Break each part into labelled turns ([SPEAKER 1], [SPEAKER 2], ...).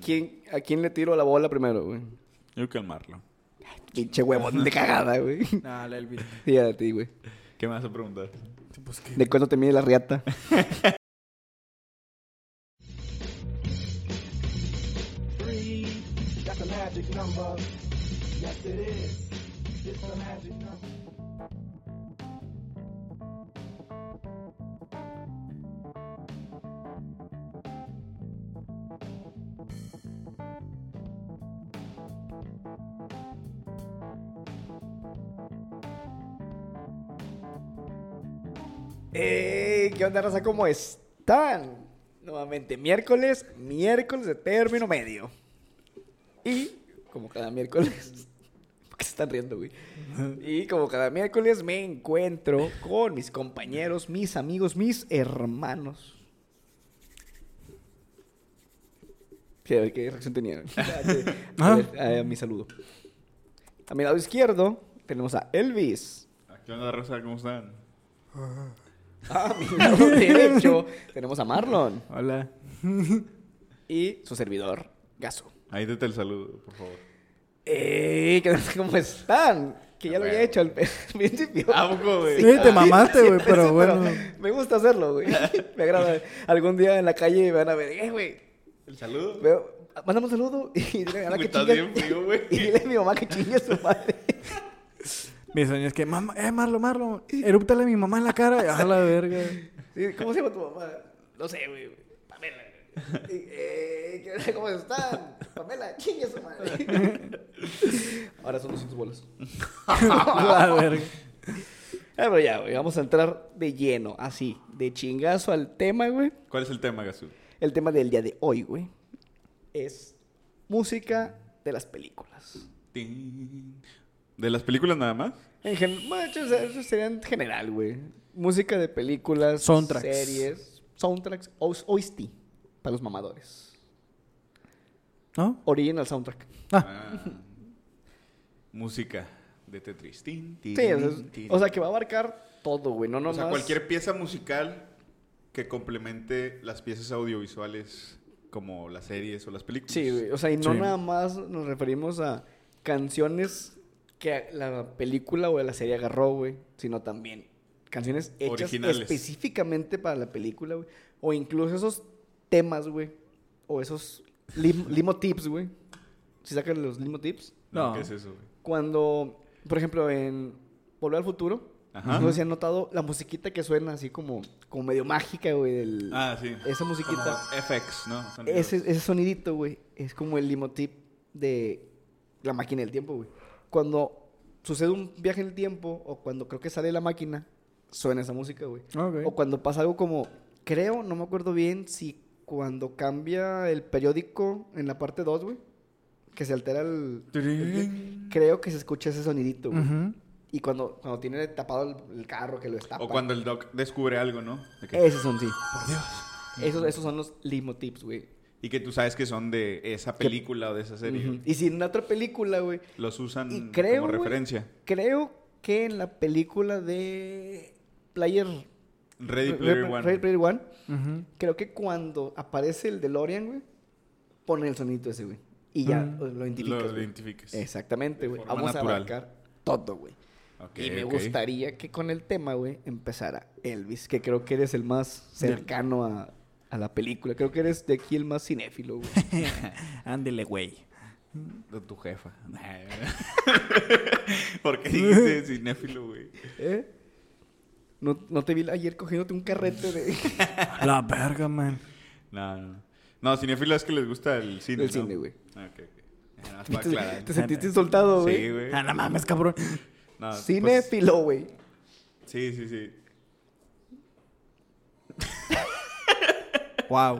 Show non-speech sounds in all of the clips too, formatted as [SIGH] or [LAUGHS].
[SPEAKER 1] quién, a quién le tiro la bola primero, güey?
[SPEAKER 2] Yo creo que al Marlon.
[SPEAKER 1] Pinche huevón de cagada, güey.
[SPEAKER 3] Nah, el Elvin.
[SPEAKER 1] [LAUGHS] Sí, a ti, güey.
[SPEAKER 2] ¿Qué me vas a preguntar?
[SPEAKER 3] Pues que.
[SPEAKER 1] ¿De cuándo te mide la riata? ¡Ey! ¿Qué onda, raza? ¿Cómo están? Nuevamente miércoles, miércoles de término medio. Y como cada miércoles... [LAUGHS] ¿Por qué se están riendo, güey? Y como cada miércoles me encuentro con mis compañeros, mis amigos, mis hermanos. Sí, a ver qué reacción tenían. A, ver, a ver, mi saludo. A mi lado izquierdo tenemos a Elvis.
[SPEAKER 2] ¿Qué onda, Rosa? ¿Cómo están?
[SPEAKER 1] A mi
[SPEAKER 2] [LAUGHS]
[SPEAKER 1] lado derecho tenemos a Marlon.
[SPEAKER 2] Hola.
[SPEAKER 1] y su servidor, Gaso.
[SPEAKER 2] Ahí te el saludo, por favor.
[SPEAKER 1] ¡Ey! Eh, ¿qué tal? ¿Cómo están? Que ya lo había hecho al [LAUGHS] principio.
[SPEAKER 2] [LAUGHS] ¿A poco, güey?
[SPEAKER 3] Sí, te mamaste, güey,
[SPEAKER 1] Sí,
[SPEAKER 3] pero bueno.
[SPEAKER 1] me gusta
[SPEAKER 2] [LAUGHS]
[SPEAKER 1] hacerlo, güey. Me agrada. Algún día en la calle me van a ver, ¡eh, güey!
[SPEAKER 2] ¿El saludo?
[SPEAKER 1] veo- Mándame un saludo [LAUGHS] y dile a mi mamá
[SPEAKER 2] Güey,
[SPEAKER 1] que
[SPEAKER 2] estás
[SPEAKER 1] chingue.
[SPEAKER 2] bien frío, güey.
[SPEAKER 1] [LAUGHS] Y dile a mi mamá que chingue a su madre.
[SPEAKER 3] Mi sueño es que, mamá, eh, Marlo, Marlo, erúptale a mi mamá en la cara. [LAUGHS] A la verga.
[SPEAKER 1] Sí, ¿Cómo se llama tu mamá? No sé, güey. Pamela. Eh, ¿qué onda? ¿Cómo están? Pamela, chingue a su madre. Ahora son 200 [LAUGHS] bolas.
[SPEAKER 3] A la verga.
[SPEAKER 1] Ah, pero ya, güey, vamos a entrar de lleno, así, de chingazo al tema, güey.
[SPEAKER 2] ¿Cuál es el tema, Gasú?
[SPEAKER 1] El tema del día de hoy, güey, es música de las películas.
[SPEAKER 2] Tin. ¿De las películas nada más?
[SPEAKER 1] En gen- bueno, de hecho, eso sería en general, güey. Música de películas,
[SPEAKER 3] Soundtracks.
[SPEAKER 1] series, soundtracks, os- OST, para los mamadores.
[SPEAKER 3] ¿No?
[SPEAKER 1] Original soundtrack.
[SPEAKER 2] Ah. Música de Tetris. Tin, tin,
[SPEAKER 1] Sí, o sea, es-
[SPEAKER 2] tin.
[SPEAKER 1] o sea, que va a abarcar todo, güey, no
[SPEAKER 2] O
[SPEAKER 1] nomás.
[SPEAKER 2] sea, cualquier pieza musical que complemente las piezas audiovisuales como las series o las películas.
[SPEAKER 1] Sí, güey. O sea, y no
[SPEAKER 3] Sí.
[SPEAKER 1] nada más nos referimos a canciones que la película o la serie agarró, güey. Sino también canciones hechas
[SPEAKER 2] Originales.
[SPEAKER 1] específicamente para la película, güey. O incluso esos temas, güey. O esos lim- limo tips, güey. Si sacan los limo tips.
[SPEAKER 2] No,
[SPEAKER 3] No.
[SPEAKER 2] ¿qué es eso, güey?
[SPEAKER 1] Cuando, por ejemplo, en Volver al Futuro,
[SPEAKER 2] Ajá.
[SPEAKER 1] no sé si han notado la musiquita que suena así como, como medio mágica, güey. del-
[SPEAKER 2] Ah, sí.
[SPEAKER 1] Esa musiquita.
[SPEAKER 2] Como FX, ¿no? Son
[SPEAKER 1] Ese, ese sonidito, güey, es como el limotip de la máquina del tiempo, güey. Cuando sucede un viaje en el tiempo o cuando creo que sale la máquina, suena esa música, güey.
[SPEAKER 3] Ok.
[SPEAKER 1] O cuando pasa algo como, creo, no me acuerdo bien, si cuando cambia el periódico en la parte 2, güey, que se altera el...
[SPEAKER 2] Tirirín.
[SPEAKER 1] Creo que se escucha ese sonidito, güey.
[SPEAKER 3] Ujú.
[SPEAKER 1] Y cuando, cuando tiene tapado el, el carro que lo destapa.
[SPEAKER 2] O cuando el doc descubre algo, ¿no? De que-
[SPEAKER 1] Esos son, sí. Esos, esos son los limotips, güey.
[SPEAKER 2] Y que tú sabes que son de esa película o de esa serie.
[SPEAKER 1] Ujú. Y si en otra película, güey,
[SPEAKER 2] Los usan
[SPEAKER 1] Y creo,
[SPEAKER 2] como
[SPEAKER 1] güey,
[SPEAKER 2] referencia.
[SPEAKER 1] Creo que en la película de Player
[SPEAKER 2] Ready Player One.
[SPEAKER 1] Ready Player One,
[SPEAKER 3] Ujú.
[SPEAKER 1] creo que cuando aparece el DeLorean, güey, ponen el sonito ese, güey. Y ya
[SPEAKER 3] Mm.
[SPEAKER 1] lo identificas.
[SPEAKER 2] Lo
[SPEAKER 1] güey.
[SPEAKER 2] identifiques.
[SPEAKER 1] Exactamente, güey.
[SPEAKER 2] forma
[SPEAKER 1] Vamos a
[SPEAKER 2] natural.
[SPEAKER 1] abarcar todo, güey.
[SPEAKER 2] Ok,
[SPEAKER 1] y me
[SPEAKER 2] ok.
[SPEAKER 1] gustaría que con el tema, güey, empezara Elvis, que creo que eres el más cercano a, a la película. Creo que eres de aquí el más cinéfilo, güey.
[SPEAKER 3] Ándele, güey.
[SPEAKER 2] De tu jefa. [LAUGHS] ¿Por qué
[SPEAKER 1] [LAUGHS]
[SPEAKER 2] dijiste cinéfilo, güey?
[SPEAKER 1] ¿Eh? No, no te vi ayer cogiéndote un carrete de... [LAUGHS]
[SPEAKER 3] La verga, man.
[SPEAKER 2] No, no. no. No, cinéfilo es que les gusta el cine.
[SPEAKER 1] El
[SPEAKER 2] ¿no?
[SPEAKER 1] cine, güey.
[SPEAKER 2] Ah,
[SPEAKER 1] [LAUGHS]
[SPEAKER 2] Ok, ok. Ah, nada más para
[SPEAKER 1] te,
[SPEAKER 2] aclarar.
[SPEAKER 1] te sentiste insultado, güey.
[SPEAKER 2] Sí, güey.
[SPEAKER 3] Ah, no mames, cabrón.
[SPEAKER 2] No, pues,
[SPEAKER 1] Cinefilo, güey.
[SPEAKER 2] sí, sí, sí.
[SPEAKER 3] Wow.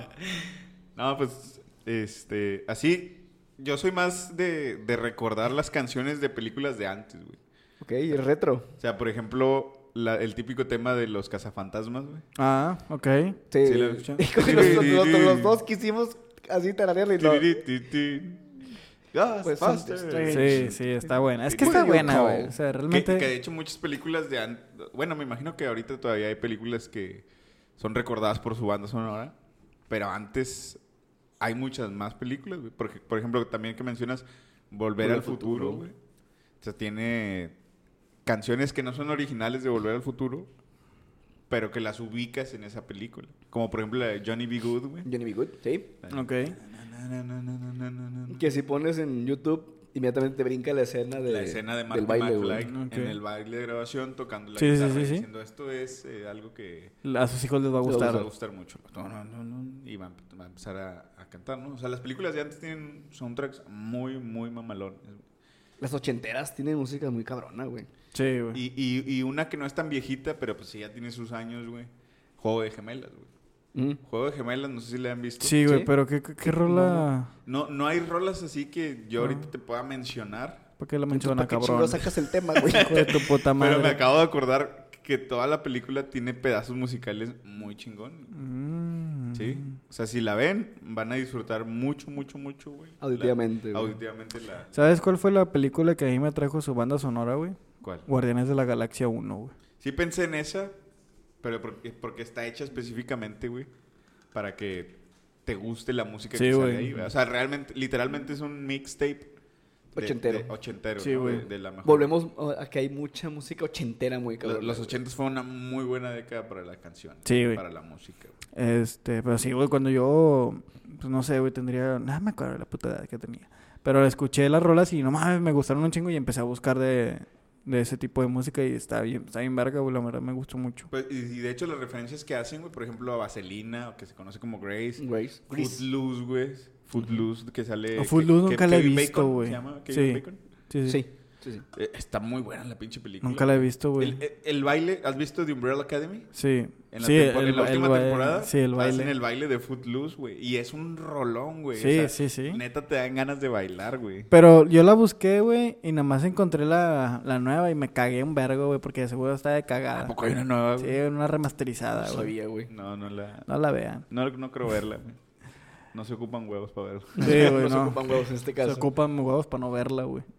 [SPEAKER 2] No, pues, este, así, yo soy más de, de recordar las canciones de películas de antes, güey.
[SPEAKER 1] Ok, y el retro.
[SPEAKER 2] O sea, por ejemplo, la- el típico tema de los cazafantasmas, güey.
[SPEAKER 3] Ah, ok.
[SPEAKER 1] Sí.
[SPEAKER 2] Sí, lo he
[SPEAKER 1] [LAUGHS]
[SPEAKER 2] escuchado.
[SPEAKER 1] Y como que los, los- los- los dos quisimos así tararearle y no.
[SPEAKER 2] Tiriritín. Ghostbusters.
[SPEAKER 1] son- Sí.
[SPEAKER 3] Sí, sí, está buena. Es que
[SPEAKER 2] Sí,
[SPEAKER 3] está
[SPEAKER 1] yo
[SPEAKER 3] buena,
[SPEAKER 1] creo.
[SPEAKER 3] güey. O sea,
[SPEAKER 2] Que-
[SPEAKER 3] realmente.
[SPEAKER 2] Que, de hecho muchas películas de an- Bueno, me imagino que ahorita todavía hay películas que son recordadas por su banda sonora. Pero antes hay muchas más películas, güey. Porque, por ejemplo, también que mencionas Volver
[SPEAKER 3] Volver
[SPEAKER 2] al
[SPEAKER 3] al futuro,
[SPEAKER 2] Futuro, güey. O sea, tiene canciones que no son originales de Volver al Futuro, pero que las ubicas en esa película. Como, por ejemplo, la de Johnny B. Good, güey.
[SPEAKER 1] Johnny B. Good, sí.
[SPEAKER 3] Ok.
[SPEAKER 2] Na, na, na, na, na, na, na, na.
[SPEAKER 1] Que si pones en YouTube, inmediatamente te brinca la escena de,
[SPEAKER 2] la escena de
[SPEAKER 1] del
[SPEAKER 2] Marty
[SPEAKER 1] baile,
[SPEAKER 2] McFly
[SPEAKER 1] güey.
[SPEAKER 3] Ok.
[SPEAKER 2] en el baile de grabación tocando la
[SPEAKER 3] Sí, sí,
[SPEAKER 2] guitarra
[SPEAKER 3] sí,
[SPEAKER 2] y
[SPEAKER 3] sí.
[SPEAKER 2] diciendo esto es eh, algo que
[SPEAKER 3] A sus hijos les va a
[SPEAKER 1] Les
[SPEAKER 2] les va a
[SPEAKER 3] gustar.
[SPEAKER 2] gustar mucho. No, no, no, no. Y va a, va a empezar a, a cantar, ¿no? O sea, las películas de antes tienen soundtracks muy, muy mamalones. güey.
[SPEAKER 1] Las ochenteras tienen música muy cabrona, güey.
[SPEAKER 3] Sí, güey.
[SPEAKER 2] Y, y, y una que no es tan viejita, pero pues sí ya tiene sus años, güey. Juego de gemelas, güey.
[SPEAKER 1] Mm.
[SPEAKER 2] Juego de gemelas, no sé si le han visto.
[SPEAKER 3] Sí, güey,
[SPEAKER 1] ¿Sí?
[SPEAKER 3] pero ¿qué, qué, qué rola?
[SPEAKER 2] No, no hay rolas así que yo ahorita te pueda mencionar.
[SPEAKER 3] ¿Para qué la
[SPEAKER 1] Entonces,
[SPEAKER 3] manchona,
[SPEAKER 1] ¿para qué
[SPEAKER 3] cabrón?
[SPEAKER 1] chingados sacas el tema, güey?
[SPEAKER 3] [LAUGHS] Hijo de tu puta madre.
[SPEAKER 2] Pero me acabo de acordar que toda la película tiene pedazos musicales muy chingón.
[SPEAKER 3] Mm.
[SPEAKER 2] Sí. O sea, si la ven, van a disfrutar mucho, mucho, mucho, güey.
[SPEAKER 1] Auditivamente,
[SPEAKER 2] La,
[SPEAKER 1] güey.
[SPEAKER 2] auditivamente la...
[SPEAKER 3] ¿Sabes cuál fue la película que a mí me trajo su banda sonora, güey?
[SPEAKER 2] ¿Cuál?
[SPEAKER 3] Guardianes de la Galaxia 1, güey.
[SPEAKER 2] Sí pensé en esa, pero porque, porque está hecha específicamente, güey, para que te guste la música
[SPEAKER 3] Sí,
[SPEAKER 2] que sale
[SPEAKER 3] güey.
[SPEAKER 2] ahí, güey. O sea, realmente, literalmente es un mixtape. de-
[SPEAKER 1] Ochentero.
[SPEAKER 2] de ochentero,
[SPEAKER 3] Sí,
[SPEAKER 2] ¿no?
[SPEAKER 3] güey.
[SPEAKER 2] De, de la mejor.
[SPEAKER 1] Volvemos a que hay mucha música ochentera muy
[SPEAKER 2] Lo-
[SPEAKER 1] cabrona.
[SPEAKER 2] Los
[SPEAKER 1] güey.
[SPEAKER 2] ochentas fue una muy buena década para la canción.
[SPEAKER 3] Sí, güey.
[SPEAKER 2] Para la música, güey.
[SPEAKER 3] Este, pero sí, güey, cuando yo, pues no sé, güey, tendría, nada me acuerdo de la puta edad que tenía. Pero escuché las rolas y no mames, me gustaron un chingo y empecé a buscar de, de ese tipo de música y está bien, está bien verga, güey, la verdad me gustó mucho.
[SPEAKER 2] Pues, y, y de hecho, las referencias que hacen, güey, por ejemplo, a Vaselina, o que se conoce como Grace.
[SPEAKER 1] Grace.
[SPEAKER 2] Footloose, güey. Footloose, que sale.
[SPEAKER 3] A Footloose
[SPEAKER 2] que- que
[SPEAKER 3] nunca la he
[SPEAKER 2] Kevin
[SPEAKER 3] visto,
[SPEAKER 2] Bacon,
[SPEAKER 3] güey.
[SPEAKER 2] ¿Se llama Kevin
[SPEAKER 3] Sí.
[SPEAKER 2] Bacon?
[SPEAKER 3] Sí, sí.
[SPEAKER 1] Sí, sí, sí.
[SPEAKER 2] Eh, está muy buena la pinche película.
[SPEAKER 3] Nunca la he visto, güey.
[SPEAKER 2] El, el- el baile, ¿has visto The Umbrella Academy?
[SPEAKER 3] Sí.
[SPEAKER 2] En la,
[SPEAKER 3] sí,
[SPEAKER 2] tempo- en la
[SPEAKER 3] ba-
[SPEAKER 2] última
[SPEAKER 3] baile-
[SPEAKER 2] temporada
[SPEAKER 3] Sí, el
[SPEAKER 2] hacen
[SPEAKER 3] baile.
[SPEAKER 2] el baile de Footloose, güey. Y es un rolón, güey.
[SPEAKER 3] Sí, sí, sí.
[SPEAKER 2] Neta te dan ganas de bailar, güey.
[SPEAKER 3] Pero yo la busqué, güey, y nada más encontré la, la nueva y me cagué un vergo, güey, porque de seguro está de cagada.
[SPEAKER 2] Tampoco hay una nueva,
[SPEAKER 3] Sí,
[SPEAKER 2] güey.
[SPEAKER 3] una
[SPEAKER 1] No
[SPEAKER 3] remasterizada, Ah, güey.
[SPEAKER 1] sabía, güey.
[SPEAKER 2] No, no la.
[SPEAKER 3] No la vean.
[SPEAKER 2] No, no creo verla, güey. No se ocupan huevos para verla.
[SPEAKER 3] Sí, güey,
[SPEAKER 1] No se
[SPEAKER 3] no.
[SPEAKER 1] ocupan huevos en este
[SPEAKER 3] Se
[SPEAKER 1] caso.
[SPEAKER 3] ocupan huevos para no verla, güey.
[SPEAKER 1] [LAUGHS]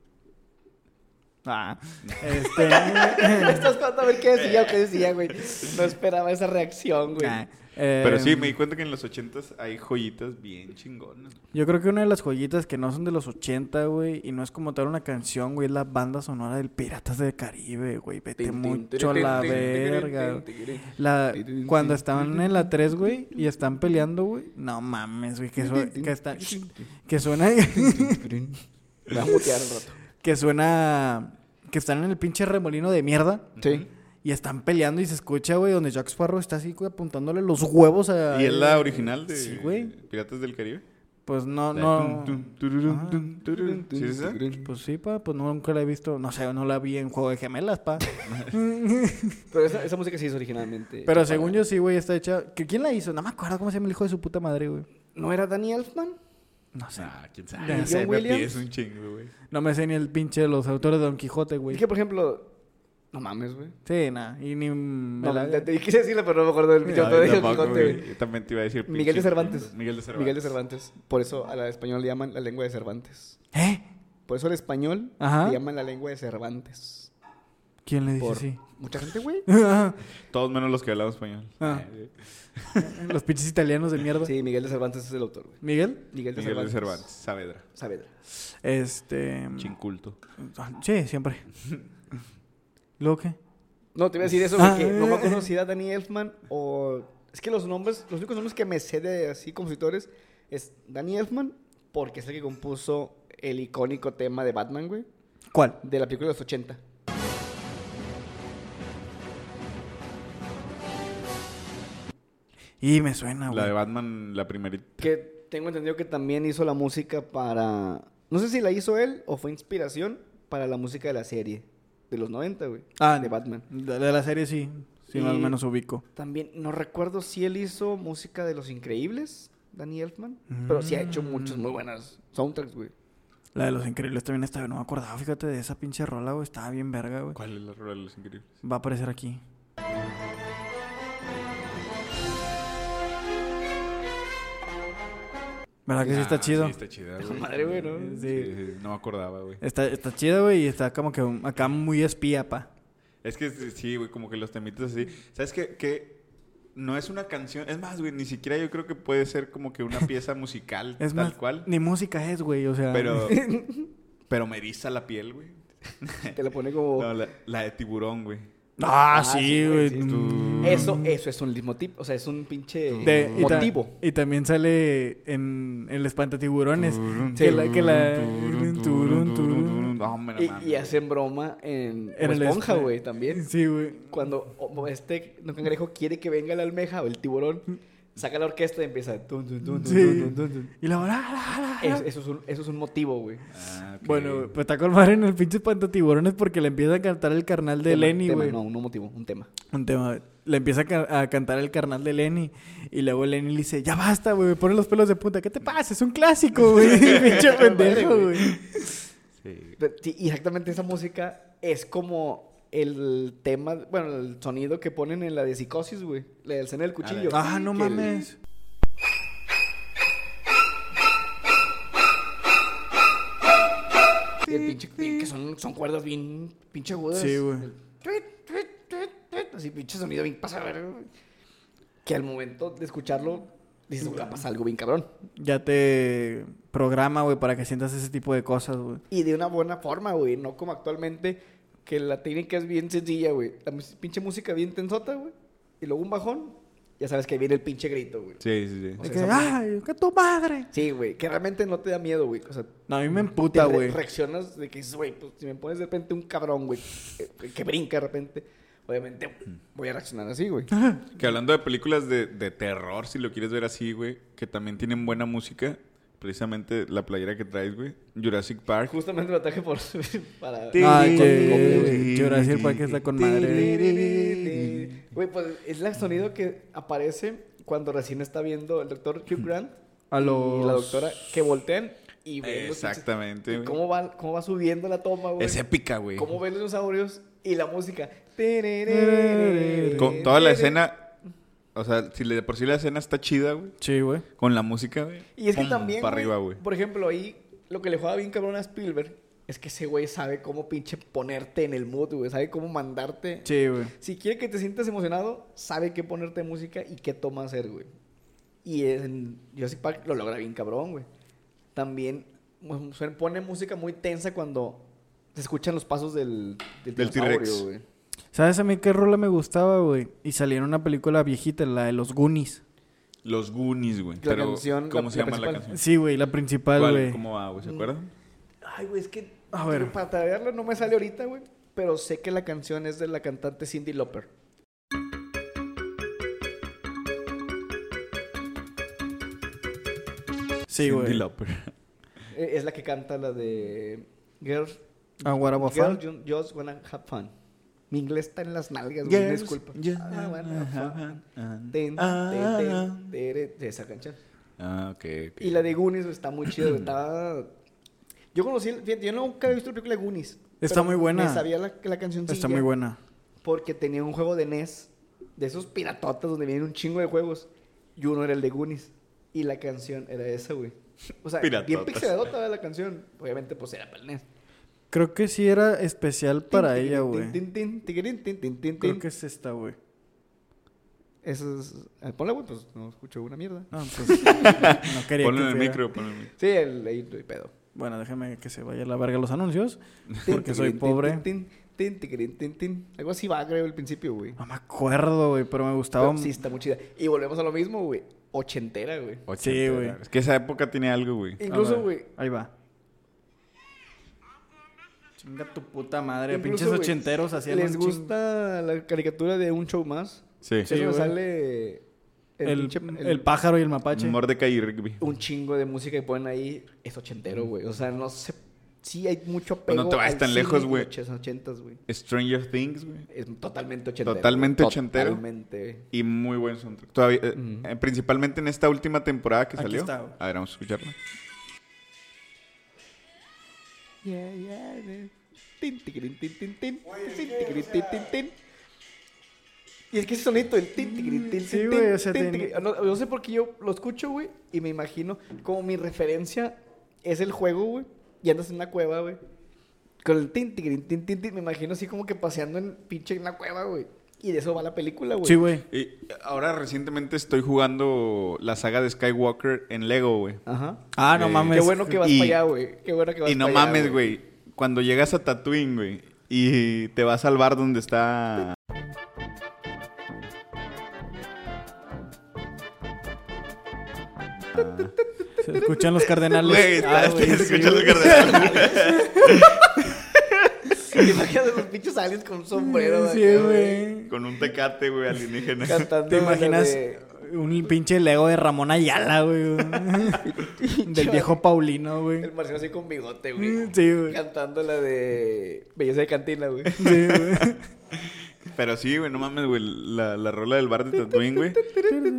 [SPEAKER 3] Ah, este.
[SPEAKER 1] Me [LAUGHS] estás tratando de ver qué decía o qué decía, güey.
[SPEAKER 3] [LAUGHS]
[SPEAKER 1] No esperaba esa reacción, güey.
[SPEAKER 3] nah, eh,
[SPEAKER 2] [LAUGHS] Pero sí, me di cuenta que en los 80s hay joyitas bien chingonas.
[SPEAKER 3] Yo creo que una de las joyitas que no son de los 80, güey, y no es como tal una canción, güey, es la banda sonora del Piratas del Caribe, güey. Vete
[SPEAKER 1] Tin, tin,
[SPEAKER 3] mucho a
[SPEAKER 1] tin,
[SPEAKER 3] la
[SPEAKER 1] tin, tin,
[SPEAKER 3] verga,
[SPEAKER 1] tin,
[SPEAKER 3] güey.
[SPEAKER 1] tin, tin, tin.
[SPEAKER 3] La,
[SPEAKER 1] Tin, tin,
[SPEAKER 3] cuando
[SPEAKER 1] tin,
[SPEAKER 3] estaban en la 3, güey, y están peleando, güey. No mames, güey, que, su- que, está- que suena.
[SPEAKER 1] Me va a mutear un rato.
[SPEAKER 3] que suena. Que están en el pinche remolino de mierda.
[SPEAKER 1] Sí.
[SPEAKER 3] Y están peleando y se escucha, güey, donde Jack Sparrow está así, güey, apuntándole los huevos a.
[SPEAKER 2] ¿Y es la original de
[SPEAKER 3] Sí, güey.
[SPEAKER 2] Piratas del Caribe?
[SPEAKER 3] Pues no,
[SPEAKER 2] La de
[SPEAKER 3] no.
[SPEAKER 2] tum, tum, tururun,
[SPEAKER 3] Ah.
[SPEAKER 2] tum, tururun. ¿Sí es esa?
[SPEAKER 3] Pues sí, pa, pues nunca la he visto. No sé, no la vi en Juego de
[SPEAKER 2] [LAUGHS]
[SPEAKER 3] Gemelas, pa.
[SPEAKER 1] Pero esa, esa música sí es originalmente.
[SPEAKER 3] Pero según yo sí, güey, está hecha. ¿Que ¿Quién la hizo? No me acuerdo cómo se llama el hijo de su puta madre, güey.
[SPEAKER 1] ¿No era Danny Elfman?
[SPEAKER 3] No sé.
[SPEAKER 2] Ah, quién
[SPEAKER 3] Ya
[SPEAKER 2] sabe.
[SPEAKER 3] sé,
[SPEAKER 2] me
[SPEAKER 1] Williams.
[SPEAKER 2] pides un chingo, güey.
[SPEAKER 3] No me sé ni el pinche de los autores de Don Quijote, güey.
[SPEAKER 1] Es que, por ejemplo. No mames, güey.
[SPEAKER 3] Sí, nada. Y ni. me
[SPEAKER 1] No,
[SPEAKER 3] la-
[SPEAKER 1] te, te quise decirle, pero no me acuerdo del video
[SPEAKER 2] Ay,
[SPEAKER 1] de Don
[SPEAKER 2] tampoco,
[SPEAKER 1] Quijote,
[SPEAKER 2] güey.
[SPEAKER 1] güey.
[SPEAKER 2] Yo también te iba a decir
[SPEAKER 1] Miguel
[SPEAKER 2] pinche-
[SPEAKER 1] de Cervantes.
[SPEAKER 2] Miguel de Cervantes.
[SPEAKER 1] Miguel de Cervantes. Por eso a la español le llaman la lengua de Cervantes.
[SPEAKER 3] ¿Eh?
[SPEAKER 1] Por eso al español
[SPEAKER 3] Ajá.
[SPEAKER 1] le llaman la lengua de Cervantes.
[SPEAKER 3] ¿Quién le dice
[SPEAKER 1] Por
[SPEAKER 3] así?
[SPEAKER 1] mucha gente, güey.
[SPEAKER 3] Ah,
[SPEAKER 2] Todos menos los que hablan español.
[SPEAKER 3] Ah.
[SPEAKER 2] Eh,
[SPEAKER 3] [LAUGHS] los pinches italianos de mierda.
[SPEAKER 1] Sí, Miguel de Cervantes es el autor, güey.
[SPEAKER 3] Miguel,
[SPEAKER 1] Miguel de
[SPEAKER 2] Miguel de
[SPEAKER 1] Cervantes.
[SPEAKER 2] Cervantes. Saavedra.
[SPEAKER 1] Saavedra.
[SPEAKER 3] este.
[SPEAKER 2] Chinculto.
[SPEAKER 3] Ah,
[SPEAKER 2] [LAUGHS]
[SPEAKER 3] Sí, siempre. ¿Lo qué?
[SPEAKER 1] No, te iba a decir eso, güey,
[SPEAKER 3] Ah,
[SPEAKER 1] que no me
[SPEAKER 3] eh,
[SPEAKER 1] acuerdo
[SPEAKER 3] eh.
[SPEAKER 1] si era Danny Elfman o... Es que los nombres, los únicos nombres que me sé de así compositores es Danny Elfman, porque es el que compuso el icónico tema de Batman, güey,
[SPEAKER 3] ¿Cuál?
[SPEAKER 1] de la película de los 80.
[SPEAKER 3] Y me suena,
[SPEAKER 2] La de
[SPEAKER 3] Ah, güey.
[SPEAKER 2] Batman, la primerita.
[SPEAKER 1] Que tengo entendido que también hizo la música para... No sé si la hizo él o fue inspiración para la música de la serie de los 90, güey.
[SPEAKER 3] Ah,
[SPEAKER 1] de Batman.
[SPEAKER 3] De, de la serie sí. Sí,
[SPEAKER 1] Y-
[SPEAKER 3] más o menos ubico.
[SPEAKER 1] También, no recuerdo si él hizo música de Los Increíbles, Danny Elfman, pero sí ha hecho
[SPEAKER 2] Mm.
[SPEAKER 1] muchas muy buenas
[SPEAKER 2] [LAUGHS]
[SPEAKER 1] soundtracks, güey.
[SPEAKER 3] La de los increíbles también estaba. No me acordaba, fíjate, de esa pinche rola, güey. Estaba bien verga, güey.
[SPEAKER 2] ¿Cuál es la rola de los increíbles?
[SPEAKER 3] Va a aparecer aquí. ¿Verdad que sí está
[SPEAKER 2] Ah,
[SPEAKER 3] chido?
[SPEAKER 2] Sí, está chida, güey.
[SPEAKER 1] Madre, güey, ¿no?
[SPEAKER 2] Sí,
[SPEAKER 3] Sí.
[SPEAKER 2] sí, no me acordaba, güey.
[SPEAKER 3] Está, está chido, güey, y está como que un- acá muy espía, pa.
[SPEAKER 2] Es que sí, güey, como que los temitas así. ¿Sabes qué? qué? no es una canción. Es más, güey, ni siquiera yo creo que puede ser como que una pieza musical
[SPEAKER 3] Es
[SPEAKER 2] tal
[SPEAKER 3] más,
[SPEAKER 2] cual.
[SPEAKER 3] Ni música es, güey, o sea.
[SPEAKER 1] [LAUGHS]
[SPEAKER 2] Pero, pero me eriza la piel, güey.
[SPEAKER 1] Te la pone como...
[SPEAKER 2] No, la, la de tiburón, güey.
[SPEAKER 3] Ah,
[SPEAKER 1] Ah,
[SPEAKER 3] sí,
[SPEAKER 1] sí,
[SPEAKER 3] güey.
[SPEAKER 1] güey, sí.
[SPEAKER 3] Mm.
[SPEAKER 1] Eso, eso es un lismotipo. O sea, es un pinche
[SPEAKER 3] De- y ta-
[SPEAKER 1] Eh, motivo.
[SPEAKER 3] Y, también sale en el espantatiburones.
[SPEAKER 2] Turun,
[SPEAKER 3] que la, que la-
[SPEAKER 2] turun,
[SPEAKER 3] turun,
[SPEAKER 2] turun,
[SPEAKER 3] turun.
[SPEAKER 2] turun. Ah, No, hombre, no
[SPEAKER 1] Y,
[SPEAKER 2] mames.
[SPEAKER 1] y hacen broma en,
[SPEAKER 3] En
[SPEAKER 1] Bob
[SPEAKER 3] el
[SPEAKER 1] Esponja,
[SPEAKER 3] este-
[SPEAKER 1] güey, también.
[SPEAKER 3] Sí, güey.
[SPEAKER 1] Cuando o- este no, cangrejo quiere que venga la almeja o el tiburón, saca la orquesta y empieza. tun, tun, tun, tun,
[SPEAKER 3] Sí.
[SPEAKER 1] tun, tun, tun.
[SPEAKER 3] Y la hora.
[SPEAKER 1] Es- eso, es un, eso es un motivo, güey.
[SPEAKER 2] Ah, ok.
[SPEAKER 3] Bueno, pues está con madre en el pinche espantatiburones porque le empieza a cantar el carnal de
[SPEAKER 1] Tema,
[SPEAKER 3] Lenny,
[SPEAKER 1] tema,
[SPEAKER 3] güey.
[SPEAKER 1] No, no motivo, un tema.
[SPEAKER 3] Un tema. Le empieza a, ca- a cantar el carnal de Lenny. Y luego Lenny le dice, ya basta, güey. Ponen los pelos de punta. ¿Qué te pasa? Es un clásico, güey. Pinche pendejo,
[SPEAKER 1] Madre,
[SPEAKER 3] güey.
[SPEAKER 2] Sí.
[SPEAKER 1] Pero sí, y exactamente esa música es como el tema, bueno, el sonido que ponen en la de psicosis, güey. La del cena del cuchillo.
[SPEAKER 3] Ah, no
[SPEAKER 1] Que el-
[SPEAKER 3] mames.
[SPEAKER 1] y el pinche, que son, son cuerdas bien pinche agudas.
[SPEAKER 3] Sí, güey.
[SPEAKER 1] El tuit, tuit, tuit, tuit, Así pinche sonido bien pasa, güey. Que al momento de escucharlo, dices, "Güey, pasa algo bien cabrón.
[SPEAKER 3] Ya te programa, güey, para que sientas ese tipo de cosas, güey.
[SPEAKER 1] Y de una buena forma, güey. No como actualmente, que la técnica es bien sencilla, güey. La mus- pinche música bien tensota, güey. Y luego un bajón. Ya sabes que viene el pinche grito, güey.
[SPEAKER 2] Sí, sí, sí.
[SPEAKER 1] O
[SPEAKER 3] De
[SPEAKER 1] sea,
[SPEAKER 3] que,
[SPEAKER 1] esa-
[SPEAKER 3] ay, que tu madre.
[SPEAKER 1] Sí, güey. Que realmente no te da miedo, güey. O sea,
[SPEAKER 3] No, a mí me
[SPEAKER 1] te
[SPEAKER 3] emputa,
[SPEAKER 1] re-
[SPEAKER 3] güey.
[SPEAKER 1] reaccionas de que dices, güey, pues, si me pones de repente un cabrón, güey, que, que brinca de repente, obviamente voy a reaccionar así, güey.
[SPEAKER 2] Que hablando de películas de, de terror, si lo quieres ver así, güey, que también tienen buena música, precisamente la playera que traes, güey, Jurassic Park.
[SPEAKER 1] Justamente lo ataque por... [LAUGHS] para...
[SPEAKER 3] Ah,
[SPEAKER 1] con-
[SPEAKER 3] que- Jurassic Park está con madre.
[SPEAKER 1] Güey, pues es el sonido que aparece cuando recién está viendo el doctor Hugh Grant
[SPEAKER 3] A
[SPEAKER 1] y la
[SPEAKER 3] los-
[SPEAKER 1] doctora que voltean y ven los pinches-
[SPEAKER 2] Exactamente,
[SPEAKER 1] y
[SPEAKER 2] güey.
[SPEAKER 1] cómo va, cómo va subiendo la toma, güey.
[SPEAKER 2] Es épica, güey.
[SPEAKER 1] Cómo ven los dinosaurios y la música.
[SPEAKER 2] Con toda la escena, o sea, si le- de por sí la escena está chida, güey,
[SPEAKER 3] Sí, güey.
[SPEAKER 2] con la música, güey.
[SPEAKER 1] Y es que
[SPEAKER 2] pum,
[SPEAKER 1] también.
[SPEAKER 2] Para
[SPEAKER 1] güey,
[SPEAKER 2] arriba, güey.
[SPEAKER 1] Por ejemplo, ahí lo que le juega bien cabrón a Spielberg es que ese güey sabe cómo pinche ponerte en el mood, güey. Sabe cómo mandarte.
[SPEAKER 3] Sí, güey.
[SPEAKER 1] Si quiere que te sientas emocionado, sabe qué ponerte de música y qué toma hacer, güey. Y en Jurassic Park lo logra bien cabrón, güey. También mu- suena- pone música muy tensa cuando se escuchan los pasos del, del,
[SPEAKER 2] Del
[SPEAKER 1] dinosaurio,
[SPEAKER 2] T-Rex.
[SPEAKER 1] güey.
[SPEAKER 3] ¿Sabes a mí qué rola me gustaba, güey? Y salía en una película viejita, la de los Goonies.
[SPEAKER 2] Los Goonies, güey.
[SPEAKER 1] La
[SPEAKER 2] Pero,
[SPEAKER 1] canción,
[SPEAKER 2] ¿cómo
[SPEAKER 1] la-
[SPEAKER 2] se
[SPEAKER 1] la
[SPEAKER 2] llama la
[SPEAKER 1] principal.
[SPEAKER 2] canción?
[SPEAKER 3] Sí, güey, la principal,
[SPEAKER 2] ¿Cuál?
[SPEAKER 3] güey.
[SPEAKER 2] ¿Cómo va, güey? ¿Se acuerdan?
[SPEAKER 1] Ay, güey, es que
[SPEAKER 3] A ver.
[SPEAKER 1] para traerlo no me sale ahorita, güey. Pero sé que la canción es de la cantante Cindy Lauper.
[SPEAKER 3] Sí,
[SPEAKER 2] Cyndi
[SPEAKER 3] güey.
[SPEAKER 2] Lauper. [LAUGHS]
[SPEAKER 1] Eh, Es la que canta la de Girl,
[SPEAKER 3] A
[SPEAKER 1] Girl
[SPEAKER 3] Guarabafal.
[SPEAKER 1] you Just Wanna Have Fun. Mi inglés está en las nalgas, güey.
[SPEAKER 2] Girls,
[SPEAKER 1] Disculpa.
[SPEAKER 2] just
[SPEAKER 1] Ah, bueno,
[SPEAKER 2] wanna
[SPEAKER 1] fun.
[SPEAKER 2] have fun.
[SPEAKER 1] Ten,
[SPEAKER 3] Ah.
[SPEAKER 1] ten, ten, tere, de esa canción.
[SPEAKER 2] Ah, ok, ok.
[SPEAKER 1] Y la de Goonies güey, está muy chida. güey,
[SPEAKER 3] [CLEARS THROAT]
[SPEAKER 1] está- Yo conocí, fíjate, yo nunca había visto la película de Goonies.
[SPEAKER 3] Está
[SPEAKER 1] pero
[SPEAKER 3] muy buena.
[SPEAKER 1] Me sabía la, la canción.
[SPEAKER 3] Está muy buena.
[SPEAKER 1] Porque tenía un juego de NES, de esos piratotas donde vienen un chingo de juegos. Y uno era el de Goonies. Y la canción era esa, güey. [LAUGHS] O sea, bien
[SPEAKER 2] Piratotas.
[SPEAKER 1] pixeladota era la canción. Obviamente, pues era para el NES.
[SPEAKER 3] Creo que sí era especial para
[SPEAKER 1] Tin,
[SPEAKER 3] ella,
[SPEAKER 1] tiquirín,
[SPEAKER 3] güey.
[SPEAKER 1] tin, tin, tiquirín, tin, tin, tin,
[SPEAKER 3] Creo
[SPEAKER 1] tin.
[SPEAKER 3] que es esta, güey.
[SPEAKER 1] Eso es. eh, Ponla, güey, pues no escucho una mierda.
[SPEAKER 3] No,
[SPEAKER 1] [LAUGHS]
[SPEAKER 3] pues, no quería
[SPEAKER 2] Ponlo
[SPEAKER 3] que
[SPEAKER 2] en el
[SPEAKER 3] fuera.
[SPEAKER 2] micro, ponlo en el micro.
[SPEAKER 1] Sí, el, ahí no hay pedo.
[SPEAKER 3] Bueno, déjame que se vaya a la verga los anuncios.
[SPEAKER 1] Tin,
[SPEAKER 3] [LAUGHS] Porque soy
[SPEAKER 1] tiquirín, tin,
[SPEAKER 3] pobre.
[SPEAKER 1] tin, tin, tiquirín, tin, tin. Algo así va, creo, al principio, güey.
[SPEAKER 3] No me acuerdo, güey, pero me gustaba.
[SPEAKER 1] Pero Sí, está muy chida. Y volvemos a lo mismo, güey. Ochentera, güey.
[SPEAKER 3] Sí, güey.
[SPEAKER 2] Es que esa época tiene algo, güey.
[SPEAKER 3] A
[SPEAKER 1] Incluso,
[SPEAKER 3] ver,
[SPEAKER 1] güey.
[SPEAKER 3] Ahí va. Chinga tu puta madre.
[SPEAKER 1] incluso,
[SPEAKER 3] pinches
[SPEAKER 1] güey,
[SPEAKER 3] ochenteros hacían
[SPEAKER 1] ¿Les
[SPEAKER 3] un chin-
[SPEAKER 1] gusta la caricatura de un show más?
[SPEAKER 2] Sí.
[SPEAKER 1] Sí,
[SPEAKER 3] güey.
[SPEAKER 1] sale el
[SPEAKER 3] El,
[SPEAKER 1] pinche-
[SPEAKER 3] el
[SPEAKER 1] el-
[SPEAKER 3] pájaro y el mapache.
[SPEAKER 2] Mordecai y Rigby.
[SPEAKER 1] un chingo de música que ponen ahí. Es ochentero, güey. O sea, no sé. Sí, hay mucho
[SPEAKER 2] Pues te
[SPEAKER 1] apego.
[SPEAKER 2] vayas
[SPEAKER 1] al
[SPEAKER 2] tan
[SPEAKER 1] cine
[SPEAKER 2] lejos,
[SPEAKER 1] de
[SPEAKER 2] güey.
[SPEAKER 1] los ochentas, güey.
[SPEAKER 2] Stranger Things, güey.
[SPEAKER 1] Es totalmente ochentero.
[SPEAKER 2] Totalmente
[SPEAKER 1] güey.
[SPEAKER 2] ochentero.
[SPEAKER 1] Totalmente.
[SPEAKER 2] Y muy buen soundtrack. Todavía, eh,
[SPEAKER 1] Ujú.
[SPEAKER 2] eh, principalmente en esta última temporada que
[SPEAKER 3] Aquí
[SPEAKER 2] salió.
[SPEAKER 3] está, güey.
[SPEAKER 2] A ver, vamos a escucharla.
[SPEAKER 1] Yeah, yeah, yeah. Tin, tiquirín, tin, tin, tin. Tin, tiquirín, tin, tin, tin. Y es que ese sonido, el tin, tiquirín, tin,
[SPEAKER 3] Mm, Sí,
[SPEAKER 1] tin,
[SPEAKER 3] güey,
[SPEAKER 1] tin,
[SPEAKER 3] o sea,
[SPEAKER 1] tin,
[SPEAKER 3] ten-
[SPEAKER 1] tiquirín. no, no sé por qué yo lo escucho, güey, y me imagino como mi referencia es el juego, güey, y andas en una cueva, güey. Con el tin, tiquirín, tin, tin, tin, me imagino así como que paseando en pinche en la cueva, güey. Y de eso va la película, güey.
[SPEAKER 3] Sí, güey.
[SPEAKER 2] Y ahora recientemente estoy jugando la saga de Skywalker en Lego, güey.
[SPEAKER 1] Ajá.
[SPEAKER 3] Ah, no
[SPEAKER 2] Eh,
[SPEAKER 3] mames.
[SPEAKER 1] Qué bueno que vas
[SPEAKER 2] Y-
[SPEAKER 1] para allá, güey. Qué bueno que vas
[SPEAKER 2] Y no
[SPEAKER 1] pa' allá,
[SPEAKER 2] mames, güey. Cuando llegas a Tatooine, güey, y te va a salvar donde está.
[SPEAKER 3] Se escuchan los cardenales.
[SPEAKER 2] Güey,
[SPEAKER 3] Ah,
[SPEAKER 2] está-
[SPEAKER 3] güey,
[SPEAKER 2] estoy [LAUGHS]
[SPEAKER 3] sí,
[SPEAKER 2] escuchando
[SPEAKER 3] güey.
[SPEAKER 2] cardenal.
[SPEAKER 1] [LAUGHS] ¿Te imaginas a los pinches aliens con un sombrero?
[SPEAKER 3] Sí,
[SPEAKER 1] acá,
[SPEAKER 3] güey.
[SPEAKER 2] Con un tecate, güey, alienígena.
[SPEAKER 1] Cantando.
[SPEAKER 3] ¿Te imaginas
[SPEAKER 1] la de-
[SPEAKER 3] un pinche Lego de Ramón Ayala,
[SPEAKER 1] [LAUGHS]
[SPEAKER 3] güey? Del viejo Paulino, güey.
[SPEAKER 1] El marciano así con bigote, güey.
[SPEAKER 3] Sí, güey.
[SPEAKER 1] Cantando la de Belleza de Cantina,
[SPEAKER 3] [LAUGHS]
[SPEAKER 1] güey.
[SPEAKER 3] Sí, güey.
[SPEAKER 2] Pero sí, güey, no mames, güey. La, la rola del bar de Tatooine, güey.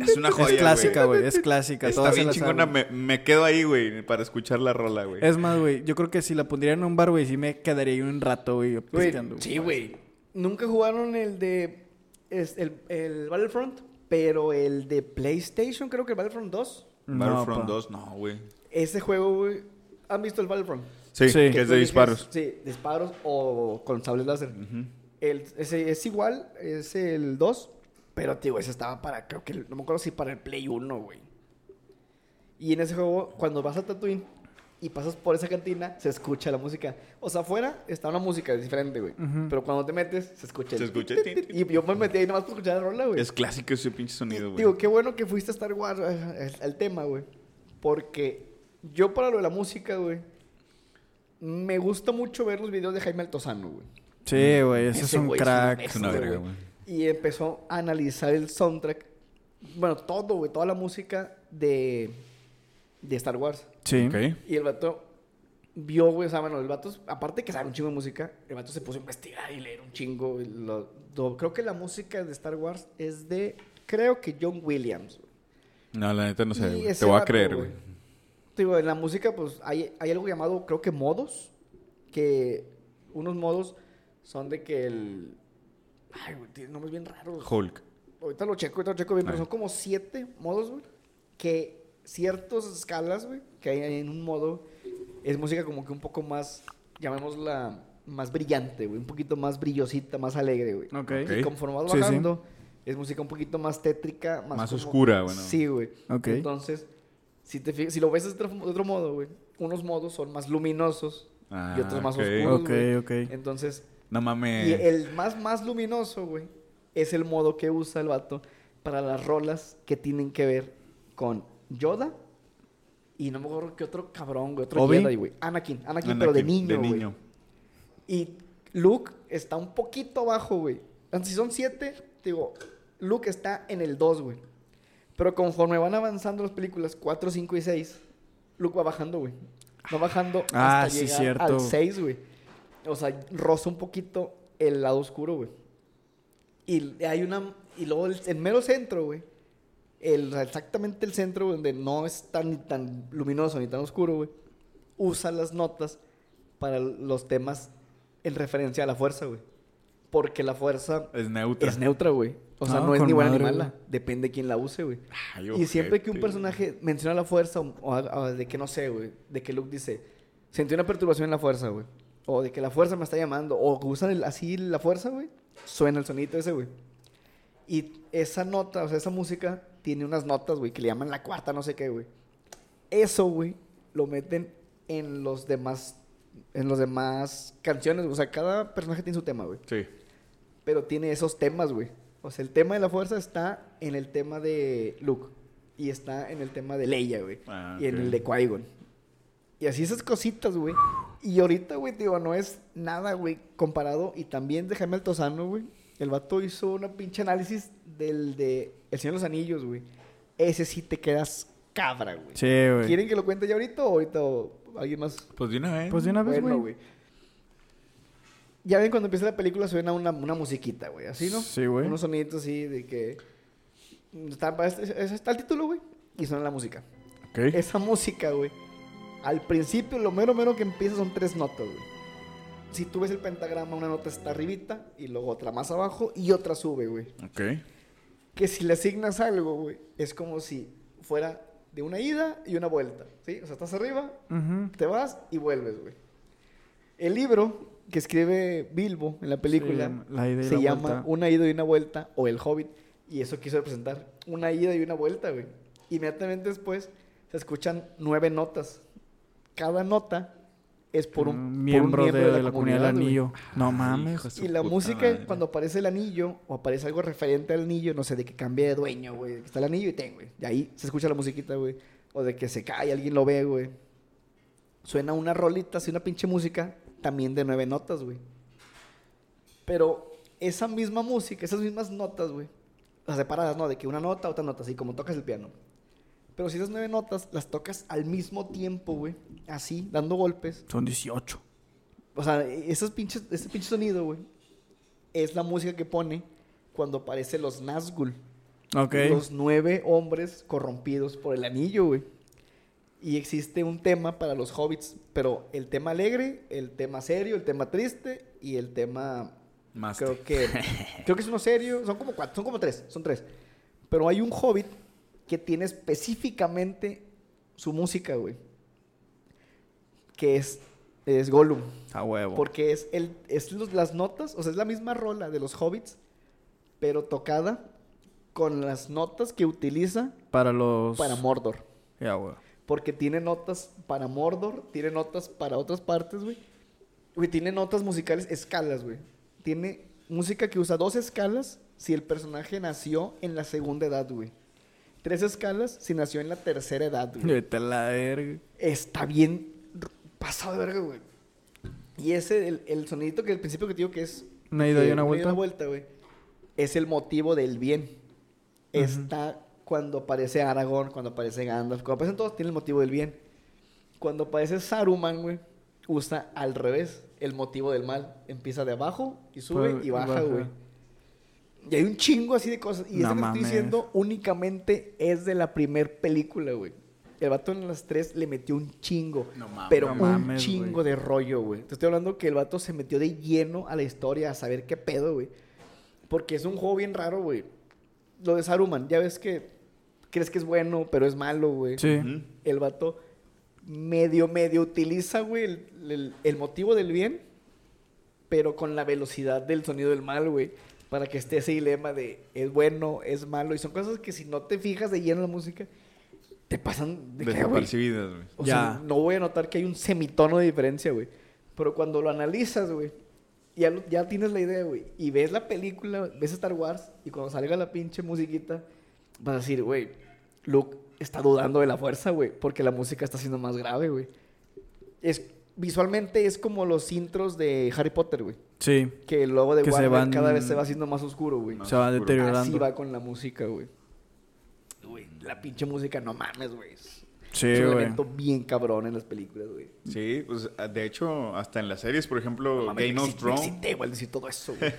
[SPEAKER 2] Es una joya.
[SPEAKER 3] Es clásica, güey. Es clásica.
[SPEAKER 2] Está
[SPEAKER 3] todas se
[SPEAKER 2] bien
[SPEAKER 3] la
[SPEAKER 2] chingona.
[SPEAKER 3] saben.
[SPEAKER 2] Me, me quedo ahí, güey, para escuchar la rola, güey.
[SPEAKER 3] Es más, güey. Yo creo que si la pondría en un bar, güey, sí me quedaría ahí un rato, güey,
[SPEAKER 1] Güey,
[SPEAKER 3] pisteando.
[SPEAKER 1] Sí, güey. Nunca jugaron el de. es- el, el Battlefront, pero el de PlayStation, creo que el Battlefront 2.
[SPEAKER 2] Battlefront
[SPEAKER 3] pa.
[SPEAKER 2] 2, no, güey.
[SPEAKER 1] Ese juego, güey. ¿Han visto el Battlefront?
[SPEAKER 2] Sí,
[SPEAKER 3] Sí.
[SPEAKER 2] que es
[SPEAKER 1] tú
[SPEAKER 2] de
[SPEAKER 1] eliges-
[SPEAKER 2] disparos.
[SPEAKER 1] Sí, disparos o con sables láser. El- ese es igual, es el 2, pero tío, ese estaba para, creo que, el- no me acuerdo si para el Play 1, güey. Y en ese juego, cuando vas a Tatooine y pasas por esa cantina, se escucha la música. O sea, afuera está una música diferente, güey.
[SPEAKER 3] Ujú.
[SPEAKER 1] Pero cuando te metes, se escucha. el
[SPEAKER 2] Se escucha
[SPEAKER 1] tit,
[SPEAKER 2] el
[SPEAKER 1] tit,
[SPEAKER 2] tin,
[SPEAKER 1] Y yo me metí ahí nomás para escuchar la rola, güey.
[SPEAKER 2] Es clásico ese pinche sonido, güey.
[SPEAKER 1] Digo, qué bueno que fuiste a Star Wars eh, al al tema, güey. Porque yo para lo de la música, güey, me gusta mucho ver los videos de Jaime Altozano, güey.
[SPEAKER 3] Sí, güey. Ese, es
[SPEAKER 1] Ese
[SPEAKER 3] un
[SPEAKER 1] güey es un
[SPEAKER 3] crack.
[SPEAKER 2] Es una
[SPEAKER 1] Este,
[SPEAKER 2] verga,
[SPEAKER 1] güey.
[SPEAKER 2] güey.
[SPEAKER 1] Y empezó a analizar el soundtrack. Bueno, todo, güey, toda la música de, de Star Wars.
[SPEAKER 3] Sí.
[SPEAKER 2] Ok.
[SPEAKER 1] Y el vato vio, güey, o sea, bueno, el vato, aparte que sabe un chingo de música, el vato se puso a investigar y leer un chingo. y lo- lo- creo que la música de Star Wars es de, creo que John Williams, güey.
[SPEAKER 2] No, la neta no sé,
[SPEAKER 1] Y
[SPEAKER 2] güey.
[SPEAKER 1] ese
[SPEAKER 2] Te voy a
[SPEAKER 1] vato,
[SPEAKER 2] creer,
[SPEAKER 1] güey.
[SPEAKER 2] güey.
[SPEAKER 1] Te Digo, en la música, pues, hay, hay algo llamado, creo que modos. Que unos modos son de que el. Ay, güey, tiene nombres bien raros.
[SPEAKER 2] Hulk.
[SPEAKER 1] Ahorita lo checo, ahorita lo checo bien, pero
[SPEAKER 2] Ay.
[SPEAKER 1] son como siete modos, güey. Que ciertas escalas, güey, que hay en un modo, es música como que un poco más, llamémosla, más brillante, güey. Un poquito más brillosita, más alegre, güey.
[SPEAKER 3] Ok.
[SPEAKER 2] Ok.
[SPEAKER 1] Y conforme vas
[SPEAKER 3] Sí, sí.
[SPEAKER 1] bajando, es música un poquito más tétrica, más,
[SPEAKER 2] Más oscura, bueno.
[SPEAKER 1] Sí, güey.
[SPEAKER 3] Ok.
[SPEAKER 1] Entonces, si, te fijas- si lo ves de otro, de otro modo, güey, unos modos son más luminosos
[SPEAKER 2] Ah,
[SPEAKER 1] y otros más
[SPEAKER 2] ok.
[SPEAKER 1] oscuros.
[SPEAKER 3] Ok,
[SPEAKER 1] güey.
[SPEAKER 3] ok.
[SPEAKER 1] Entonces,
[SPEAKER 2] No mames.
[SPEAKER 1] y el más, más luminoso, güey, es el modo que usa el vato para las rolas que tienen que ver con Yoda y no me acuerdo qué otro cabrón, güey, otro
[SPEAKER 3] Obi.
[SPEAKER 1] Jedi, güey. Anakin, Anakin, pero de
[SPEAKER 2] Anakin,
[SPEAKER 1] niño, güey. Y Luke está un poquito abajo, güey. Entonces, Si son siete, te digo, Luke está en el 2, güey. Pero conforme van avanzando las películas 4, 5 y 6, Luke va bajando, güey. Va bajando hasta
[SPEAKER 3] Ah, sí,
[SPEAKER 1] llegar
[SPEAKER 3] cierto.
[SPEAKER 1] al 6, güey. O sea, roza un poquito el lado oscuro, güey. Y hay una... Y luego el, el mero centro, güey. El, exactamente el centro donde no es tan, ni tan luminoso ni tan oscuro, güey. Usa las notas para los temas en referencia a la fuerza, güey. Porque la fuerza
[SPEAKER 2] Es neutra.
[SPEAKER 1] es neutra, güey. O sea,
[SPEAKER 3] Ah,
[SPEAKER 1] no, es
[SPEAKER 3] con
[SPEAKER 1] ni buena ni
[SPEAKER 3] madre,
[SPEAKER 1] mala.
[SPEAKER 3] güey.
[SPEAKER 1] Depende de quién la use, güey.
[SPEAKER 2] Ay,
[SPEAKER 1] Y siempre que un
[SPEAKER 2] ojete.
[SPEAKER 1] personaje menciona la fuerza, o, o haga- o de que no sé, güey, de que Luke dice, sentí una perturbación en la fuerza, güey. O de que la fuerza me está llamando, o que usan el- así la fuerza, güey, suena el sonito ese, güey. Y esa nota, o sea, esa música tiene unas notas, güey, que le llaman la cuarta, no sé qué, güey. Eso, güey, lo meten en los demás, en los demás canciones, o sea, cada personaje tiene su tema, güey
[SPEAKER 2] Sí.
[SPEAKER 1] pero tiene esos temas, güey. O sea, el tema de la fuerza está en el tema de Luke y está en el tema de Leia, güey,
[SPEAKER 2] Ah,
[SPEAKER 1] y en
[SPEAKER 2] ok.
[SPEAKER 1] el de Qui-Gon. Y así esas cositas, güey. Y ahorita, güey, te digo, no es nada, güey, comparado y también de Jaime Altozano, güey. El vato hizo una pinche análisis del de El Señor de los Anillos, güey. Ese sí te quedas cabra, güey.
[SPEAKER 3] Sí, güey.
[SPEAKER 1] ¿Quieren que lo cuente ya ahorita o ahorita o alguien más?
[SPEAKER 2] Pues de una vez.
[SPEAKER 3] Pues de una vez,
[SPEAKER 1] Bueno,
[SPEAKER 3] güey.
[SPEAKER 1] güey. Ya ven cuando empieza la película suena una, una musiquita, güey. Así, ¿no?
[SPEAKER 3] Sí, güey.
[SPEAKER 1] Unos soniditos así de que... Está, es- es- está el título, güey. Y suena la música.
[SPEAKER 2] Ok.
[SPEAKER 1] Esa música, güey. Al principio, lo mero mero que empieza son tres notas, güey. Si tú ves el pentagrama, una nota está arribita y luego otra más abajo y otra sube, güey.
[SPEAKER 2] Ok.
[SPEAKER 1] Que si le asignas algo, güey, es como si fuera de una ida y una vuelta, ¿sí? O sea, estás arriba,
[SPEAKER 3] Ujú.
[SPEAKER 1] te vas y vuelves, güey. El libro que escribe Bilbo en la película
[SPEAKER 3] Sí, la ida y
[SPEAKER 1] se
[SPEAKER 3] la
[SPEAKER 1] llama
[SPEAKER 3] vuelta.
[SPEAKER 1] Una ida y una vuelta o El Hobbit. Y eso quiso representar una ida y una vuelta, güey. Inmediatamente después se escuchan nueve notas. Cada nota es por un, por un
[SPEAKER 3] Mm, miembro, de, de la, comunidad del
[SPEAKER 1] güey. Ah,
[SPEAKER 3] anillo. No mames.
[SPEAKER 2] hijo de su
[SPEAKER 1] Y la
[SPEAKER 2] puta
[SPEAKER 1] música,
[SPEAKER 2] madre.
[SPEAKER 1] cuando aparece el anillo o aparece algo referente al anillo, no sé, de que cambie de dueño, güey. que Está el anillo y ten, güey. Y ahí se escucha la musiquita, güey. O de que se cae, alguien lo ve, güey. Suena una rolita, así una pinche música, también de nueve notas, güey. Pero esa misma música, esas mismas notas, güey. Las separadas, ¿no? De que una nota, otra nota, así como tocas el piano. Pero si esas nueve notas las tocas al mismo tiempo, güey. Así, dando golpes.
[SPEAKER 3] Son 18.
[SPEAKER 1] O sea, esos pinches, ese pinche sonido, güey, es la música que pone cuando aparecen los Nazgul.
[SPEAKER 3] Ok.
[SPEAKER 1] Los nueve hombres corrompidos por el anillo, güey. Y existe un tema para los hobbits, pero el tema alegre, el tema serio, el tema triste y el tema
[SPEAKER 2] Más
[SPEAKER 1] Creo que creo que es uno serio, son como cuatro, son como tres, son tres. Pero hay un hobbit que tiene específicamente su música, güey. Que es es Gollum,
[SPEAKER 3] A huevo.
[SPEAKER 1] porque es el es los- las notas, o sea, es la misma rola de los hobbits, pero tocada con las notas que utiliza
[SPEAKER 3] Para los.
[SPEAKER 1] para Mordor.
[SPEAKER 3] Ya, huevo.
[SPEAKER 1] Porque tiene notas para Mordor, tiene notas para otras partes, güey. Güey, tiene notas musicales, escalas, güey. Tiene música que usa dos escalas si el personaje nació en la segunda edad, güey. Tres escalas si nació en la tercera edad,
[SPEAKER 3] [LAUGHS]
[SPEAKER 1] güey.
[SPEAKER 3] Vete a la verga.
[SPEAKER 1] Está bien r- pasado de verga, güey. Y ese, el, el sonidito que al principio que te digo que es...
[SPEAKER 3] Una ida y
[SPEAKER 1] eh,
[SPEAKER 3] una vuelta.
[SPEAKER 1] güey. Es el motivo del bien.
[SPEAKER 3] Ujú.
[SPEAKER 1] Está cuando aparece Aragorn, cuando aparece Gandalf, cuando aparecen todos, tiene el motivo del bien. Cuando aparece Saruman, güey, usa al revés el motivo del mal. Empieza de abajo y sube
[SPEAKER 3] Pues,
[SPEAKER 1] y baja,
[SPEAKER 3] baja.
[SPEAKER 1] güey. Y hay un chingo así de cosas. Y
[SPEAKER 3] No
[SPEAKER 1] esto que te estoy
[SPEAKER 3] mames.
[SPEAKER 1] diciendo únicamente es de la primer película, güey. El vato en las tres le metió un chingo.
[SPEAKER 2] No mames.
[SPEAKER 1] pero
[SPEAKER 3] No
[SPEAKER 1] un
[SPEAKER 3] mames,
[SPEAKER 1] chingo
[SPEAKER 3] güey.
[SPEAKER 1] de rollo, güey. Te estoy hablando que el vato se metió de lleno a la historia, a saber qué pedo, güey. Porque es un juego bien raro, güey. Lo de Saruman, ya ves que crees que es bueno, pero es malo, güey.
[SPEAKER 3] Sí.
[SPEAKER 2] Ujú.
[SPEAKER 1] El vato medio, medio utiliza, güey, el, el- el motivo del bien, pero con la velocidad del sonido del mal, güey. Para que esté ese dilema de es bueno, es malo. Y son cosas que si no te fijas de lleno en la música, te pasan de qué, güey.
[SPEAKER 2] Desapercibidas, güey.
[SPEAKER 1] O
[SPEAKER 3] Ya.
[SPEAKER 1] sea, no voy a notar que hay un semitono de diferencia, güey. Pero cuando lo analizas, güey, ya, lo- ya tienes la idea, güey. Y ves la película, ves Star Wars, y cuando salga la pinche musiquita, vas a decir, güey, Luke está dudando de la fuerza, güey, porque la música está siendo más grave, güey. Es, visualmente es como los intros de Harry Potter, güey.
[SPEAKER 3] Sí.
[SPEAKER 1] Que el logo de
[SPEAKER 3] Que se
[SPEAKER 1] Warner
[SPEAKER 3] van-
[SPEAKER 1] cada vez se va haciendo más oscuro, güey.
[SPEAKER 2] Más
[SPEAKER 3] Se va
[SPEAKER 2] oscuro.
[SPEAKER 1] Así
[SPEAKER 3] deteriorando.
[SPEAKER 1] Ah, va con la música, güey. Güey, la pinche música, no mames, güey. Es- es
[SPEAKER 3] Sí,
[SPEAKER 1] un
[SPEAKER 3] güey.
[SPEAKER 1] elemento bien cabrón en las películas, güey.
[SPEAKER 2] Sí, pues ah, de hecho, hasta en las series, por ejemplo,
[SPEAKER 1] Mames,
[SPEAKER 2] Game
[SPEAKER 1] me
[SPEAKER 2] of
[SPEAKER 1] excité-
[SPEAKER 2] Thrones,
[SPEAKER 1] Me excité, güey, al decir todo eso,
[SPEAKER 2] [LAUGHS]
[SPEAKER 1] güey.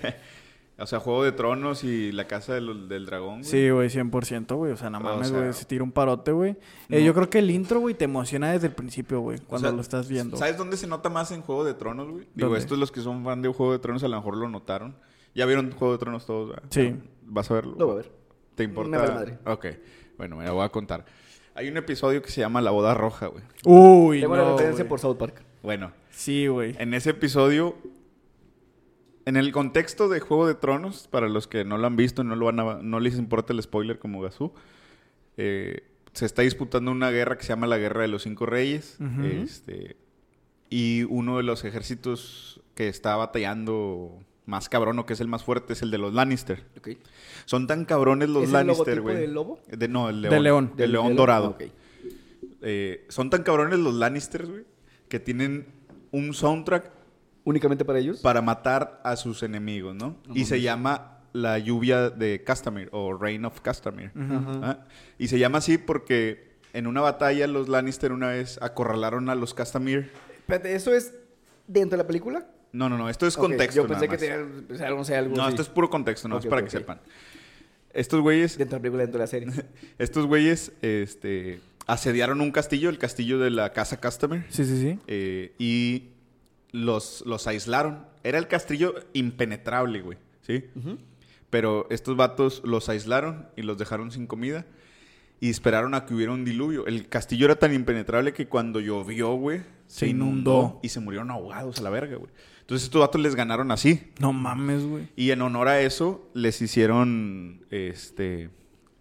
[SPEAKER 2] o sea, Juego de Tronos y La Casa del, del Dragón. güey.
[SPEAKER 3] Sí, güey, 100%, güey. O sea, no
[SPEAKER 2] O
[SPEAKER 3] mames,
[SPEAKER 2] sea,
[SPEAKER 3] güey. Se tira un parote, güey.
[SPEAKER 2] no.
[SPEAKER 3] Eh, yo creo que el intro, güey, te emociona desde el principio, güey.
[SPEAKER 2] O
[SPEAKER 3] Cuando
[SPEAKER 2] sea,
[SPEAKER 3] lo estás viendo.
[SPEAKER 2] ¿Sabes dónde se nota más en Juego de Tronos, güey? Digo,
[SPEAKER 3] ¿Dónde?
[SPEAKER 2] estos los que son fan de Juego de Tronos a lo mejor lo notaron. Ya vieron Juego de Tronos todos, ¿verdad?
[SPEAKER 3] Sí.
[SPEAKER 2] ¿Vas a verlo?
[SPEAKER 1] Lo voy a ver.
[SPEAKER 2] ¿Te importa?
[SPEAKER 1] Me vale madre.
[SPEAKER 2] Ok. Bueno, me la voy a contar. Hay un episodio que se llama La Boda Roja, güey.
[SPEAKER 3] Uy,
[SPEAKER 1] Tengo la
[SPEAKER 3] no,
[SPEAKER 1] referencia
[SPEAKER 3] güey.
[SPEAKER 1] por South Park.
[SPEAKER 2] Bueno,
[SPEAKER 3] Sí, güey.
[SPEAKER 2] en ese episodio, en el contexto de Juego de Tronos, para los que no lo han visto, no, lo van a- no les importa el spoiler como Gazú, eh, se está disputando una guerra que se llama la Guerra de los Cinco Reyes.
[SPEAKER 3] Ujú.
[SPEAKER 2] este, y uno de los ejércitos que está batallando más cabrón o que es el más fuerte es el de los Lannister.
[SPEAKER 1] Ok.
[SPEAKER 2] Son tan cabrones los
[SPEAKER 1] ¿Es el
[SPEAKER 2] Lannister,
[SPEAKER 1] logotipo
[SPEAKER 2] güey.
[SPEAKER 1] del lobo?
[SPEAKER 2] De- no, el
[SPEAKER 3] Del
[SPEAKER 2] león.
[SPEAKER 3] león.
[SPEAKER 2] El león dorado. Eh, son tan cabrones los Lannisters, güey, que tienen un soundtrack
[SPEAKER 1] Únicamente para ellos.
[SPEAKER 2] para matar a sus enemigos, ¿no? y se llama La lluvia de Castamir o Reign of Castamir.
[SPEAKER 1] Ajá.
[SPEAKER 2] ¿ah? Y se llama así porque en una batalla los Lannister una vez acorralaron a los Castamir.
[SPEAKER 1] Espérate, ¿eso es dentro de la película?
[SPEAKER 2] No, no, no, esto es
[SPEAKER 1] Ok,
[SPEAKER 2] contexto.
[SPEAKER 1] Yo pensé
[SPEAKER 2] nada
[SPEAKER 1] que
[SPEAKER 2] más.
[SPEAKER 1] tenía, o sea, no sé, algo
[SPEAKER 2] No,
[SPEAKER 1] así.
[SPEAKER 2] esto es puro contexto, no
[SPEAKER 1] Ok,
[SPEAKER 2] es para
[SPEAKER 1] ok,
[SPEAKER 2] que
[SPEAKER 1] ok.
[SPEAKER 2] sepan. Estos güeyes
[SPEAKER 1] Dentro de la película, dentro de la serie.
[SPEAKER 2] [LAUGHS] Estos güeyes este, asediaron un castillo, el castillo de la Casa Customer,
[SPEAKER 3] Sí, sí, sí.
[SPEAKER 2] eh, y los, los aislaron. Era el castillo impenetrable, güey, ¿sí? Pero estos vatos los aislaron y los dejaron sin comida. y esperaron a que hubiera un diluvio. El castillo era tan impenetrable que cuando llovió, güey,
[SPEAKER 3] Se inundó.
[SPEAKER 2] y se murieron ahogados a la verga, güey. Entonces estos vatos les ganaron así.
[SPEAKER 3] No mames, güey.
[SPEAKER 2] Y en honor a eso les hicieron este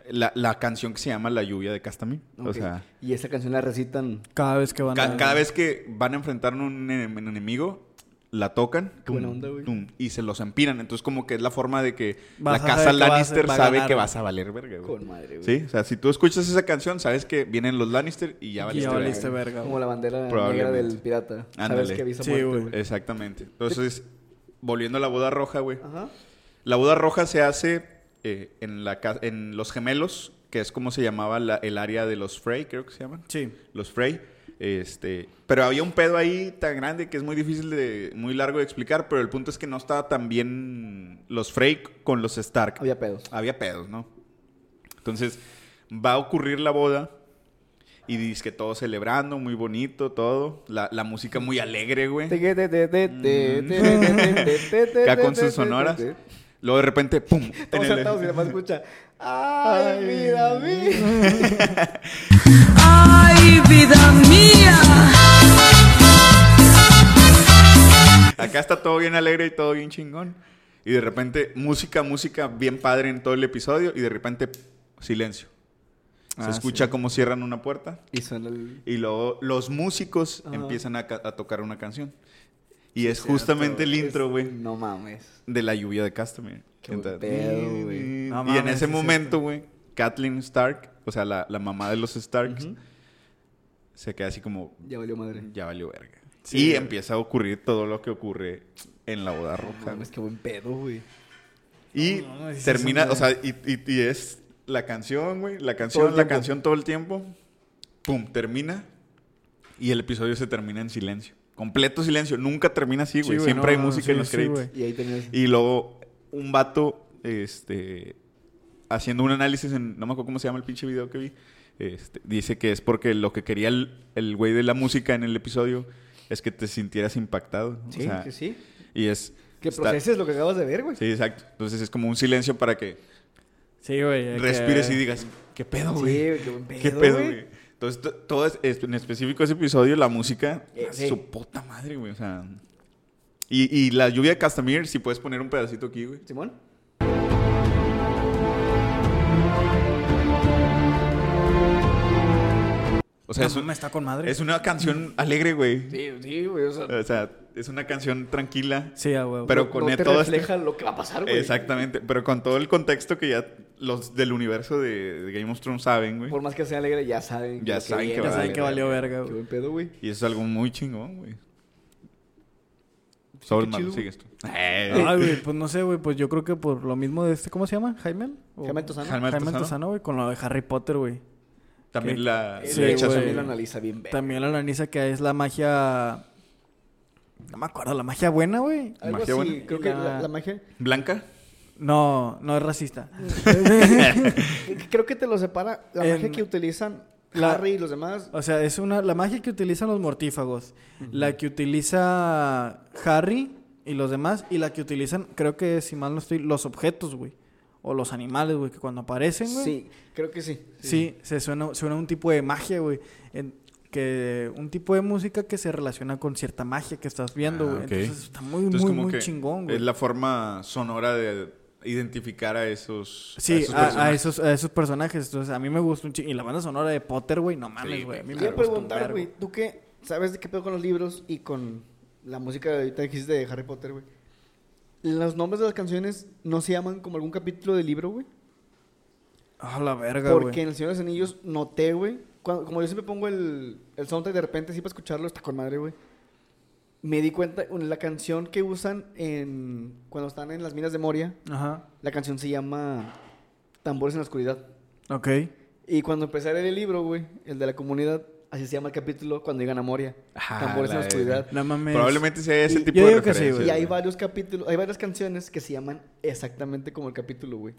[SPEAKER 2] la, la canción que se llama La lluvia de Castamín. O
[SPEAKER 1] Ok.
[SPEAKER 2] sea,
[SPEAKER 1] Y esa canción la recitan.
[SPEAKER 3] Cada vez que van
[SPEAKER 2] Ca-
[SPEAKER 3] a...
[SPEAKER 2] cada vez que van a enfrentar a un enem- un enemigo, la tocan
[SPEAKER 1] Qué buena onda, güey.
[SPEAKER 2] y se los empinan. Entonces, como que es la forma de que
[SPEAKER 3] Vas
[SPEAKER 2] la
[SPEAKER 3] a saber
[SPEAKER 2] casa
[SPEAKER 3] que vas a-
[SPEAKER 2] Lannister
[SPEAKER 3] va a
[SPEAKER 2] sabe
[SPEAKER 3] ganar,
[SPEAKER 2] que
[SPEAKER 3] güey.
[SPEAKER 2] vas a valer verga, güey.
[SPEAKER 1] Con madre, güey.
[SPEAKER 2] Sí, o sea, si tú escuchas esa canción, sabes que vienen los Lannister y ya
[SPEAKER 3] Y
[SPEAKER 2] valiste
[SPEAKER 3] ya
[SPEAKER 2] verga.
[SPEAKER 3] valiste verga,
[SPEAKER 1] Como
[SPEAKER 3] güey.
[SPEAKER 1] la bandera negra
[SPEAKER 2] Probablemente.
[SPEAKER 1] del pirata. Sabes
[SPEAKER 2] Ándale. Eh.
[SPEAKER 1] que avisa
[SPEAKER 3] Sí,
[SPEAKER 1] muerte,
[SPEAKER 3] güey.
[SPEAKER 1] güey.
[SPEAKER 2] Exactamente. Entonces, volviendo a la boda roja, güey.
[SPEAKER 1] Ajá.
[SPEAKER 2] La boda roja se hace eh, en, la ca- en Los Gemelos, que es como se llamaba la- el área de los Frey, creo que se llaman.
[SPEAKER 3] Sí.
[SPEAKER 2] los Frey. Este, pero había un pedo ahí tan grande que es muy difícil de, muy largo de explicar, pero el punto es que no estaba tan bien los Frey con los Stark.
[SPEAKER 1] Había
[SPEAKER 2] [LAUGHS]
[SPEAKER 1] pedos.
[SPEAKER 2] Había pedos, ¿no? Entonces, va a ocurrir la boda y dice que todo celebrando, muy bonito, todo. La, la música muy alegre, güey.
[SPEAKER 1] Ya
[SPEAKER 2] Ya Mm. con sus sonoras. Luego de repente, ¡pum! En
[SPEAKER 1] Todos
[SPEAKER 2] el-
[SPEAKER 1] sentados y además escucha. ¡Ay, vida mía!
[SPEAKER 4] ¡Ay, vida mía!
[SPEAKER 2] Acá está todo bien alegre y todo bien chingón. Y de repente, música, música bien padre en todo el episodio. Y de repente, silencio. Se
[SPEAKER 3] Ah,
[SPEAKER 2] escucha como cierran una puerta.
[SPEAKER 1] Y suena el.
[SPEAKER 2] Y luego los músicos
[SPEAKER 1] Ajá.
[SPEAKER 2] empiezan a, ca- a tocar una canción. Y es justamente el intro, güey,
[SPEAKER 1] No mames.
[SPEAKER 2] de la lluvia de Castamere.
[SPEAKER 1] Qué buen
[SPEAKER 2] Entonces-
[SPEAKER 1] pedo,
[SPEAKER 2] y
[SPEAKER 1] güey.
[SPEAKER 3] No
[SPEAKER 2] en
[SPEAKER 3] mames,
[SPEAKER 2] ese
[SPEAKER 3] es
[SPEAKER 2] momento,
[SPEAKER 3] cierto.
[SPEAKER 2] güey, Kathleen Stark, o sea, la, la mamá de los Starks, se queda así como,
[SPEAKER 1] Ya valió madre.
[SPEAKER 2] ya valió verga.
[SPEAKER 3] Sí,
[SPEAKER 2] y
[SPEAKER 3] güey.
[SPEAKER 2] empieza a ocurrir todo lo que ocurre en la boda roja.
[SPEAKER 1] Mames,
[SPEAKER 2] güey.
[SPEAKER 1] qué buen pedo, güey.
[SPEAKER 2] Y
[SPEAKER 3] No, no, es-
[SPEAKER 2] termina,
[SPEAKER 3] es-
[SPEAKER 2] o sea, y, y- y es la canción, güey, la canción,
[SPEAKER 1] Todo
[SPEAKER 2] la
[SPEAKER 1] el tiempo.
[SPEAKER 2] canción todo el tiempo. Pum, termina. Y el episodio se termina en silencio. Completo silencio. Nunca termina así,
[SPEAKER 3] Sí,
[SPEAKER 2] güey.
[SPEAKER 3] güey,
[SPEAKER 2] Siempre hay
[SPEAKER 3] no, no,
[SPEAKER 2] música
[SPEAKER 3] sí,
[SPEAKER 2] en los
[SPEAKER 3] sí,
[SPEAKER 2] créditos.
[SPEAKER 3] güey.
[SPEAKER 1] Y ahí tenías.
[SPEAKER 2] Y luego un vato, este, haciendo un análisis en, no me acuerdo cómo se llama el pinche video que vi, este, dice que es porque lo que quería el el güey de la música en el episodio es que te sintieras impactado. O
[SPEAKER 1] Sí,
[SPEAKER 2] sea,
[SPEAKER 1] sí, sí.
[SPEAKER 2] Y es...
[SPEAKER 1] Que
[SPEAKER 2] está-
[SPEAKER 1] proceses lo que acabas de ver, güey.
[SPEAKER 2] Sí, exacto. Entonces es como un silencio para que
[SPEAKER 3] Sí, güey. de que-
[SPEAKER 2] respires y digas, ¿qué pedo,
[SPEAKER 1] Sí,
[SPEAKER 2] güey?
[SPEAKER 1] güey, qué buen pedo.
[SPEAKER 2] ¿Qué pedo,
[SPEAKER 1] güey?
[SPEAKER 2] güey? Entonces, to- todo es- es- en específico ese episodio, la música,
[SPEAKER 1] Eh,
[SPEAKER 2] a
[SPEAKER 1] sí.
[SPEAKER 2] su puta madre, güey. O sea. Y, y la lluvia de Castamir, si puedes poner un pedacito aquí, güey.
[SPEAKER 1] Simón.
[SPEAKER 2] O sea, es,
[SPEAKER 3] No,
[SPEAKER 2] un-
[SPEAKER 3] me está con madre.
[SPEAKER 2] es una canción alegre, güey.
[SPEAKER 1] Sí, sí, güey. O sea,
[SPEAKER 2] O sea, es una canción tranquila.
[SPEAKER 3] Sí, a huevo.
[SPEAKER 2] Pero
[SPEAKER 1] no-
[SPEAKER 2] con
[SPEAKER 1] no te
[SPEAKER 2] todo este-
[SPEAKER 1] refleja lo que va a pasar, güey.
[SPEAKER 2] Exactamente. Pero con todo el contexto que ya los del universo de, de Game of Thrones saben, güey.
[SPEAKER 1] Por más que sea alegre, ya saben.
[SPEAKER 2] Ya
[SPEAKER 1] lo
[SPEAKER 2] saben que
[SPEAKER 1] viene,
[SPEAKER 2] va
[SPEAKER 3] Ya
[SPEAKER 2] a
[SPEAKER 3] saben
[SPEAKER 2] valer
[SPEAKER 3] que valió verga,
[SPEAKER 1] Qué
[SPEAKER 3] güey.
[SPEAKER 1] buen pedo, güey.
[SPEAKER 2] Y eso es algo muy chingón, güey. Sobre
[SPEAKER 1] chido,
[SPEAKER 2] malo,
[SPEAKER 1] güey.
[SPEAKER 2] sigues tú. Eh,
[SPEAKER 3] Ay, güey, pues no sé, güey. Pues yo creo que por lo mismo de este... ¿Cómo se llama? ¿Jaime? ¿O-
[SPEAKER 1] Jaime Altozano.
[SPEAKER 2] Jaime
[SPEAKER 3] Jaime
[SPEAKER 2] Altozano.
[SPEAKER 3] Altozano, güey. Con lo de Harry Potter, güey.
[SPEAKER 2] También
[SPEAKER 3] ¿Qué?
[SPEAKER 2] la...
[SPEAKER 1] El
[SPEAKER 3] Sí,
[SPEAKER 2] le
[SPEAKER 1] hecho
[SPEAKER 2] echas
[SPEAKER 3] güey.
[SPEAKER 1] también lo analiza bien, verga.
[SPEAKER 3] También la analiza que es la magia... No me acuerdo. La magia buena, güey.
[SPEAKER 1] Algo
[SPEAKER 2] Magia
[SPEAKER 1] así,
[SPEAKER 2] buena.
[SPEAKER 1] creo que
[SPEAKER 3] La-
[SPEAKER 1] la, la magia.
[SPEAKER 2] ¿Blanca?
[SPEAKER 3] No, no es racista.
[SPEAKER 1] que- Creo que te lo separa la
[SPEAKER 3] En-
[SPEAKER 1] magia que utilizan
[SPEAKER 3] la-
[SPEAKER 1] Harry y los demás.
[SPEAKER 3] O sea, es una la magia que utilizan los mortífagos, la que utiliza Harry y los demás y la que utilizan, creo que si mal no estoy, los objetos, güey, o los animales, güey, que cuando aparecen, güey.
[SPEAKER 1] Sí, creo que sí.
[SPEAKER 3] Sí, se suena suena un tipo de magia, güey, en- que un tipo de música que se relaciona con cierta magia que estás viendo,
[SPEAKER 2] Ah,
[SPEAKER 3] güey.
[SPEAKER 2] ok.
[SPEAKER 3] Entonces está muy
[SPEAKER 2] Entonces,
[SPEAKER 3] muy
[SPEAKER 2] como
[SPEAKER 3] muy
[SPEAKER 2] que
[SPEAKER 3] chingón, güey.
[SPEAKER 2] Es la forma sonora de identificar a esos...
[SPEAKER 3] Sí,
[SPEAKER 2] esos
[SPEAKER 3] a- a,
[SPEAKER 2] personajes.
[SPEAKER 3] esos, a esos personajes. Entonces, a mí me gusta un chingo. Y la banda sonora de Potter, güey, no mames,
[SPEAKER 2] Sí,
[SPEAKER 3] güey. a mí me
[SPEAKER 1] Quiero
[SPEAKER 3] gusta un
[SPEAKER 1] preguntar,
[SPEAKER 3] vergo.
[SPEAKER 1] güey, ¿tú qué sabes de qué pedo con los libros y con la música de ahorita que dijiste de Harry Potter, güey? ¿Los nombres de las canciones no se llaman como algún capítulo del libro, güey?
[SPEAKER 3] Ah, la verga, güey.
[SPEAKER 1] Porque en El Señor de los Anillos noté, güey. cuando- Como yo siempre pongo el, el soundtrack de repente, así para escucharlo, está con madre, güey. Me di cuenta, en la canción que usan en, cuando están en las minas de Moria,
[SPEAKER 3] Ajá.
[SPEAKER 1] la canción se llama Tambores en la Oscuridad.
[SPEAKER 3] Ok.
[SPEAKER 1] Y cuando empecé a leer el libro, güey, el de la comunidad, así se llama el capítulo, cuando llegan a Moria.
[SPEAKER 2] Ah,
[SPEAKER 1] Tambores en
[SPEAKER 2] la
[SPEAKER 1] la
[SPEAKER 3] [LAUGHS]
[SPEAKER 1] oscuridad.
[SPEAKER 3] No mames.
[SPEAKER 2] Probablemente sea ese
[SPEAKER 3] Y-
[SPEAKER 2] tipo
[SPEAKER 3] yo
[SPEAKER 2] de
[SPEAKER 3] digo que sí,
[SPEAKER 2] referencias,
[SPEAKER 3] güey.
[SPEAKER 1] Y hay
[SPEAKER 2] güey.
[SPEAKER 1] varios capítulos, hay varias canciones que se llaman exactamente como el capítulo, güey.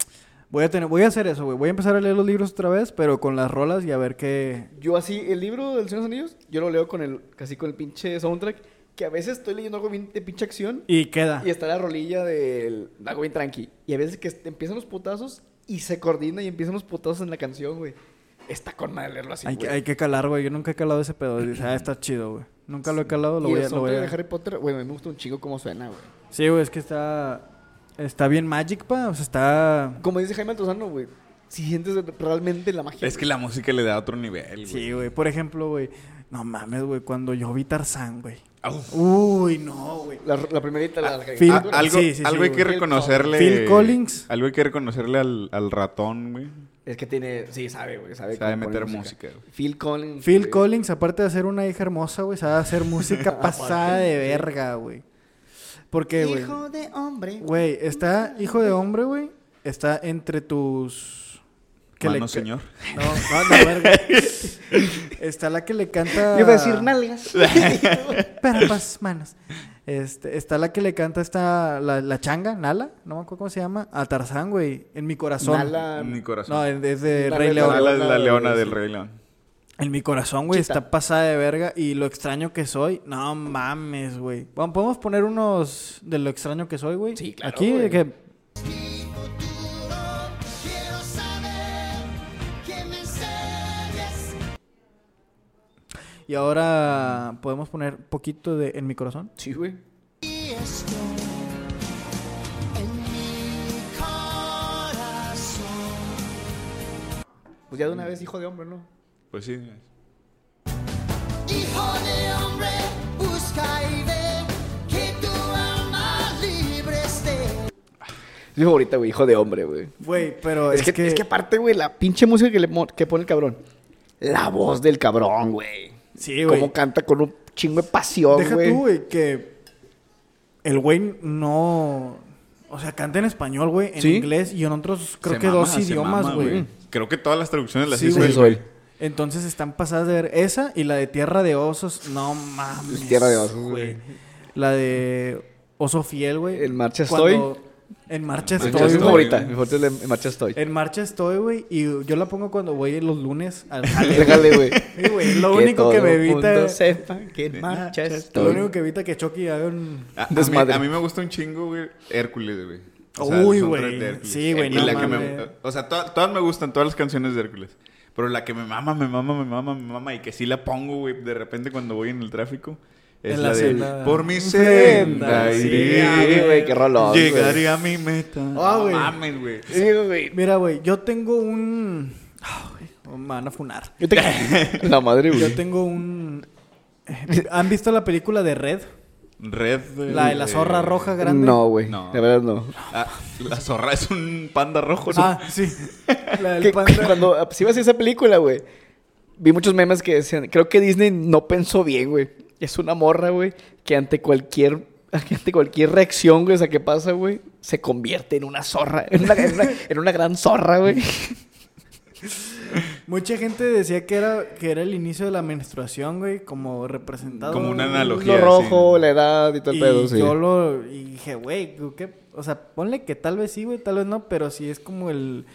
[SPEAKER 3] Voy a tener, voy a hacer eso, güey. Voy a empezar a leer los libros otra vez, pero con las rolas y a ver qué.
[SPEAKER 1] Yo así, el libro del Señor de los Anillos, yo lo leo con el, casi con el pinche soundtrack, que a veces estoy leyendo algo bien de pinche acción
[SPEAKER 3] Y queda.
[SPEAKER 1] y está la rolilla del de algo bien tranqui. Y a veces que est- empiezan los putazos y se coordina y empiezan los putazos en la canción, güey. Está con madre leerlo así,
[SPEAKER 3] hay, que,
[SPEAKER 1] güey.
[SPEAKER 3] hay que calar, güey. Yo nunca he calado ese pedo. Dice, ah, está chido, güey. Nunca lo he calado, lo
[SPEAKER 1] y
[SPEAKER 3] voy a...
[SPEAKER 1] el
[SPEAKER 3] Lo voy
[SPEAKER 1] soundtrack
[SPEAKER 3] a...
[SPEAKER 1] de Harry Potter, güey, a mí me gusta un chingo cómo suena, güey.
[SPEAKER 3] Sí, güey, es que está... Está bien Magic, pa. O sea, está...
[SPEAKER 1] Como dice Jaime Altozano, güey, si sientes realmente la magia.
[SPEAKER 2] Es que la música le da otro nivel, güey.
[SPEAKER 3] Sí, güey. Por ejemplo, güey. No mames, güey. Cuando yo vi Tarzán, güey.
[SPEAKER 2] Uf.
[SPEAKER 3] Uy, no, güey.
[SPEAKER 1] La, la primerita, la, la
[SPEAKER 3] Phil-
[SPEAKER 2] A-
[SPEAKER 1] caricatura.
[SPEAKER 2] Ah, algo
[SPEAKER 3] Sí, sí,
[SPEAKER 2] algo
[SPEAKER 3] sí,
[SPEAKER 2] hay que
[SPEAKER 1] güey.
[SPEAKER 2] reconocerle.
[SPEAKER 3] Phil Collins.
[SPEAKER 2] Algo hay que reconocerle al, al ratón, güey.
[SPEAKER 1] Es que tiene, sí, sabe, güey, sabe.
[SPEAKER 2] Sabe
[SPEAKER 1] cómo poner
[SPEAKER 2] meter música, güey.
[SPEAKER 1] Phil Collins.
[SPEAKER 3] Phil
[SPEAKER 1] güey.
[SPEAKER 3] Collins, aparte de hacer una hija hermosa, güey, sabe
[SPEAKER 1] [LAUGHS]
[SPEAKER 3] hacer música pasada de verga, güey. Porque, güey,
[SPEAKER 1] Hijo de hombre.
[SPEAKER 3] güey, está hijo de hombre, güey, está entre tus
[SPEAKER 2] Mano,
[SPEAKER 3] ca-
[SPEAKER 2] señor.
[SPEAKER 3] No, no,
[SPEAKER 2] [LAUGHS]
[SPEAKER 3] la verga. Está la que le canta
[SPEAKER 1] Yo iba a
[SPEAKER 2] [LAUGHS]
[SPEAKER 1] decir [LAUGHS] nalgas.
[SPEAKER 3] Pero pas manos. Este, está la que le canta esta la, la changa, Nala, no me acuerdo cómo se llama, a Tarzán, güey, en mi corazón.
[SPEAKER 1] Nala.
[SPEAKER 2] Mi corazón.
[SPEAKER 3] No, es es de
[SPEAKER 1] Nala
[SPEAKER 3] Rey
[SPEAKER 1] es
[SPEAKER 3] León.
[SPEAKER 2] Nala es la
[SPEAKER 1] Leona
[SPEAKER 2] leona
[SPEAKER 1] de-
[SPEAKER 2] del Rey León.
[SPEAKER 3] En mi corazón, güey,
[SPEAKER 1] Chita.
[SPEAKER 3] está pasada de verga. Y lo extraño que soy, no mames, güey. Bueno, ¿podemos poner unos de lo extraño que soy, güey?
[SPEAKER 1] Sí, claro,
[SPEAKER 3] Aquí,
[SPEAKER 1] güey.
[SPEAKER 3] de que.
[SPEAKER 5] Mi futuro quiero saber que me enseñes.
[SPEAKER 3] Y ahora podemos poner poquito de en mi corazón.
[SPEAKER 1] Sí, güey.
[SPEAKER 5] Y esto en mi corazón.
[SPEAKER 1] Pues ya de una
[SPEAKER 2] Mm.
[SPEAKER 1] vez, hijo de hombre, ¿no?
[SPEAKER 2] Pues sí.
[SPEAKER 5] Hijo de hombre, busca y ve que tu alma libre esté.
[SPEAKER 1] Es mi favorita, güey, hijo de hombre, güey.
[SPEAKER 3] Güey, pero
[SPEAKER 1] Es, que, es que aparte, güey, la pinche música que, le, mo- que pone el cabrón. La voz del cabrón, güey.
[SPEAKER 3] Sí, güey.
[SPEAKER 1] Cómo canta con un chingo de pasión,
[SPEAKER 3] Deja
[SPEAKER 1] güey.
[SPEAKER 3] tú, güey, que. El güey no. O sea, canta en español, güey, en
[SPEAKER 1] Sí.
[SPEAKER 3] inglés y en otros, creo
[SPEAKER 2] Se
[SPEAKER 3] que
[SPEAKER 2] mama,
[SPEAKER 3] dos
[SPEAKER 2] se
[SPEAKER 3] idiomas,
[SPEAKER 2] mama,
[SPEAKER 3] güey.
[SPEAKER 2] Creo que todas las traducciones las
[SPEAKER 3] Sí,
[SPEAKER 2] hizo
[SPEAKER 3] güey.
[SPEAKER 2] él.
[SPEAKER 1] Eso él.
[SPEAKER 3] Entonces están pasadas de ver esa y la de Tierra de Osos. No mames.
[SPEAKER 1] Tierra de Osos, güey.
[SPEAKER 3] La de Oso Fiel, güey.
[SPEAKER 1] En marcha estoy.
[SPEAKER 3] En marcha
[SPEAKER 1] Es mi
[SPEAKER 3] estoy.
[SPEAKER 2] estoy.
[SPEAKER 3] güey.
[SPEAKER 1] favorita. Mi favorita es la- en marcha estoy.
[SPEAKER 3] En marcha estoy, güey. Y yo la pongo cuando voy los lunes al jale, güey.
[SPEAKER 1] Déjale, güey.
[SPEAKER 3] Sí, güey, Lo único que me evita.
[SPEAKER 1] sepa que en marcha
[SPEAKER 3] Lo
[SPEAKER 1] estoy.
[SPEAKER 3] único que evita que Chucky haga un.
[SPEAKER 2] A, a mí,
[SPEAKER 1] Desmadre.
[SPEAKER 2] a mí me gusta un chingo, güey. Hércules, güey.
[SPEAKER 3] Uy,
[SPEAKER 2] son
[SPEAKER 3] güey.
[SPEAKER 2] tres de Hércules.
[SPEAKER 3] Sí, güey,
[SPEAKER 2] Y
[SPEAKER 3] no
[SPEAKER 2] la que me-
[SPEAKER 3] mames.
[SPEAKER 2] O sea, to- todas me gustan, todas las canciones de Hércules. Pero la que me mama, me mama, me mama, me mama. Y que sí la pongo, güey, de repente cuando voy en el tráfico. Es
[SPEAKER 3] En
[SPEAKER 2] la,
[SPEAKER 3] la
[SPEAKER 2] de
[SPEAKER 3] senda.
[SPEAKER 2] Por mi
[SPEAKER 3] Senda,
[SPEAKER 2] senda
[SPEAKER 3] sí,
[SPEAKER 2] iré,
[SPEAKER 1] ah, güey, qué rolón, güey.
[SPEAKER 2] Llegaré a mi meta.
[SPEAKER 3] Ah,
[SPEAKER 2] No
[SPEAKER 3] güey.
[SPEAKER 2] mames, güey.
[SPEAKER 1] Sí, güey.
[SPEAKER 3] Mira, güey, yo tengo un. Ah, güey, me van a funar.
[SPEAKER 1] Yo te- [LAUGHS] La madre, güey.
[SPEAKER 3] Yo tengo un. ¿Han visto la película de Red?
[SPEAKER 2] Red. güey.
[SPEAKER 3] La de la zorra roja grande.
[SPEAKER 1] No, güey.
[SPEAKER 2] No.
[SPEAKER 1] De verdad, no.
[SPEAKER 2] Ah, la zorra es un panda rojo. ¿no?
[SPEAKER 3] Ah,
[SPEAKER 2] [LAUGHS]
[SPEAKER 3] sí. La del
[SPEAKER 1] Que-
[SPEAKER 3] panda.
[SPEAKER 1] [LAUGHS] Cuando si ibas a esa película, güey, vi muchos memes que decían, creo que Disney no pensó bien, güey. Es una morra, güey, que ante cualquier [LAUGHS] que ante cualquier reacción, güey, esa que pasa, güey, se convierte en una zorra, en una, en una- en una gran zorra, güey.
[SPEAKER 3] Mucha gente decía que era, que era el inicio de la menstruación, güey, como representado.
[SPEAKER 2] Como una
[SPEAKER 3] güey.
[SPEAKER 2] analogía.
[SPEAKER 1] Lo rojo,
[SPEAKER 2] sí.
[SPEAKER 1] la edad y todo el
[SPEAKER 3] Y
[SPEAKER 1] pedo, sí.
[SPEAKER 3] yo lo y dije, güey, ¿qué? O sea, ponle que tal vez sí, güey, tal vez no, pero sí es como el,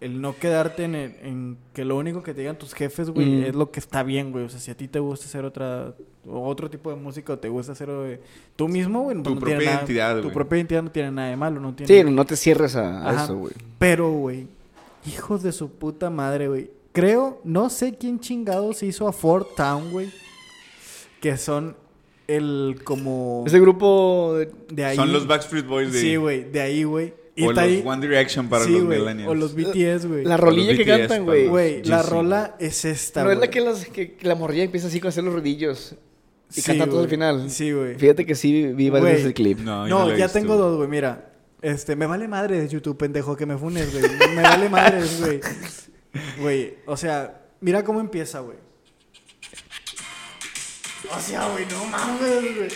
[SPEAKER 3] el no quedarte en, el- en que lo único que te digan tus jefes, güey,
[SPEAKER 1] Mm.
[SPEAKER 3] es lo que está bien, güey. O sea, si a ti te gusta hacer otra o otro tipo de música o te gusta hacer eh, tú mismo, güey, no,
[SPEAKER 2] Tu
[SPEAKER 3] no
[SPEAKER 2] propia
[SPEAKER 3] tiene nada-
[SPEAKER 2] identidad,
[SPEAKER 3] Tu
[SPEAKER 2] güey.
[SPEAKER 3] propia identidad no tiene nada de malo, no tiene.
[SPEAKER 1] Sí, no te cierres a, a
[SPEAKER 3] Ajá.
[SPEAKER 1] eso, güey.
[SPEAKER 3] Pero, güey, hijos de su puta madre, güey. Creo, no sé quién chingado se hizo a Fort Town, güey. Que son el como...
[SPEAKER 1] Ese grupo de-
[SPEAKER 3] de ahí.
[SPEAKER 2] Son los Backstreet Boys de.
[SPEAKER 3] Sí, güey, de ahí, güey. Y
[SPEAKER 2] O
[SPEAKER 3] está
[SPEAKER 2] los
[SPEAKER 3] ahí.
[SPEAKER 2] One Direction para
[SPEAKER 3] sí,
[SPEAKER 2] los
[SPEAKER 3] güey,
[SPEAKER 2] millennials.
[SPEAKER 3] O los BTS, güey.
[SPEAKER 1] la rolilla
[SPEAKER 2] Los
[SPEAKER 1] que
[SPEAKER 2] BTS,
[SPEAKER 1] cantan,
[SPEAKER 2] perdón.
[SPEAKER 1] güey.
[SPEAKER 3] Güey, la
[SPEAKER 2] Sí, sí,
[SPEAKER 3] rola es esta,
[SPEAKER 1] No
[SPEAKER 3] güey.
[SPEAKER 1] es la que, las, que que la morrilla empieza así con hacer los rodillos y
[SPEAKER 3] Sí,
[SPEAKER 1] canta todo
[SPEAKER 3] güey.
[SPEAKER 1] al final.
[SPEAKER 3] Sí, güey.
[SPEAKER 1] Fíjate que sí vi varias
[SPEAKER 3] Güey.
[SPEAKER 1] veces el clip.
[SPEAKER 2] No,
[SPEAKER 3] No,
[SPEAKER 2] yo no la he
[SPEAKER 3] ya
[SPEAKER 2] visto,
[SPEAKER 3] tengo
[SPEAKER 2] güey.
[SPEAKER 3] dos, güey, mira. Este, me vale madre de YouTube, pendejo, que me funes, güey. Me vale madres, güey. Güey, o sea, mira cómo empieza, güey. O sea, güey, no mames, güey.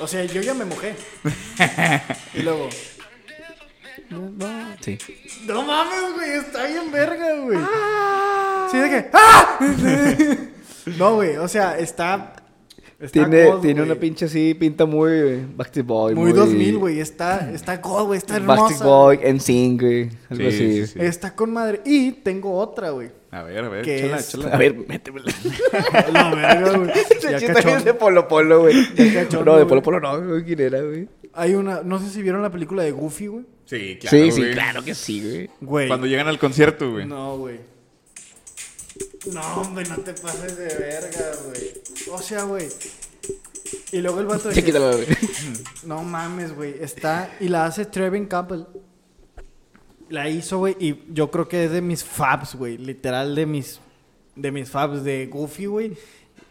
[SPEAKER 3] O sea, yo ya
[SPEAKER 2] [LAUGHS]
[SPEAKER 3] me mojé. Y luego,
[SPEAKER 1] Sí.
[SPEAKER 3] no mames, güey, está bien verga, güey. Sí, de que, ¡ah! [LAUGHS] no, güey, o sea, está. está
[SPEAKER 1] Tiene,
[SPEAKER 3] God,
[SPEAKER 1] tiene
[SPEAKER 3] güey.
[SPEAKER 1] una pinche así, pinta muy Backstreet Boy.
[SPEAKER 3] Muy 2000, güey. Está, está God, güey. Está
[SPEAKER 1] Backstreet
[SPEAKER 3] hermosa.
[SPEAKER 1] Boy, NSYNC, güey. Algo
[SPEAKER 2] Sí, sí,
[SPEAKER 1] así.
[SPEAKER 2] sí.
[SPEAKER 3] Está con madre. Y tengo otra, güey.
[SPEAKER 2] A ver, a ver.
[SPEAKER 3] Que
[SPEAKER 2] Chala,
[SPEAKER 3] es-
[SPEAKER 2] chala.
[SPEAKER 1] A ver, métemela.
[SPEAKER 3] La verga, güey.
[SPEAKER 1] Ese
[SPEAKER 3] [LAUGHS]
[SPEAKER 1] [LAUGHS]
[SPEAKER 3] Ya
[SPEAKER 1] chiste es de
[SPEAKER 3] cachón.
[SPEAKER 1] Polo Polo, güey.
[SPEAKER 3] Ya cachón,
[SPEAKER 1] No, de
[SPEAKER 3] güey.
[SPEAKER 1] Polo Polo no, güey. ¿Quién era, güey?
[SPEAKER 3] Hay una, no sé si vieron la película de Goofy, güey.
[SPEAKER 2] Sí, claro.
[SPEAKER 1] sí, sí,
[SPEAKER 2] güey.
[SPEAKER 1] claro que sí, güey.
[SPEAKER 3] Güey.
[SPEAKER 2] Cuando llegan al concierto, güey.
[SPEAKER 3] No, güey. No, hombre, no te pases de verga, güey. O sea, güey. Y luego el vato
[SPEAKER 1] Sí,
[SPEAKER 3] dice,
[SPEAKER 1] quítalo,
[SPEAKER 3] [LAUGHS]
[SPEAKER 1] güey.
[SPEAKER 3] no mames, güey. Está y la hace Trevin Campbell. La hizo, güey, y yo creo que es de mis fabs, güey, literal de mis de mis fabs de Goofy, güey.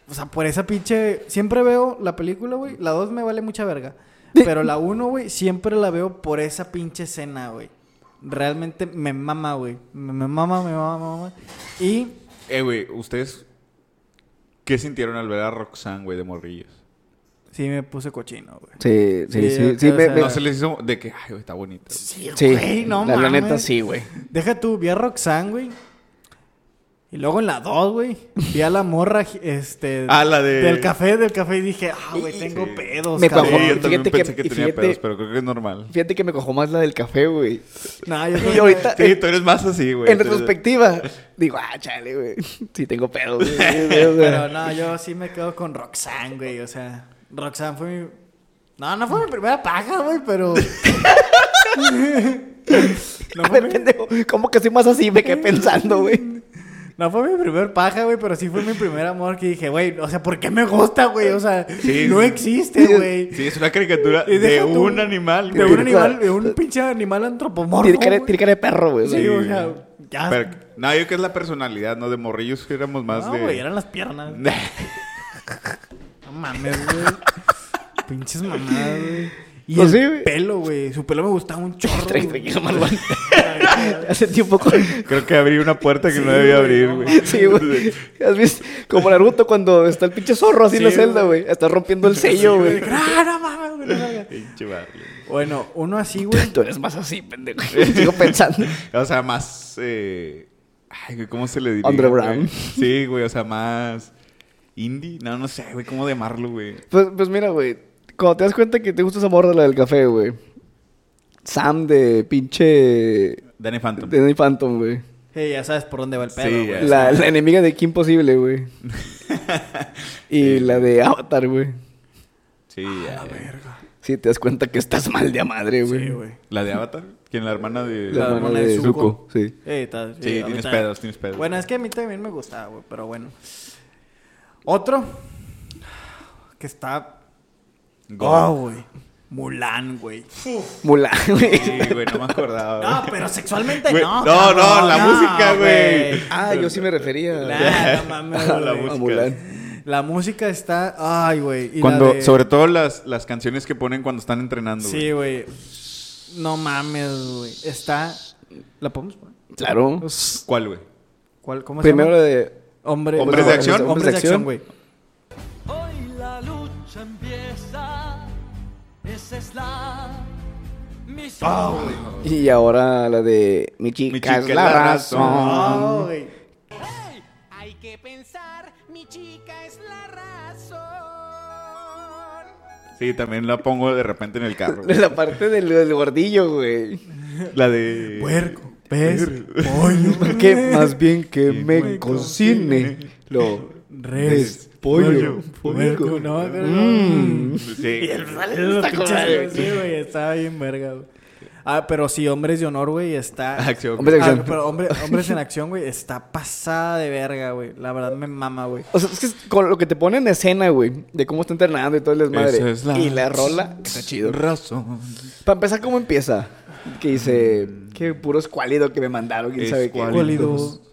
[SPEAKER 3] O sea, por esa pinche siempre veo la película, güey. La 2 me vale mucha verga, pero la 1, güey, siempre la veo por esa pinche escena, güey. Realmente me mama, güey. Me, me mama, me mama, me mama. Y
[SPEAKER 2] Eh, güey, ¿ustedes qué sintieron al ver a Roxanne, güey, de morrillos?
[SPEAKER 3] sí me puse cochino, güey.
[SPEAKER 1] Sí, sí,
[SPEAKER 3] Sí,
[SPEAKER 1] sí.
[SPEAKER 3] o
[SPEAKER 1] sí, me-
[SPEAKER 3] sea,
[SPEAKER 1] me-
[SPEAKER 2] No se les hizo de que, ay, güey, está bonita. güey.
[SPEAKER 1] sí,
[SPEAKER 3] güey, no
[SPEAKER 1] la, la
[SPEAKER 3] mames.
[SPEAKER 1] neta sí, güey.
[SPEAKER 3] Deja tú, vi a Roxanne, güey. Y luego en la 2, güey, vi a la morra, este...
[SPEAKER 2] Ah, la de-
[SPEAKER 3] Del café, del café, y dije, ah, güey, tengo
[SPEAKER 2] Sí.
[SPEAKER 3] pedos,
[SPEAKER 1] Me
[SPEAKER 2] Sí,
[SPEAKER 1] Cabrón,
[SPEAKER 2] yo
[SPEAKER 3] cabrón.
[SPEAKER 2] también
[SPEAKER 1] fíjate que-
[SPEAKER 2] pensé que,
[SPEAKER 1] y
[SPEAKER 2] tenía
[SPEAKER 1] fíjate-
[SPEAKER 2] pedos, pero creo que es normal.
[SPEAKER 1] Fíjate que me cojó más la del café, güey.
[SPEAKER 3] No, yo
[SPEAKER 1] Y ahorita,
[SPEAKER 2] Sí, tú eres más así, güey.
[SPEAKER 1] en
[SPEAKER 2] Tú eres-
[SPEAKER 1] retrospectiva, digo, ah, chale, güey. Sí tengo pedos, güey. o
[SPEAKER 3] [LAUGHS] Pero
[SPEAKER 1] sea.
[SPEAKER 3] no, yo sí me quedo con Roxanne, güey, o sea... Roxanne fue mi... No, no fue mi primera paja, güey,
[SPEAKER 2] [LAUGHS]
[SPEAKER 3] pero... [LAUGHS] no,
[SPEAKER 1] A [LAUGHS]
[SPEAKER 3] fue
[SPEAKER 1] ver,
[SPEAKER 3] mi,
[SPEAKER 1] pendejo, ¿cómo que soy más así? Me quedé pensando, güey.
[SPEAKER 3] no fue mi primer paja, güey, pero sí fue mi primer amor que dije, güey, o sea, ¿por qué me gusta, güey? O sea,
[SPEAKER 2] Sí,
[SPEAKER 3] no
[SPEAKER 2] sí.
[SPEAKER 3] existe, güey.
[SPEAKER 2] Sí, es una caricatura
[SPEAKER 3] Y
[SPEAKER 2] de
[SPEAKER 3] deja tú-
[SPEAKER 2] un animal,
[SPEAKER 3] De
[SPEAKER 2] güey.
[SPEAKER 3] un animal, de un pinche animal antropomorfo.
[SPEAKER 1] Tiene cara,
[SPEAKER 3] güey.
[SPEAKER 1] tiene cara de perro, güey. o sea.
[SPEAKER 3] Sí, o sea, ya.
[SPEAKER 2] Pero- no, yo creo que es la personalidad, ¿no? De morrillos que éramos más
[SPEAKER 3] no,
[SPEAKER 2] de...
[SPEAKER 3] güey, eran las piernas.
[SPEAKER 2] [LAUGHS]
[SPEAKER 3] No mames, güey. Pinches mamadas, güey. Y
[SPEAKER 1] Pues
[SPEAKER 3] el
[SPEAKER 1] sí, güey.
[SPEAKER 3] pelo, güey. Su pelo me gustaba un chorro.
[SPEAKER 1] Tranqui-
[SPEAKER 3] güey.
[SPEAKER 1] Tranquilo, Marwan.
[SPEAKER 3] [LAUGHS]
[SPEAKER 1] [LAUGHS] Ya sentí un poco.
[SPEAKER 2] Creo que abrí una puerta que no debía abrir, güey.
[SPEAKER 1] Sí, güey. ¿Has visto? Como Naruto cuando está el pinche zorro así en la
[SPEAKER 3] Sí,
[SPEAKER 1] celda, güey. Está rompiendo el sello, güey.
[SPEAKER 3] Ah, no mames, güey. no mames.
[SPEAKER 2] Pinche barrio.
[SPEAKER 3] Bueno, uno así, güey.
[SPEAKER 1] [LAUGHS] Tú eres más así, pendejo. [LAUGHS] Sigo pensando.
[SPEAKER 2] O sea, más... eh, Ay, güey, ¿cómo se le diría?
[SPEAKER 1] Underground.
[SPEAKER 2] güey? Sí, güey, o sea, más... Indie. No, no sé, güey, cómo llamarlo, güey.
[SPEAKER 1] Pues, pues mira, güey. Cuando te das cuenta que te gusta esa morra, la del café, güey. Sam de pinche. de
[SPEAKER 2] Danny Phantom.
[SPEAKER 1] Danny Phantom, güey.
[SPEAKER 3] Eh, ya sabes por dónde va el pedo,
[SPEAKER 2] Sí, ya.
[SPEAKER 3] güey.
[SPEAKER 1] La, la enemiga de Kim Posible, güey. y la de Avatar, güey.
[SPEAKER 2] Sí, ya, ya.
[SPEAKER 1] Sí, te das cuenta que estás mal de a madre, güey.
[SPEAKER 3] Sí, güey.
[SPEAKER 2] ¿La de Avatar? ¿Quién? ¿La hermana de...?
[SPEAKER 1] La hermana de Zuko, sí.
[SPEAKER 3] Eh, está-
[SPEAKER 2] Sí,
[SPEAKER 3] ahorita-
[SPEAKER 2] tienes pedos, tienes pedos.
[SPEAKER 3] Bueno, es que a mí también me gustaba, güey, pero bueno. Otro que está.
[SPEAKER 2] Go.
[SPEAKER 3] Oh, güey. Mulan, güey.
[SPEAKER 1] Mulan, [LAUGHS] güey.
[SPEAKER 2] Sí, güey, no me acordaba.
[SPEAKER 3] No, pero sexualmente
[SPEAKER 2] Güey,
[SPEAKER 3] no.
[SPEAKER 2] no,
[SPEAKER 3] cabrón,
[SPEAKER 2] no, la música, güey.
[SPEAKER 1] Ah, yo sí me refería a- [LAUGHS]
[SPEAKER 3] Nah, [LAUGHS] no mames,
[SPEAKER 2] A la
[SPEAKER 3] güey.
[SPEAKER 1] a
[SPEAKER 2] música.
[SPEAKER 1] Mulan.
[SPEAKER 3] La música está. Ay, güey. y la
[SPEAKER 2] Cuando,
[SPEAKER 3] de-
[SPEAKER 2] sobre todo las, las canciones que ponen cuando están entrenando.
[SPEAKER 3] Sí,
[SPEAKER 2] güey.
[SPEAKER 3] güey. No mames, güey. Está. ¿La podemos poner?
[SPEAKER 1] Claro.
[SPEAKER 2] ¿Cuál, güey?
[SPEAKER 3] ¿Cuál, ¿Cómo
[SPEAKER 1] Pues, Primero
[SPEAKER 3] se llama?
[SPEAKER 1] la de.
[SPEAKER 3] Hombre,
[SPEAKER 2] ¿Hombres de acción?
[SPEAKER 3] Hombres de acción, güey.
[SPEAKER 4] Hoy la lucha empieza. Esa es la misión.
[SPEAKER 1] Y ahora la de. Mi chica,
[SPEAKER 2] Mi chica
[SPEAKER 1] es la razón.
[SPEAKER 3] No, Ah, güey.
[SPEAKER 6] ¡Ey! Hay que pensar, mi chica es la razón.
[SPEAKER 2] Sí, también la pongo de repente en el carro. güey.
[SPEAKER 1] [LAUGHS] La parte del, del gordillo, güey.
[SPEAKER 2] La de.
[SPEAKER 3] Puerco, pez,
[SPEAKER 1] [LAUGHS]
[SPEAKER 3] pollo.
[SPEAKER 1] Que más bien que me
[SPEAKER 2] me
[SPEAKER 1] cocine lo
[SPEAKER 3] Res,
[SPEAKER 1] res, pollo,
[SPEAKER 3] Puerco,
[SPEAKER 1] puerco. Mm.
[SPEAKER 3] no,
[SPEAKER 2] [LAUGHS]
[SPEAKER 3] güey.
[SPEAKER 2] Sí.
[SPEAKER 3] Los pinches- Sí, güey, estaba bien verga, güey. Ah, pero sí, Hombres de Honor, güey, está...
[SPEAKER 2] [LAUGHS] Acción.
[SPEAKER 1] Hombre,
[SPEAKER 3] Ah,
[SPEAKER 1] acción.
[SPEAKER 3] pero hombre-
[SPEAKER 2] [LAUGHS]
[SPEAKER 3] Hombres en Acción, güey, está pasada de verga, güey. La verdad me mama, güey.
[SPEAKER 1] O sea, es que es con lo que te ponen en escena, güey, de cómo está entrenando y todo el
[SPEAKER 2] Esa
[SPEAKER 1] desmadre.
[SPEAKER 2] es la-
[SPEAKER 1] Y la rola, que está chido.
[SPEAKER 2] Razón.
[SPEAKER 1] Para empezar, ¿cómo empieza? Que dice, qué puro escuálido que me mandaron, quién sabe qué.
[SPEAKER 2] Escuálido. [LAUGHS]
[SPEAKER 3] Colido.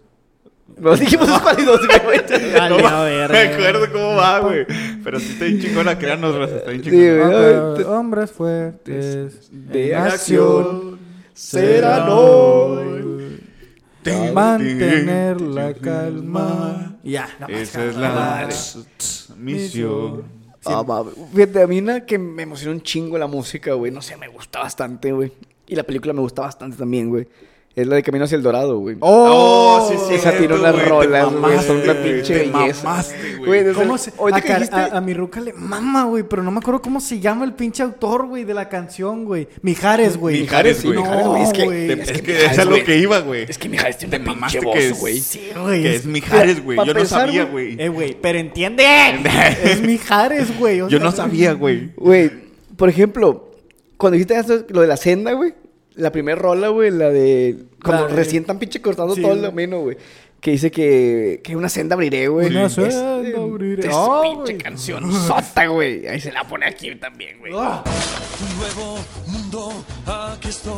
[SPEAKER 1] Nos dijimos escuálidos, [LAUGHS] güey.
[SPEAKER 3] Vale,
[SPEAKER 2] No
[SPEAKER 3] a ver,
[SPEAKER 2] me
[SPEAKER 3] güey.
[SPEAKER 2] acuerdo cómo va, güey. Pero sí está bien chingona, créanos, raza. Está bien
[SPEAKER 1] Sí,
[SPEAKER 2] chingona.
[SPEAKER 1] güey.
[SPEAKER 3] Hombres- Hombres fuertes
[SPEAKER 1] De
[SPEAKER 3] en
[SPEAKER 1] acción serán hoy.
[SPEAKER 2] Tin,
[SPEAKER 3] Mantener
[SPEAKER 2] tin,
[SPEAKER 3] la
[SPEAKER 2] tin,
[SPEAKER 3] calma. Ya, no más,
[SPEAKER 2] Esa es
[SPEAKER 3] cabrón,
[SPEAKER 2] la
[SPEAKER 3] no más.
[SPEAKER 2] misión.
[SPEAKER 1] Ah, mames. Fíjate, a mí una que me emocionó un chingo la música, güey. No sé, me gusta bastante, güey. Y la película me gusta bastante también, güey. Es la de Camino hacia el Dorado, güey.
[SPEAKER 2] Oh, sí, sí.
[SPEAKER 1] Esa tiene unas rolas, güey. Son una pinche
[SPEAKER 2] Te
[SPEAKER 1] belleza.
[SPEAKER 2] mamaste, güey.
[SPEAKER 1] Güey, desde
[SPEAKER 3] ¿Cómo
[SPEAKER 1] el-
[SPEAKER 3] se-
[SPEAKER 1] ahorita
[SPEAKER 3] a,
[SPEAKER 1] que
[SPEAKER 3] Car-
[SPEAKER 1] dijiste- ah,
[SPEAKER 3] a- a mi ruca le mama, güey, pero no me acuerdo cómo se llama el pinche autor, güey, de la canción, güey. Mijares, güey.
[SPEAKER 2] Mijares, güey.
[SPEAKER 3] No,
[SPEAKER 1] Mijares, güey, es que-
[SPEAKER 3] güey.
[SPEAKER 2] Te- Es
[SPEAKER 1] que
[SPEAKER 2] que es a
[SPEAKER 1] Mijares,
[SPEAKER 2] lo
[SPEAKER 1] güey.
[SPEAKER 2] que iba, güey.
[SPEAKER 1] Es que mi hija es una pinche
[SPEAKER 2] mamaste
[SPEAKER 1] voz,
[SPEAKER 2] que es-
[SPEAKER 1] [LAUGHS] güey.
[SPEAKER 3] Sí, güey.
[SPEAKER 2] Que es Mijares, güey.
[SPEAKER 1] pa'
[SPEAKER 2] Yo no
[SPEAKER 1] empezar,
[SPEAKER 2] sabía,
[SPEAKER 1] güey.
[SPEAKER 3] Eh,
[SPEAKER 2] güey.
[SPEAKER 3] güey, pero
[SPEAKER 1] Eh,
[SPEAKER 3] entiende. es Mijares, güey. o
[SPEAKER 2] Yo
[SPEAKER 3] sea, [LAUGHS]
[SPEAKER 2] no sabía, güey.
[SPEAKER 1] Güey, por ejemplo, Cuando dijiste eso, lo de la senda, güey. La primera rola, güey, la de. Cuando
[SPEAKER 3] de-
[SPEAKER 1] recién tan pinche cortando
[SPEAKER 3] Sí,
[SPEAKER 1] todo el
[SPEAKER 3] güey.
[SPEAKER 1] camino, güey. Que dice que, que una senda abriré, güey.
[SPEAKER 3] Una
[SPEAKER 1] Es-
[SPEAKER 3] senda
[SPEAKER 1] es-
[SPEAKER 3] abriré.
[SPEAKER 1] Es
[SPEAKER 3] Ah,
[SPEAKER 1] pinche
[SPEAKER 3] güey.
[SPEAKER 1] canción sota, güey. Ahí se la pone aquí también, güey.
[SPEAKER 3] Ah.
[SPEAKER 7] un nuevo mundo, aquí estoy.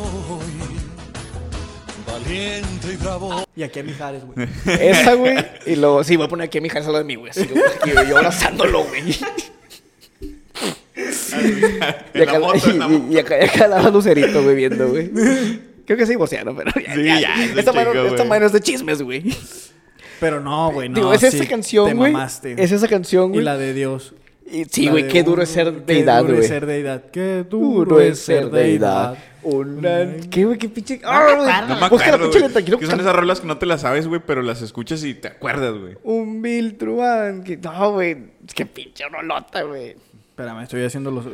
[SPEAKER 7] Valiente y bravo.
[SPEAKER 3] Y aquí a Mijares, güey.
[SPEAKER 1] Esa, güey. Y luego, sí, voy a poner aquí a mi hija solo de mí, güey. Así, güey, aquí, güey, yo abrazándolo, güey. Y
[SPEAKER 2] En la
[SPEAKER 1] acá,
[SPEAKER 2] moto, en la
[SPEAKER 1] [LAUGHS] y- y-
[SPEAKER 3] [LAUGHS]
[SPEAKER 2] moto.
[SPEAKER 1] y acá- y acá andaba Lucerito, güey, viendo,
[SPEAKER 2] [LAUGHS]
[SPEAKER 1] güey. Creo que sí, bocearon, pero ya.
[SPEAKER 2] Sí,
[SPEAKER 1] ya.
[SPEAKER 2] ya, es de
[SPEAKER 1] Esta, mano,
[SPEAKER 2] chingo,
[SPEAKER 1] esta
[SPEAKER 2] güey.
[SPEAKER 1] mano es de
[SPEAKER 2] [LAUGHS]
[SPEAKER 1] chismes, güey.
[SPEAKER 3] Pero no, güey, no.
[SPEAKER 1] Digo, es
[SPEAKER 3] sí,
[SPEAKER 1] esta
[SPEAKER 3] te
[SPEAKER 1] canción, güey.
[SPEAKER 3] mamaste.
[SPEAKER 1] Es esa canción,
[SPEAKER 3] Y
[SPEAKER 1] güey.
[SPEAKER 3] la de Dios.
[SPEAKER 1] Y- Sí,
[SPEAKER 3] La
[SPEAKER 1] güey,
[SPEAKER 3] de
[SPEAKER 1] qué duro
[SPEAKER 3] un-
[SPEAKER 1] es ser
[SPEAKER 3] Qué
[SPEAKER 1] deidad,
[SPEAKER 3] duro es
[SPEAKER 1] güey.
[SPEAKER 3] ser deidad. Qué
[SPEAKER 1] Duro es ser deidad. Una... ¿Qué, güey? ¿Qué pinche...? ¡Ah, güey!
[SPEAKER 2] No me
[SPEAKER 1] Busca la
[SPEAKER 2] acuerdo,
[SPEAKER 1] pinche
[SPEAKER 2] güey.
[SPEAKER 1] letra, quiero
[SPEAKER 2] Que son
[SPEAKER 1] can-
[SPEAKER 2] esas rolas que no te las sabes, güey, pero las escuchas y te acuerdas, güey.
[SPEAKER 1] Un Bill Truman. que- No, güey. Es que pinche rolota, güey.
[SPEAKER 3] Espérame, estoy haciendo los.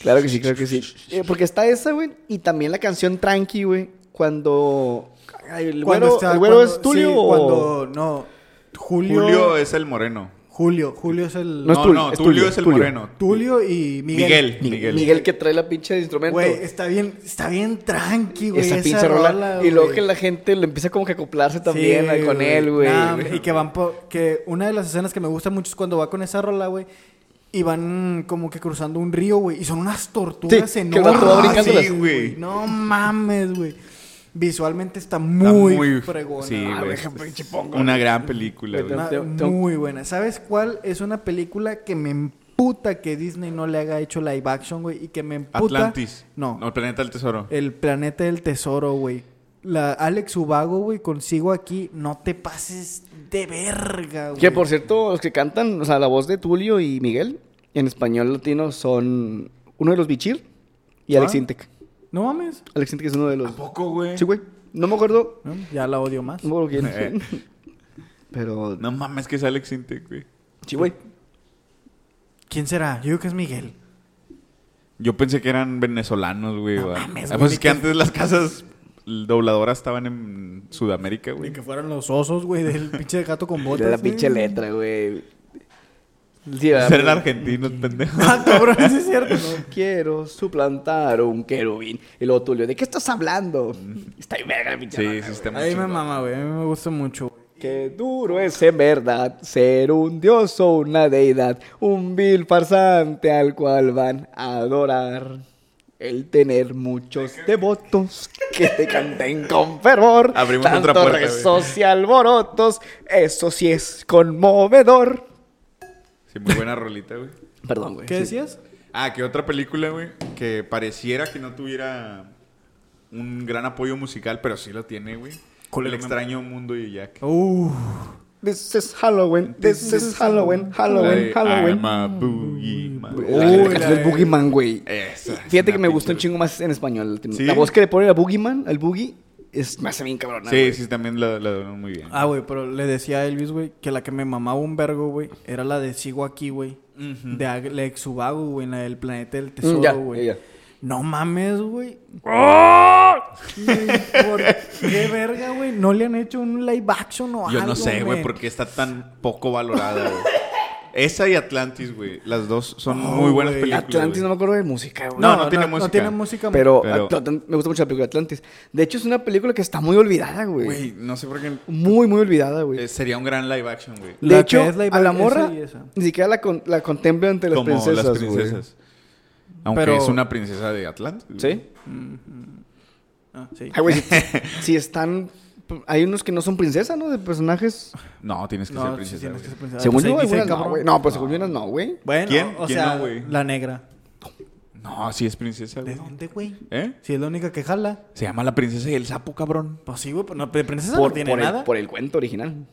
[SPEAKER 1] Claro que sí, claro que sí. Eh, porque está esa, güey. Y también la canción Tranqui, güey. Cuando... Ay, el güero,
[SPEAKER 3] está-
[SPEAKER 1] el güero
[SPEAKER 3] cuando-
[SPEAKER 1] es Tulio
[SPEAKER 3] sí,
[SPEAKER 1] o...
[SPEAKER 3] cuando. No.
[SPEAKER 2] Julio
[SPEAKER 3] Julio. Julio es.
[SPEAKER 2] es el moreno.
[SPEAKER 3] Julio, Julio es el.
[SPEAKER 1] No es
[SPEAKER 2] No,
[SPEAKER 1] Tulio,
[SPEAKER 2] no,
[SPEAKER 1] es
[SPEAKER 2] Tulio
[SPEAKER 1] Tulio,
[SPEAKER 2] es el
[SPEAKER 1] Tulio.
[SPEAKER 2] moreno.
[SPEAKER 3] Tulio y Miguel.
[SPEAKER 2] Miguel.
[SPEAKER 1] Mi- Miguel.
[SPEAKER 2] Miguel.
[SPEAKER 1] que trae la pinche de instrumento.
[SPEAKER 3] Güey, está bien, está bien tranqui, güey.
[SPEAKER 1] esa
[SPEAKER 3] Esa,
[SPEAKER 1] pinche rola. y luego que
[SPEAKER 3] güey.
[SPEAKER 1] la gente le empieza como que a acoplarse también
[SPEAKER 3] Sí,
[SPEAKER 1] eh, con él, güey.
[SPEAKER 3] Nah, y que van por, que una de las escenas que me gusta mucho es cuando va con esa rola, güey. Y van como que cruzando un río, güey. Y son unas tortugas
[SPEAKER 1] Sí, que el
[SPEAKER 3] enormes.
[SPEAKER 1] vato va brincándolas.
[SPEAKER 2] Sí, güey.
[SPEAKER 3] No mames, güey. Visualmente está muy, fregona.
[SPEAKER 2] Sí,
[SPEAKER 3] güey.
[SPEAKER 2] güey. Una gran película, güey.
[SPEAKER 3] Una-
[SPEAKER 1] Tengo- tengo-
[SPEAKER 3] muy buena. ¿Sabes cuál es una película que me emputa que Disney no le haga hecho live action, güey? Y que me emputa.
[SPEAKER 2] Atlantis.
[SPEAKER 3] No. Eh,
[SPEAKER 2] No, el planeta del tesoro.
[SPEAKER 3] El planeta del tesoro, güey. La Alex Ubago, güey, consigo aquí. No te pases de verga, güey.
[SPEAKER 1] Que por cierto, los que cantan, o sea, la voz de Tulio y Miguel en español latino son uno de los Bichir y Alex
[SPEAKER 3] Ah.
[SPEAKER 1] Intec.
[SPEAKER 3] No mames.
[SPEAKER 1] Alex Intec es uno de los.
[SPEAKER 2] Poco, güey.
[SPEAKER 1] pues, Sí, güey. No me acuerdo.
[SPEAKER 3] ¿No? Ya la odio más.
[SPEAKER 1] No me acuerdo quién.
[SPEAKER 3] [LAUGHS]
[SPEAKER 2] Eh.
[SPEAKER 1] Pero.
[SPEAKER 2] No mames, que es Alex Intec, güey.
[SPEAKER 1] Sí, güey.
[SPEAKER 3] ¿Quién será? Yo creo que es Miguel.
[SPEAKER 2] Yo pensé que eran venezolanos, güey.
[SPEAKER 3] No
[SPEAKER 2] güey.
[SPEAKER 3] mames,
[SPEAKER 2] Ah,
[SPEAKER 3] güey,
[SPEAKER 2] Pues es que
[SPEAKER 3] de que-
[SPEAKER 2] antes las casas dobladoras estaban en Sudamérica, güey.
[SPEAKER 3] De que fueron los osos,
[SPEAKER 1] [LAUGHS]
[SPEAKER 3] güey, del pinche gato con botas.
[SPEAKER 1] De la
[SPEAKER 3] güey.
[SPEAKER 1] pinche E letra, güey. Sí, ¿verdad?
[SPEAKER 2] Ser argentinos,
[SPEAKER 3] [LAUGHS]
[SPEAKER 2] pendejo.
[SPEAKER 3] [LAUGHS] Ah, cabrón, sí es
[SPEAKER 1] [LAUGHS]
[SPEAKER 3] cierto. No.
[SPEAKER 1] Quiero suplantar un querubín. Y luego Tulio, ¿de qué estás hablando? Está bien verga, la pinche.
[SPEAKER 2] Sí,
[SPEAKER 1] rola,
[SPEAKER 2] sí,
[SPEAKER 1] güey.
[SPEAKER 2] está muy
[SPEAKER 3] Ahí me
[SPEAKER 2] chingón.
[SPEAKER 3] mama, güey. A mí me gusta mucho. güey.
[SPEAKER 1] Qué duro es en verdad ser un dios o una deidad, un vil farsante al cual van a adorar. El tener muchos devotos que te canten con fervor.
[SPEAKER 2] Abrimos
[SPEAKER 1] tanto
[SPEAKER 2] otra puerta, güey.
[SPEAKER 1] rezos y alborotos, eso sí es conmovedor.
[SPEAKER 2] Sí, muy buena rolita, güey.
[SPEAKER 1] Perdón, güey.
[SPEAKER 3] ¿Qué
[SPEAKER 1] sí.
[SPEAKER 3] decías?
[SPEAKER 2] Ah, que otra película, güey, que pareciera que no tuviera un gran apoyo musical, pero sí lo tiene, güey.
[SPEAKER 3] ¿Cuál
[SPEAKER 2] El
[SPEAKER 3] es la
[SPEAKER 2] extraño mundo de Jack.
[SPEAKER 1] Oh,
[SPEAKER 3] Uh,
[SPEAKER 1] This is Halloween, this is Halloween, Halloween, Halloween.
[SPEAKER 2] I'm a boogeyman.
[SPEAKER 1] La de la
[SPEAKER 3] Uy,
[SPEAKER 1] canción
[SPEAKER 3] la
[SPEAKER 1] del
[SPEAKER 3] de-
[SPEAKER 1] Boogeyman, güey.
[SPEAKER 2] Esa, es
[SPEAKER 1] Fíjate
[SPEAKER 2] una
[SPEAKER 1] que me gusta un
[SPEAKER 2] pinche-
[SPEAKER 1] chingo más en español.
[SPEAKER 2] ¿Sí?
[SPEAKER 1] La voz que le pone a Boogeyman, al Boogie, es más bien cabrona.
[SPEAKER 2] Sí,
[SPEAKER 1] güey.
[SPEAKER 2] sí, también la, la doblaron muy bien.
[SPEAKER 3] ah, güey, pero le decía a Elvis, güey, que la que me mamaba un vergo, güey, era la de Sigo aquí, güey. De Alex Ubago, güey, en la del planeta del
[SPEAKER 1] Mm, ya,
[SPEAKER 3] tesoro, güey.
[SPEAKER 1] ya, ya.
[SPEAKER 3] No mames, güey. ¿Por qué verga, güey? ¿No le han hecho un live action o algo?
[SPEAKER 2] Yo no sé, güey,
[SPEAKER 3] men?
[SPEAKER 2] por qué está tan poco valorada, güey. Esa y Atlantis, güey. Las dos son muy buenas
[SPEAKER 3] güey.
[SPEAKER 2] películas.
[SPEAKER 1] Atlantis
[SPEAKER 2] güey.
[SPEAKER 1] no me acuerdo de música, güey.
[SPEAKER 2] No, no tiene música.
[SPEAKER 3] No tiene música.
[SPEAKER 1] Pero,
[SPEAKER 2] Pero-
[SPEAKER 1] Atlant- me gusta mucho la película Atlantis. De hecho, es una película que está muy olvidada, güey.
[SPEAKER 2] Güey, no sé por qué.
[SPEAKER 1] Muy, muy olvidada, güey.
[SPEAKER 2] eh, sería un gran live action, güey.
[SPEAKER 1] De
[SPEAKER 3] La
[SPEAKER 1] hecho,
[SPEAKER 3] que es la-
[SPEAKER 1] a la
[SPEAKER 3] esa
[SPEAKER 1] morra
[SPEAKER 3] y esa.
[SPEAKER 1] ni siquiera la, con- la contemplan ante las
[SPEAKER 2] Como
[SPEAKER 1] princesas,
[SPEAKER 2] las
[SPEAKER 1] güey.
[SPEAKER 2] princesas. Aunque
[SPEAKER 3] Pero-
[SPEAKER 2] es una princesa de Atlantis. güey.
[SPEAKER 1] ¿Sí?
[SPEAKER 3] Ah, sí.
[SPEAKER 1] Ay, güey, si, si están... Hay unos que no son princesas, ¿no? De personajes.
[SPEAKER 2] No, tienes que
[SPEAKER 3] No,
[SPEAKER 2] ser
[SPEAKER 3] sí
[SPEAKER 2] princesa.
[SPEAKER 3] tienes
[SPEAKER 2] güey.
[SPEAKER 3] que ser princesa.
[SPEAKER 1] según
[SPEAKER 3] Pues ahí
[SPEAKER 1] yo,
[SPEAKER 3] dice,
[SPEAKER 1] algunas no,
[SPEAKER 3] cabrón.
[SPEAKER 1] güey. No, pues según yo, unas no, güey.
[SPEAKER 3] Bueno,
[SPEAKER 2] ¿Quién?
[SPEAKER 3] o
[SPEAKER 2] ¿Quién
[SPEAKER 3] sea,
[SPEAKER 2] no, güey?
[SPEAKER 3] la negra.
[SPEAKER 2] No, sí es princesa,
[SPEAKER 3] ¿De
[SPEAKER 2] güey.
[SPEAKER 3] dónde, güey?
[SPEAKER 2] ¿Eh?
[SPEAKER 3] Si es la única que jala.
[SPEAKER 2] Se llama La princesa y el sapo, cabrón.
[SPEAKER 3] Pues sí, güey, pero no, de princesa
[SPEAKER 1] Por,
[SPEAKER 3] no tiene
[SPEAKER 1] por
[SPEAKER 3] nada.
[SPEAKER 1] el, por el cuento original.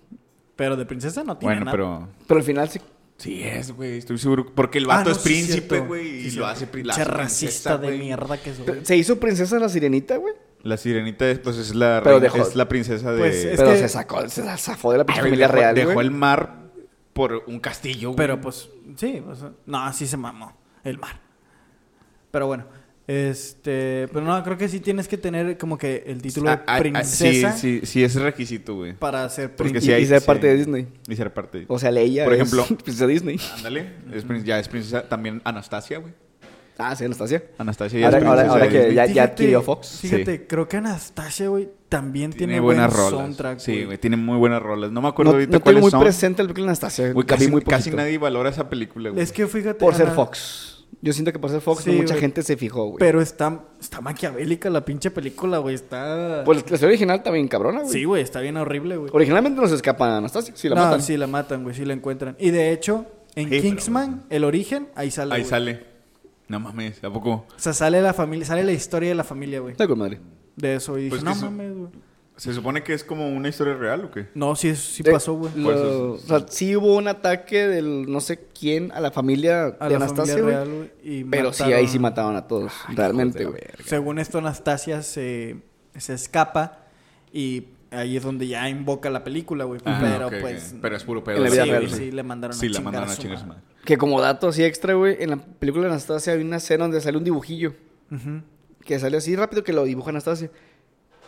[SPEAKER 3] Pero de princesa no tiene
[SPEAKER 2] Bueno,
[SPEAKER 3] nada.
[SPEAKER 2] pero...
[SPEAKER 1] Pero al final sí...
[SPEAKER 2] Sí es, güey. Estoy seguro. Porque el
[SPEAKER 3] Ah,
[SPEAKER 2] vato
[SPEAKER 3] no,
[SPEAKER 2] es
[SPEAKER 3] sí es
[SPEAKER 2] príncipe,
[SPEAKER 3] cierto.
[SPEAKER 2] güey.
[SPEAKER 3] Sí
[SPEAKER 2] y
[SPEAKER 3] es
[SPEAKER 2] lo
[SPEAKER 3] cierto.
[SPEAKER 2] hace pri- la
[SPEAKER 3] Pinche
[SPEAKER 2] hace princesa,
[SPEAKER 3] racista de
[SPEAKER 2] güey.
[SPEAKER 3] mierda que soy.
[SPEAKER 1] Se hizo princesa la sirenita, güey.
[SPEAKER 2] La sirenita es, pues, es la,
[SPEAKER 1] Pero
[SPEAKER 2] reina-
[SPEAKER 1] dejó-
[SPEAKER 2] es la princesa de...
[SPEAKER 3] Pues, Es
[SPEAKER 1] Pero
[SPEAKER 3] que-
[SPEAKER 1] se sacó, se la zafó de la
[SPEAKER 2] Ay,
[SPEAKER 1] pinche
[SPEAKER 2] güey,
[SPEAKER 1] familia
[SPEAKER 2] dejó-
[SPEAKER 1] real,
[SPEAKER 2] Dejó
[SPEAKER 1] güey.
[SPEAKER 2] el mar por un castillo, güey.
[SPEAKER 3] Pero pues, sí, o sea, no, así se mamó el mar. Pero bueno, este, pero no, creo que sí tienes que tener como que el título
[SPEAKER 2] Ah, ah,
[SPEAKER 3] de
[SPEAKER 2] ah, sí,
[SPEAKER 3] princesa
[SPEAKER 2] sí, sí, es requisito, güey.
[SPEAKER 3] para ser
[SPEAKER 2] Porque
[SPEAKER 3] princesa.
[SPEAKER 2] sí
[SPEAKER 1] Y-
[SPEAKER 2] hay...
[SPEAKER 1] y ser
[SPEAKER 2] sí
[SPEAKER 1] parte
[SPEAKER 2] hay-
[SPEAKER 1] de Disney.
[SPEAKER 2] Y ser parte de
[SPEAKER 1] O sea, Leia
[SPEAKER 2] Por
[SPEAKER 1] es
[SPEAKER 2] ejemplo-
[SPEAKER 1] [LAUGHS] princesa Disney.
[SPEAKER 2] Ándale, es prin- ya es princesa también Anastasia, güey.
[SPEAKER 1] Ah, sí, Anastasia.
[SPEAKER 2] Anastasia ya
[SPEAKER 1] Ahora,
[SPEAKER 2] es
[SPEAKER 1] ahora-
[SPEAKER 2] princesa
[SPEAKER 1] ahora
[SPEAKER 2] de
[SPEAKER 1] que
[SPEAKER 2] Disney.
[SPEAKER 1] ya, ya
[SPEAKER 3] Fíjate-
[SPEAKER 1] adquirió Fox.
[SPEAKER 3] Fíjate, creo que Anastasia, güey, también tiene, buen soundtrack,
[SPEAKER 2] Sí, güey, tiene muy buenas rolas. No me acuerdo
[SPEAKER 1] no,
[SPEAKER 2] ahorita
[SPEAKER 1] no tengo
[SPEAKER 2] cuáles
[SPEAKER 1] muy
[SPEAKER 2] son.
[SPEAKER 1] presente el película de Anastasia.
[SPEAKER 2] Güey,
[SPEAKER 1] la vi
[SPEAKER 2] casi,
[SPEAKER 1] muy
[SPEAKER 2] casi
[SPEAKER 1] poquito.
[SPEAKER 2] nadie valora esa película, güey.
[SPEAKER 3] Es que fíjate.
[SPEAKER 1] Por ser
[SPEAKER 3] Ana-
[SPEAKER 1] Fox. Yo siento que por ser Fox
[SPEAKER 3] Sí,
[SPEAKER 1] no mucha
[SPEAKER 3] güey.
[SPEAKER 1] gente se fijó, güey.
[SPEAKER 3] Pero está, está maquiavélica la pinche película, güey. Está.
[SPEAKER 1] Pues la serie original también cabrona, güey.
[SPEAKER 3] sí, güey, está bien horrible, güey.
[SPEAKER 1] Originalmente no se escapa Anastasia, si la
[SPEAKER 3] no,
[SPEAKER 1] matan.
[SPEAKER 3] sí la matan, güey, sí la encuentran. Y de hecho, en
[SPEAKER 2] Sí, pero-
[SPEAKER 3] Kingsman, el origen, ahí sale.
[SPEAKER 2] Ahí
[SPEAKER 3] güey.
[SPEAKER 2] sale. No mames, ¿a poco?
[SPEAKER 3] O sea, sale la familia, sale la historia de la familia, güey.
[SPEAKER 1] Está con madre.
[SPEAKER 3] De eso. Y dije,
[SPEAKER 2] Pues que
[SPEAKER 3] no
[SPEAKER 2] eso-
[SPEAKER 3] mames, güey.
[SPEAKER 2] ¿Se supone que es como una historia real o qué?
[SPEAKER 3] No, sí, es- sí
[SPEAKER 1] Eh,
[SPEAKER 3] pasó, güey.
[SPEAKER 1] lo-
[SPEAKER 2] Por eso-
[SPEAKER 1] o sea, sí hubo un ataque del no sé quién a la familia
[SPEAKER 3] A
[SPEAKER 1] de
[SPEAKER 3] la
[SPEAKER 1] Anastasia,
[SPEAKER 3] familia
[SPEAKER 1] güey.
[SPEAKER 3] real, güey. y
[SPEAKER 1] Pero sí, ahí sí
[SPEAKER 3] mataron-
[SPEAKER 1] mataban a todos. realmente, güey.
[SPEAKER 3] Según esto, Anastasia se, se escapa y ahí es donde ya invoca la película, güey.
[SPEAKER 2] Ah,
[SPEAKER 3] pero
[SPEAKER 2] ok, ok.
[SPEAKER 3] pues...
[SPEAKER 2] Pero es puro pedo.
[SPEAKER 1] En la
[SPEAKER 3] sí,
[SPEAKER 1] vida
[SPEAKER 3] güey,
[SPEAKER 1] real,
[SPEAKER 3] sí,
[SPEAKER 1] sí.
[SPEAKER 3] le mandaron
[SPEAKER 2] Sí,
[SPEAKER 3] a
[SPEAKER 2] la
[SPEAKER 3] chingar
[SPEAKER 2] mandaron
[SPEAKER 3] a
[SPEAKER 2] a
[SPEAKER 3] su
[SPEAKER 2] chingar a su
[SPEAKER 3] madre.
[SPEAKER 2] madre.
[SPEAKER 1] Que como dato así extra, güey, en la película de Anastasia hay una escena donde sale un dibujillo. Que sale así rápido que lo dibuja Anastasia.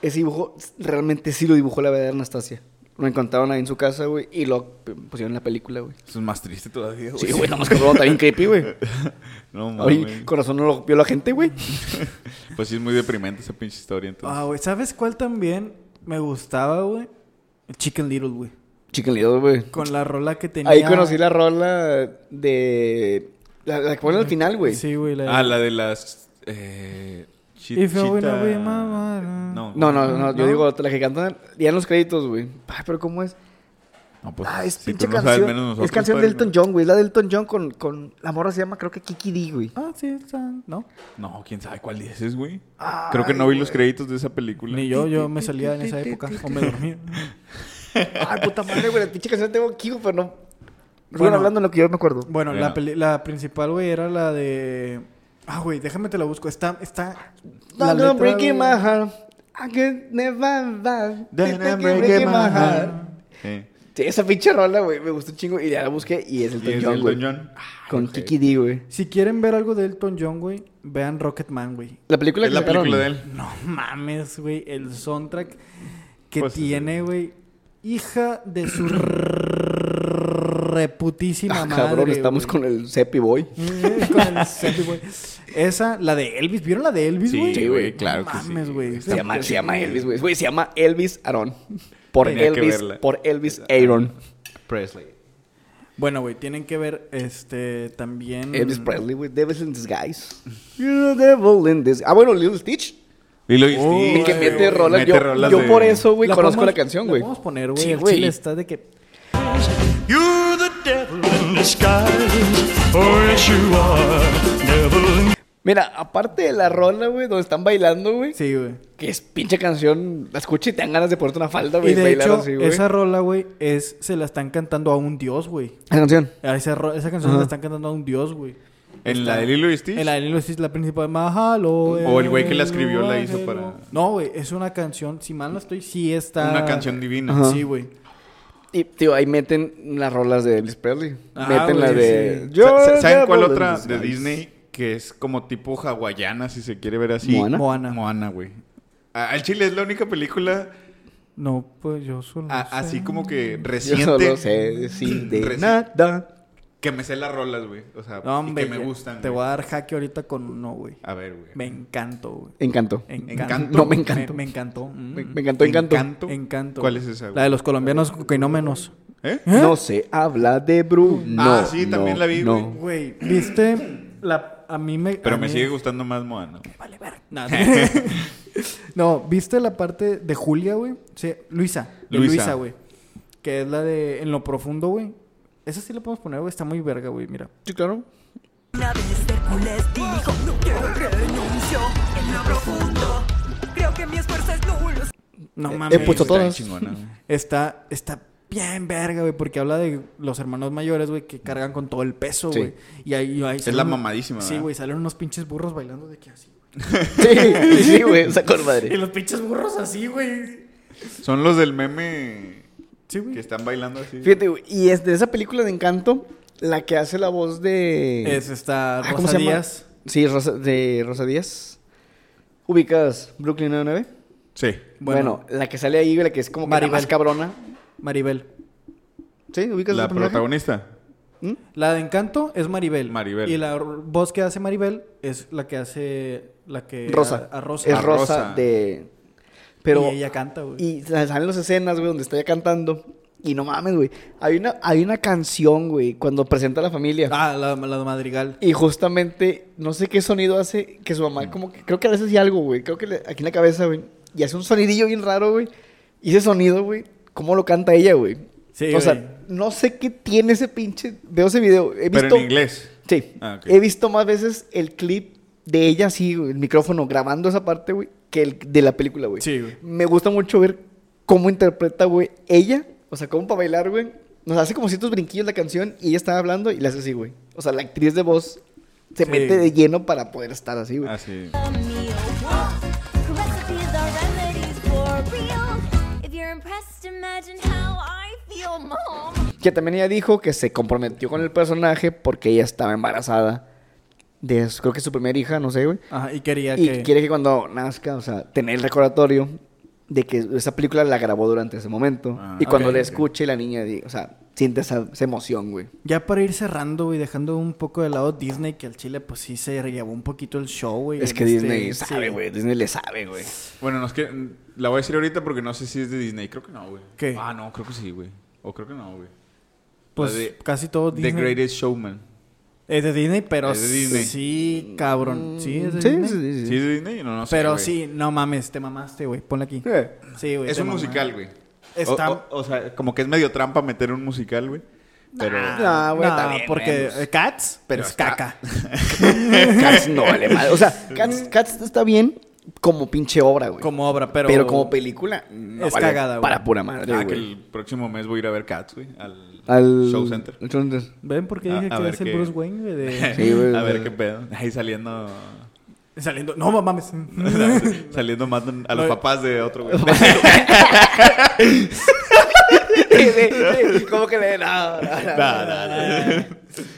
[SPEAKER 1] Ese dibujo realmente sí lo dibujó la verdadera Anastasia. Lo encontraron ahí en su casa, güey, y lo p- pusieron en la película, güey.
[SPEAKER 2] Eso es más triste todavía, güey.
[SPEAKER 1] Sí, güey, nada más que lo está bien creepy,
[SPEAKER 3] [LAUGHS]
[SPEAKER 1] güey.
[SPEAKER 2] No mames.
[SPEAKER 1] Ahorita con razón no lo vio la gente, güey.
[SPEAKER 2] Pues sí, es muy deprimente esa pinche historia, entonces.
[SPEAKER 3] Ah, güey. ¿Sabes cuál también me gustaba, güey? El Chicken Little, güey.
[SPEAKER 1] Chicken Little, güey.
[SPEAKER 3] Con la rola que tenía...
[SPEAKER 1] Ahí conocí la rola de. La, la que ponen al final, güey.
[SPEAKER 3] Sí, güey. La de-
[SPEAKER 2] Ah, la de las... Eh, chi-
[SPEAKER 3] If I win,
[SPEAKER 2] chita-
[SPEAKER 3] I win, my money.
[SPEAKER 2] No,
[SPEAKER 1] No, no, no,
[SPEAKER 3] ¿No?
[SPEAKER 1] yo digo la que cantan. Ya en los créditos, güey. Ay, pero ¿cómo es?
[SPEAKER 2] No, pues,
[SPEAKER 1] Ah, es
[SPEAKER 2] si
[SPEAKER 1] pinche
[SPEAKER 2] tú no sabes,
[SPEAKER 1] canción.
[SPEAKER 2] menos nosotros,
[SPEAKER 1] es canción de
[SPEAKER 2] padre,
[SPEAKER 1] Elton John, güey. Es la de Elton John con, con. La morra se llama, creo que Kiki D, güey.
[SPEAKER 3] Ah, sí, está- ¿no?
[SPEAKER 2] ¿no? No, quién sabe cuál dices, güey. Creo que no vi los créditos de esa película.
[SPEAKER 3] Ni yo, yo me salía en esa época. O me dormía.
[SPEAKER 1] Ay, puta madre, güey. La pinche canción la tengo aquí, güey, pero no.
[SPEAKER 3] Bueno.
[SPEAKER 1] Bueno, hablando de lo que yo me acuerdo.
[SPEAKER 3] Bueno,
[SPEAKER 2] Bueno.
[SPEAKER 3] La, peli- la principal, güey, era la de... Ah, güey, déjame te la busco. Está... está... la
[SPEAKER 1] Don't go
[SPEAKER 3] letra,
[SPEAKER 1] breaking
[SPEAKER 3] güey.
[SPEAKER 1] my heart. I could never back.
[SPEAKER 2] Then I'm breaking my heart. Sí.
[SPEAKER 1] Sí, esa pinche rola, güey, me gustó un chingo. Y ya la busqué y es
[SPEAKER 2] Y
[SPEAKER 1] Elton
[SPEAKER 2] es
[SPEAKER 1] John,
[SPEAKER 2] Elton
[SPEAKER 1] güey.
[SPEAKER 2] John.
[SPEAKER 1] Con Kiki D, güey.
[SPEAKER 3] Si quieren ver algo de Elton John, güey, vean Rocketman, güey.
[SPEAKER 1] La película
[SPEAKER 2] Es
[SPEAKER 1] que
[SPEAKER 2] la
[SPEAKER 1] sacaron.
[SPEAKER 2] película de él.
[SPEAKER 3] No mames, güey, el soundtrack que
[SPEAKER 2] Pues,
[SPEAKER 3] tiene, güey. Hija de su reputísima
[SPEAKER 1] Ah,
[SPEAKER 3] madre.
[SPEAKER 1] cabrón, estamos
[SPEAKER 3] güey.
[SPEAKER 1] con el Seppi Boy.
[SPEAKER 3] Eh, con el Sandy, güey. Esa, la de Elvis. ¿Vieron la de Elvis,
[SPEAKER 2] Sí,
[SPEAKER 3] güey?
[SPEAKER 2] sí, güey, claro
[SPEAKER 3] No
[SPEAKER 2] que sí.
[SPEAKER 3] mames, güey.
[SPEAKER 1] Se llama, se llama Elvis, güey. Güey, se llama Elvis Aaron. Por
[SPEAKER 2] Tenía que
[SPEAKER 1] Elvis,
[SPEAKER 2] verla. ah,
[SPEAKER 1] por Elvis Aaron.
[SPEAKER 2] Presley.
[SPEAKER 3] Bueno, güey, tienen que ver, este, también...
[SPEAKER 1] Elvis Presley, güey. Devil in Disguise.
[SPEAKER 2] [LAUGHS]
[SPEAKER 1] You're the devil in disguise. Ah, bueno, Little Stitch.
[SPEAKER 2] Y lo
[SPEAKER 3] Oh,
[SPEAKER 2] sí,
[SPEAKER 1] El que
[SPEAKER 2] güey,
[SPEAKER 1] mete rolas. yo
[SPEAKER 2] rolas
[SPEAKER 1] yo
[SPEAKER 2] de-
[SPEAKER 1] por eso, güey, conozco
[SPEAKER 3] podemos-
[SPEAKER 1] la canción, güey.
[SPEAKER 3] La podemos poner, güey.
[SPEAKER 1] Sí,
[SPEAKER 3] el
[SPEAKER 1] güey.
[SPEAKER 3] chile está de que...
[SPEAKER 7] You're the devil in disguise. Oh, yes, you are. Devil in
[SPEAKER 1] Mira, aparte de la rola, güey, donde están bailando, güey.
[SPEAKER 3] Sí, güey.
[SPEAKER 1] Que es pinche canción. La escucha y te dan ganas de ponerte una falda, güey.
[SPEAKER 3] Y de
[SPEAKER 1] bailar
[SPEAKER 3] hecho,
[SPEAKER 1] así, güey.
[SPEAKER 3] esa rola, güey, es... Se la están cantando a un dios, güey.
[SPEAKER 1] Esa canción.
[SPEAKER 3] A Esa, ro- esa canción la están cantando a un dios, güey.
[SPEAKER 2] En la de Lilo y Stitch.
[SPEAKER 3] El Alilo es la principal. Mahalo. eh,
[SPEAKER 2] O el güey que la escribió la hizo
[SPEAKER 3] Mahalo.
[SPEAKER 2] para-
[SPEAKER 3] No, güey, es una canción. Si mal no estoy, sí está.
[SPEAKER 2] Una canción divina.
[SPEAKER 3] Sí, güey.
[SPEAKER 1] Y, tío, ahí meten las rolas de Elvis Presley.
[SPEAKER 3] Ah,
[SPEAKER 1] meten
[SPEAKER 3] güey,
[SPEAKER 1] la de.
[SPEAKER 3] sí.
[SPEAKER 1] You're
[SPEAKER 2] Sa- sa-
[SPEAKER 1] the
[SPEAKER 2] ¿Saben cuál
[SPEAKER 1] devil in
[SPEAKER 2] otra de [LAUGHS]
[SPEAKER 1] disguise.
[SPEAKER 2] Disney que es como tipo hawaiana, si se quiere ver así?
[SPEAKER 1] Moana.
[SPEAKER 3] Moana.
[SPEAKER 2] Moana, güey. A- Al Chile es la única película
[SPEAKER 3] No, pues yo solo.
[SPEAKER 2] a-
[SPEAKER 3] sé.
[SPEAKER 2] así como que
[SPEAKER 1] Yo
[SPEAKER 2] reciente
[SPEAKER 1] [LAUGHS] solo sé decir de
[SPEAKER 2] Reci-
[SPEAKER 1] nada.
[SPEAKER 2] que me sé las rolas, güey. O sea,
[SPEAKER 3] No, hombre.
[SPEAKER 2] y que me
[SPEAKER 3] ya-
[SPEAKER 2] gustan.
[SPEAKER 3] Te
[SPEAKER 2] güey.
[SPEAKER 3] voy a dar jaque ahorita con uno, güey.
[SPEAKER 2] a ver, güey.
[SPEAKER 3] Me encanto, güey.
[SPEAKER 1] Encanto.
[SPEAKER 2] Encanto.
[SPEAKER 1] No, me encanto.
[SPEAKER 3] Me, me encantó. Mm.
[SPEAKER 1] Me, me encantó, encanto.
[SPEAKER 2] Encanto.
[SPEAKER 3] Encanto.
[SPEAKER 2] ¿Cuál
[SPEAKER 3] güey.
[SPEAKER 2] es esa, güey?
[SPEAKER 3] La de los colombianos coquinómenos.
[SPEAKER 2] ¿Eh?
[SPEAKER 1] No se habla de Bruno.
[SPEAKER 2] Ah, sí, también
[SPEAKER 1] no,
[SPEAKER 2] la vi,
[SPEAKER 1] no.
[SPEAKER 2] güey.
[SPEAKER 3] Güey, ¿viste? La, a mí me.
[SPEAKER 2] Pero
[SPEAKER 3] a
[SPEAKER 2] me
[SPEAKER 3] mí-
[SPEAKER 2] sigue gustando más Moana. güey.
[SPEAKER 3] Vale, ver. No, [LAUGHS] no, ¿viste la parte de Julia, güey? Sí, Luisa. de
[SPEAKER 2] Luisa.
[SPEAKER 3] Luisa, güey. Que es la de En lo profundo, güey. Esa sí la podemos poner, güey. Está muy verga, güey. Mira.
[SPEAKER 1] Sí, claro.
[SPEAKER 8] Una vez Hércules dijo, no quiero renuncio en lo profundo. Creo que mi esfuerzo es nulo.
[SPEAKER 3] No
[SPEAKER 1] he
[SPEAKER 3] mames.
[SPEAKER 1] puesto
[SPEAKER 2] Está
[SPEAKER 1] todas.
[SPEAKER 2] chingona, güey.
[SPEAKER 3] Está, está bien verga, güey. Porque habla de los hermanos mayores, güey, que cargan con todo el peso,
[SPEAKER 1] Sí.
[SPEAKER 3] güey. Y ahí, y ahí salen
[SPEAKER 2] la
[SPEAKER 3] unos-
[SPEAKER 2] mamadísima,
[SPEAKER 3] Sí,
[SPEAKER 2] ¿verdad?
[SPEAKER 3] güey. Salen unos pinches burros bailando de que así. güey.
[SPEAKER 1] Sí, sí, güey. Esa con
[SPEAKER 3] Y [LAUGHS]
[SPEAKER 1] madre.
[SPEAKER 3] los pinches burros así, güey.
[SPEAKER 2] Son los del meme que
[SPEAKER 3] Sí, güey.
[SPEAKER 2] están bailando así.
[SPEAKER 1] Fíjate, güey. Y es de esa película de encanto, la que hace la voz de.
[SPEAKER 3] Es esta
[SPEAKER 1] Ah,
[SPEAKER 3] Rosa
[SPEAKER 1] ¿cómo se llama?
[SPEAKER 3] Díaz.
[SPEAKER 1] Sí, Rosa, de Rosa Díaz. Ubicas Brooklyn 99.
[SPEAKER 2] Sí.
[SPEAKER 1] Bueno, la que sale ahí, güey, la que es como que la
[SPEAKER 3] Maribel.
[SPEAKER 1] más cabrona.
[SPEAKER 3] Maribel.
[SPEAKER 1] ¿Sí? ¿Ubicas
[SPEAKER 2] La
[SPEAKER 1] ese personaje? ¿Mm?
[SPEAKER 2] protagonista.
[SPEAKER 3] La de Encanto es Maribel.
[SPEAKER 2] Maribel.
[SPEAKER 3] Y la r- voz que hace Maribel es la que hace. La que.
[SPEAKER 1] Rosa.
[SPEAKER 3] A, a Rosa.
[SPEAKER 2] A
[SPEAKER 1] Es Rosa,
[SPEAKER 2] Rosa.
[SPEAKER 1] de. Pero.
[SPEAKER 3] Y ella canta, güey.
[SPEAKER 1] Y sa- salen las escenas, güey, donde está ella cantando. Y no mames, güey. Hay una, hay una canción, güey, cuando presenta a la familia.
[SPEAKER 3] Ah, la, la de Madrigal.
[SPEAKER 1] Y justamente, no sé qué sonido hace que su
[SPEAKER 2] Mm.
[SPEAKER 1] mamá, como que. Creo que le hace así algo, güey. Creo que le- aquí en la cabeza, güey. Y hace un sonidillo bien raro, güey. Y ese sonido, güey, ¿cómo lo canta ella, güey?
[SPEAKER 3] Sí,
[SPEAKER 1] o
[SPEAKER 3] güey.
[SPEAKER 1] sea, no sé qué tiene ese pinche. Veo ese video. He
[SPEAKER 2] Pero
[SPEAKER 1] visto-
[SPEAKER 2] en inglés.
[SPEAKER 1] Sí.
[SPEAKER 2] Ah, ok.
[SPEAKER 1] He visto más veces el clip de ella así, güey, el micrófono grabando esa parte, güey, que el de la película, güey.
[SPEAKER 3] Sí, güey.
[SPEAKER 1] Me gusta mucho ver cómo interpreta, güey, ella. O sea, cómo para bailar, güey. Nos hace como ciertos brinquillos la canción y ella está hablando y la hace así, güey. O sea, la actriz de voz se
[SPEAKER 3] Sí.
[SPEAKER 1] mete de lleno para poder estar así, güey.
[SPEAKER 2] Así.
[SPEAKER 9] Recipes are remedies for real. If you're impressed, imagine how I feel, Mom.
[SPEAKER 1] Que también ella dijo que se comprometió con el personaje porque ella estaba embarazada de, creo que su primera hija, no sé, güey.
[SPEAKER 3] Ajá, y quería
[SPEAKER 1] Y
[SPEAKER 3] que.
[SPEAKER 1] quiere que cuando nazca, o sea, tener el recordatorio de que esa película la grabó durante ese momento.
[SPEAKER 2] Ah,
[SPEAKER 1] y cuando
[SPEAKER 3] ok,
[SPEAKER 1] la
[SPEAKER 3] ok.
[SPEAKER 1] escuche, la niña, diga, o sea, siente esa, esa emoción, güey.
[SPEAKER 3] Ya para ir cerrando, güey, dejando un poco de lado Disney, que al Chile, pues sí se llevó un poquito el show, güey.
[SPEAKER 1] Es
[SPEAKER 3] en
[SPEAKER 1] que
[SPEAKER 3] este-
[SPEAKER 1] Disney
[SPEAKER 3] sí.
[SPEAKER 1] sabe, güey. Disney le sabe, güey.
[SPEAKER 2] Bueno, no es que. La voy a decir ahorita porque no sé si es de Disney. Creo que no, güey.
[SPEAKER 3] ¿Qué?
[SPEAKER 2] Ah, no, creo que sí, güey. O creo que no, güey.
[SPEAKER 3] Pues
[SPEAKER 2] La de-
[SPEAKER 3] casi todo Disney.
[SPEAKER 2] The Greatest Showman.
[SPEAKER 3] Es de Disney, pero
[SPEAKER 2] Es de Disney.
[SPEAKER 3] sí, cabrón. Sí, es de
[SPEAKER 1] Sí,
[SPEAKER 3] Disney.
[SPEAKER 1] sí, sí, sí.
[SPEAKER 2] ¿Sí es de Disney? No, no sé.
[SPEAKER 3] Pero
[SPEAKER 2] güey.
[SPEAKER 3] sí, no mames, te mamaste, güey. Ponla aquí. Sí, güey.
[SPEAKER 2] Es
[SPEAKER 3] te
[SPEAKER 2] un
[SPEAKER 3] mamaste.
[SPEAKER 2] musical, güey.
[SPEAKER 3] Está-
[SPEAKER 2] O, o- o sea, como que es medio trampa meter un musical, güey. Pero.
[SPEAKER 1] Ah, güey, pues.
[SPEAKER 3] no,
[SPEAKER 1] está bien,
[SPEAKER 3] porque
[SPEAKER 1] menos.
[SPEAKER 3] eh, Cats, pero
[SPEAKER 2] Pero
[SPEAKER 3] es
[SPEAKER 2] está-
[SPEAKER 3] caca.
[SPEAKER 1] [LAUGHS] Cats no vale mal. O sea, Cats, Cats está bien como pinche obra, güey.
[SPEAKER 3] [LAUGHS] Como obra, pero...
[SPEAKER 1] pero... como película, no
[SPEAKER 3] Es
[SPEAKER 1] vale
[SPEAKER 3] cagada, güey.
[SPEAKER 1] Para pura madre,
[SPEAKER 2] Ah, que
[SPEAKER 1] güey.
[SPEAKER 2] el próximo mes voy a ir a ver Cats, güey. Al,
[SPEAKER 1] Al...
[SPEAKER 2] Show Center. [LAUGHS]
[SPEAKER 1] al Show Center.
[SPEAKER 3] [LAUGHS] ¿Ven por qué
[SPEAKER 2] A-
[SPEAKER 1] Ah,
[SPEAKER 3] dije
[SPEAKER 2] a
[SPEAKER 3] que
[SPEAKER 2] ver
[SPEAKER 3] es el
[SPEAKER 2] qué-
[SPEAKER 3] Bruce Wayne,
[SPEAKER 1] [LAUGHS]
[SPEAKER 3] güey? de-
[SPEAKER 1] Sí, güey.
[SPEAKER 2] a ver qué pedo. Ahí saliendo.
[SPEAKER 3] [LAUGHS] Saliendo... No,
[SPEAKER 2] [LAUGHS]
[SPEAKER 3] mames.
[SPEAKER 2] saliendo más a los
[SPEAKER 3] Lo-
[SPEAKER 2] papás de otro,
[SPEAKER 3] [LAUGHS]
[SPEAKER 2] güey.
[SPEAKER 1] Sí, sí, sí. como que le...
[SPEAKER 2] [LAUGHS]
[SPEAKER 1] No, no, no.
[SPEAKER 3] [LAUGHS]
[SPEAKER 2] Nah, nah, nah.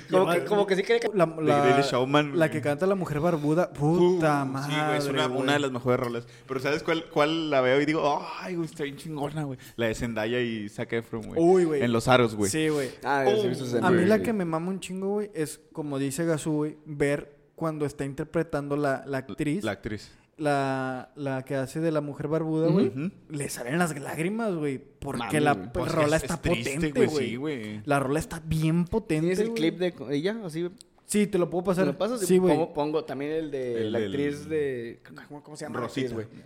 [SPEAKER 1] Como, que, como que sí cree que...
[SPEAKER 3] La, la-
[SPEAKER 2] Greatest Showman,
[SPEAKER 3] la
[SPEAKER 2] güey.
[SPEAKER 3] que canta la mujer barbuda.
[SPEAKER 2] Uh,
[SPEAKER 3] Puta
[SPEAKER 2] sí,
[SPEAKER 3] madre,
[SPEAKER 2] güey, es una,
[SPEAKER 3] güey.
[SPEAKER 2] una de las mejores rolas. Pero ¿sabes cuál, cuál la veo y digo, ay, güey, está bien chingona, güey? La de Zendaya y Zac Efron, güey.
[SPEAKER 3] Uy, güey.
[SPEAKER 2] En los aros, güey.
[SPEAKER 3] Sí, güey.
[SPEAKER 1] Ah, sí, sí, sí,
[SPEAKER 3] A mí
[SPEAKER 1] güey,
[SPEAKER 3] la
[SPEAKER 1] sí.
[SPEAKER 3] que me mama un chingo, güey, es como dice Gazú, güey, ver cuando está interpretando la, la actriz,
[SPEAKER 2] La
[SPEAKER 3] la...
[SPEAKER 2] actriz.
[SPEAKER 3] La, que hace de la mujer barbuda, güey,
[SPEAKER 2] Ujú.
[SPEAKER 3] le salen las lágrimas, güey, porque
[SPEAKER 1] Mami,
[SPEAKER 3] la
[SPEAKER 1] güey.
[SPEAKER 2] Pues es-
[SPEAKER 3] rola
[SPEAKER 2] es
[SPEAKER 3] está
[SPEAKER 2] triste,
[SPEAKER 3] potente,
[SPEAKER 2] güey, sí,
[SPEAKER 3] güey.
[SPEAKER 2] güey.
[SPEAKER 3] la rola está bien potente.
[SPEAKER 1] ¿Tienes el
[SPEAKER 3] güey.
[SPEAKER 1] clip de co- ella? Así, güey.
[SPEAKER 3] Sí, te lo puedo
[SPEAKER 1] ¿Se
[SPEAKER 3] pasar.
[SPEAKER 1] lo pasas?
[SPEAKER 3] Sí, güey.
[SPEAKER 1] Pongo, pongo también el de
[SPEAKER 2] El
[SPEAKER 1] la
[SPEAKER 2] del-
[SPEAKER 1] actriz de... ¿Cómo, cómo se llama? la
[SPEAKER 2] Rosita.
[SPEAKER 1] actriz, güey.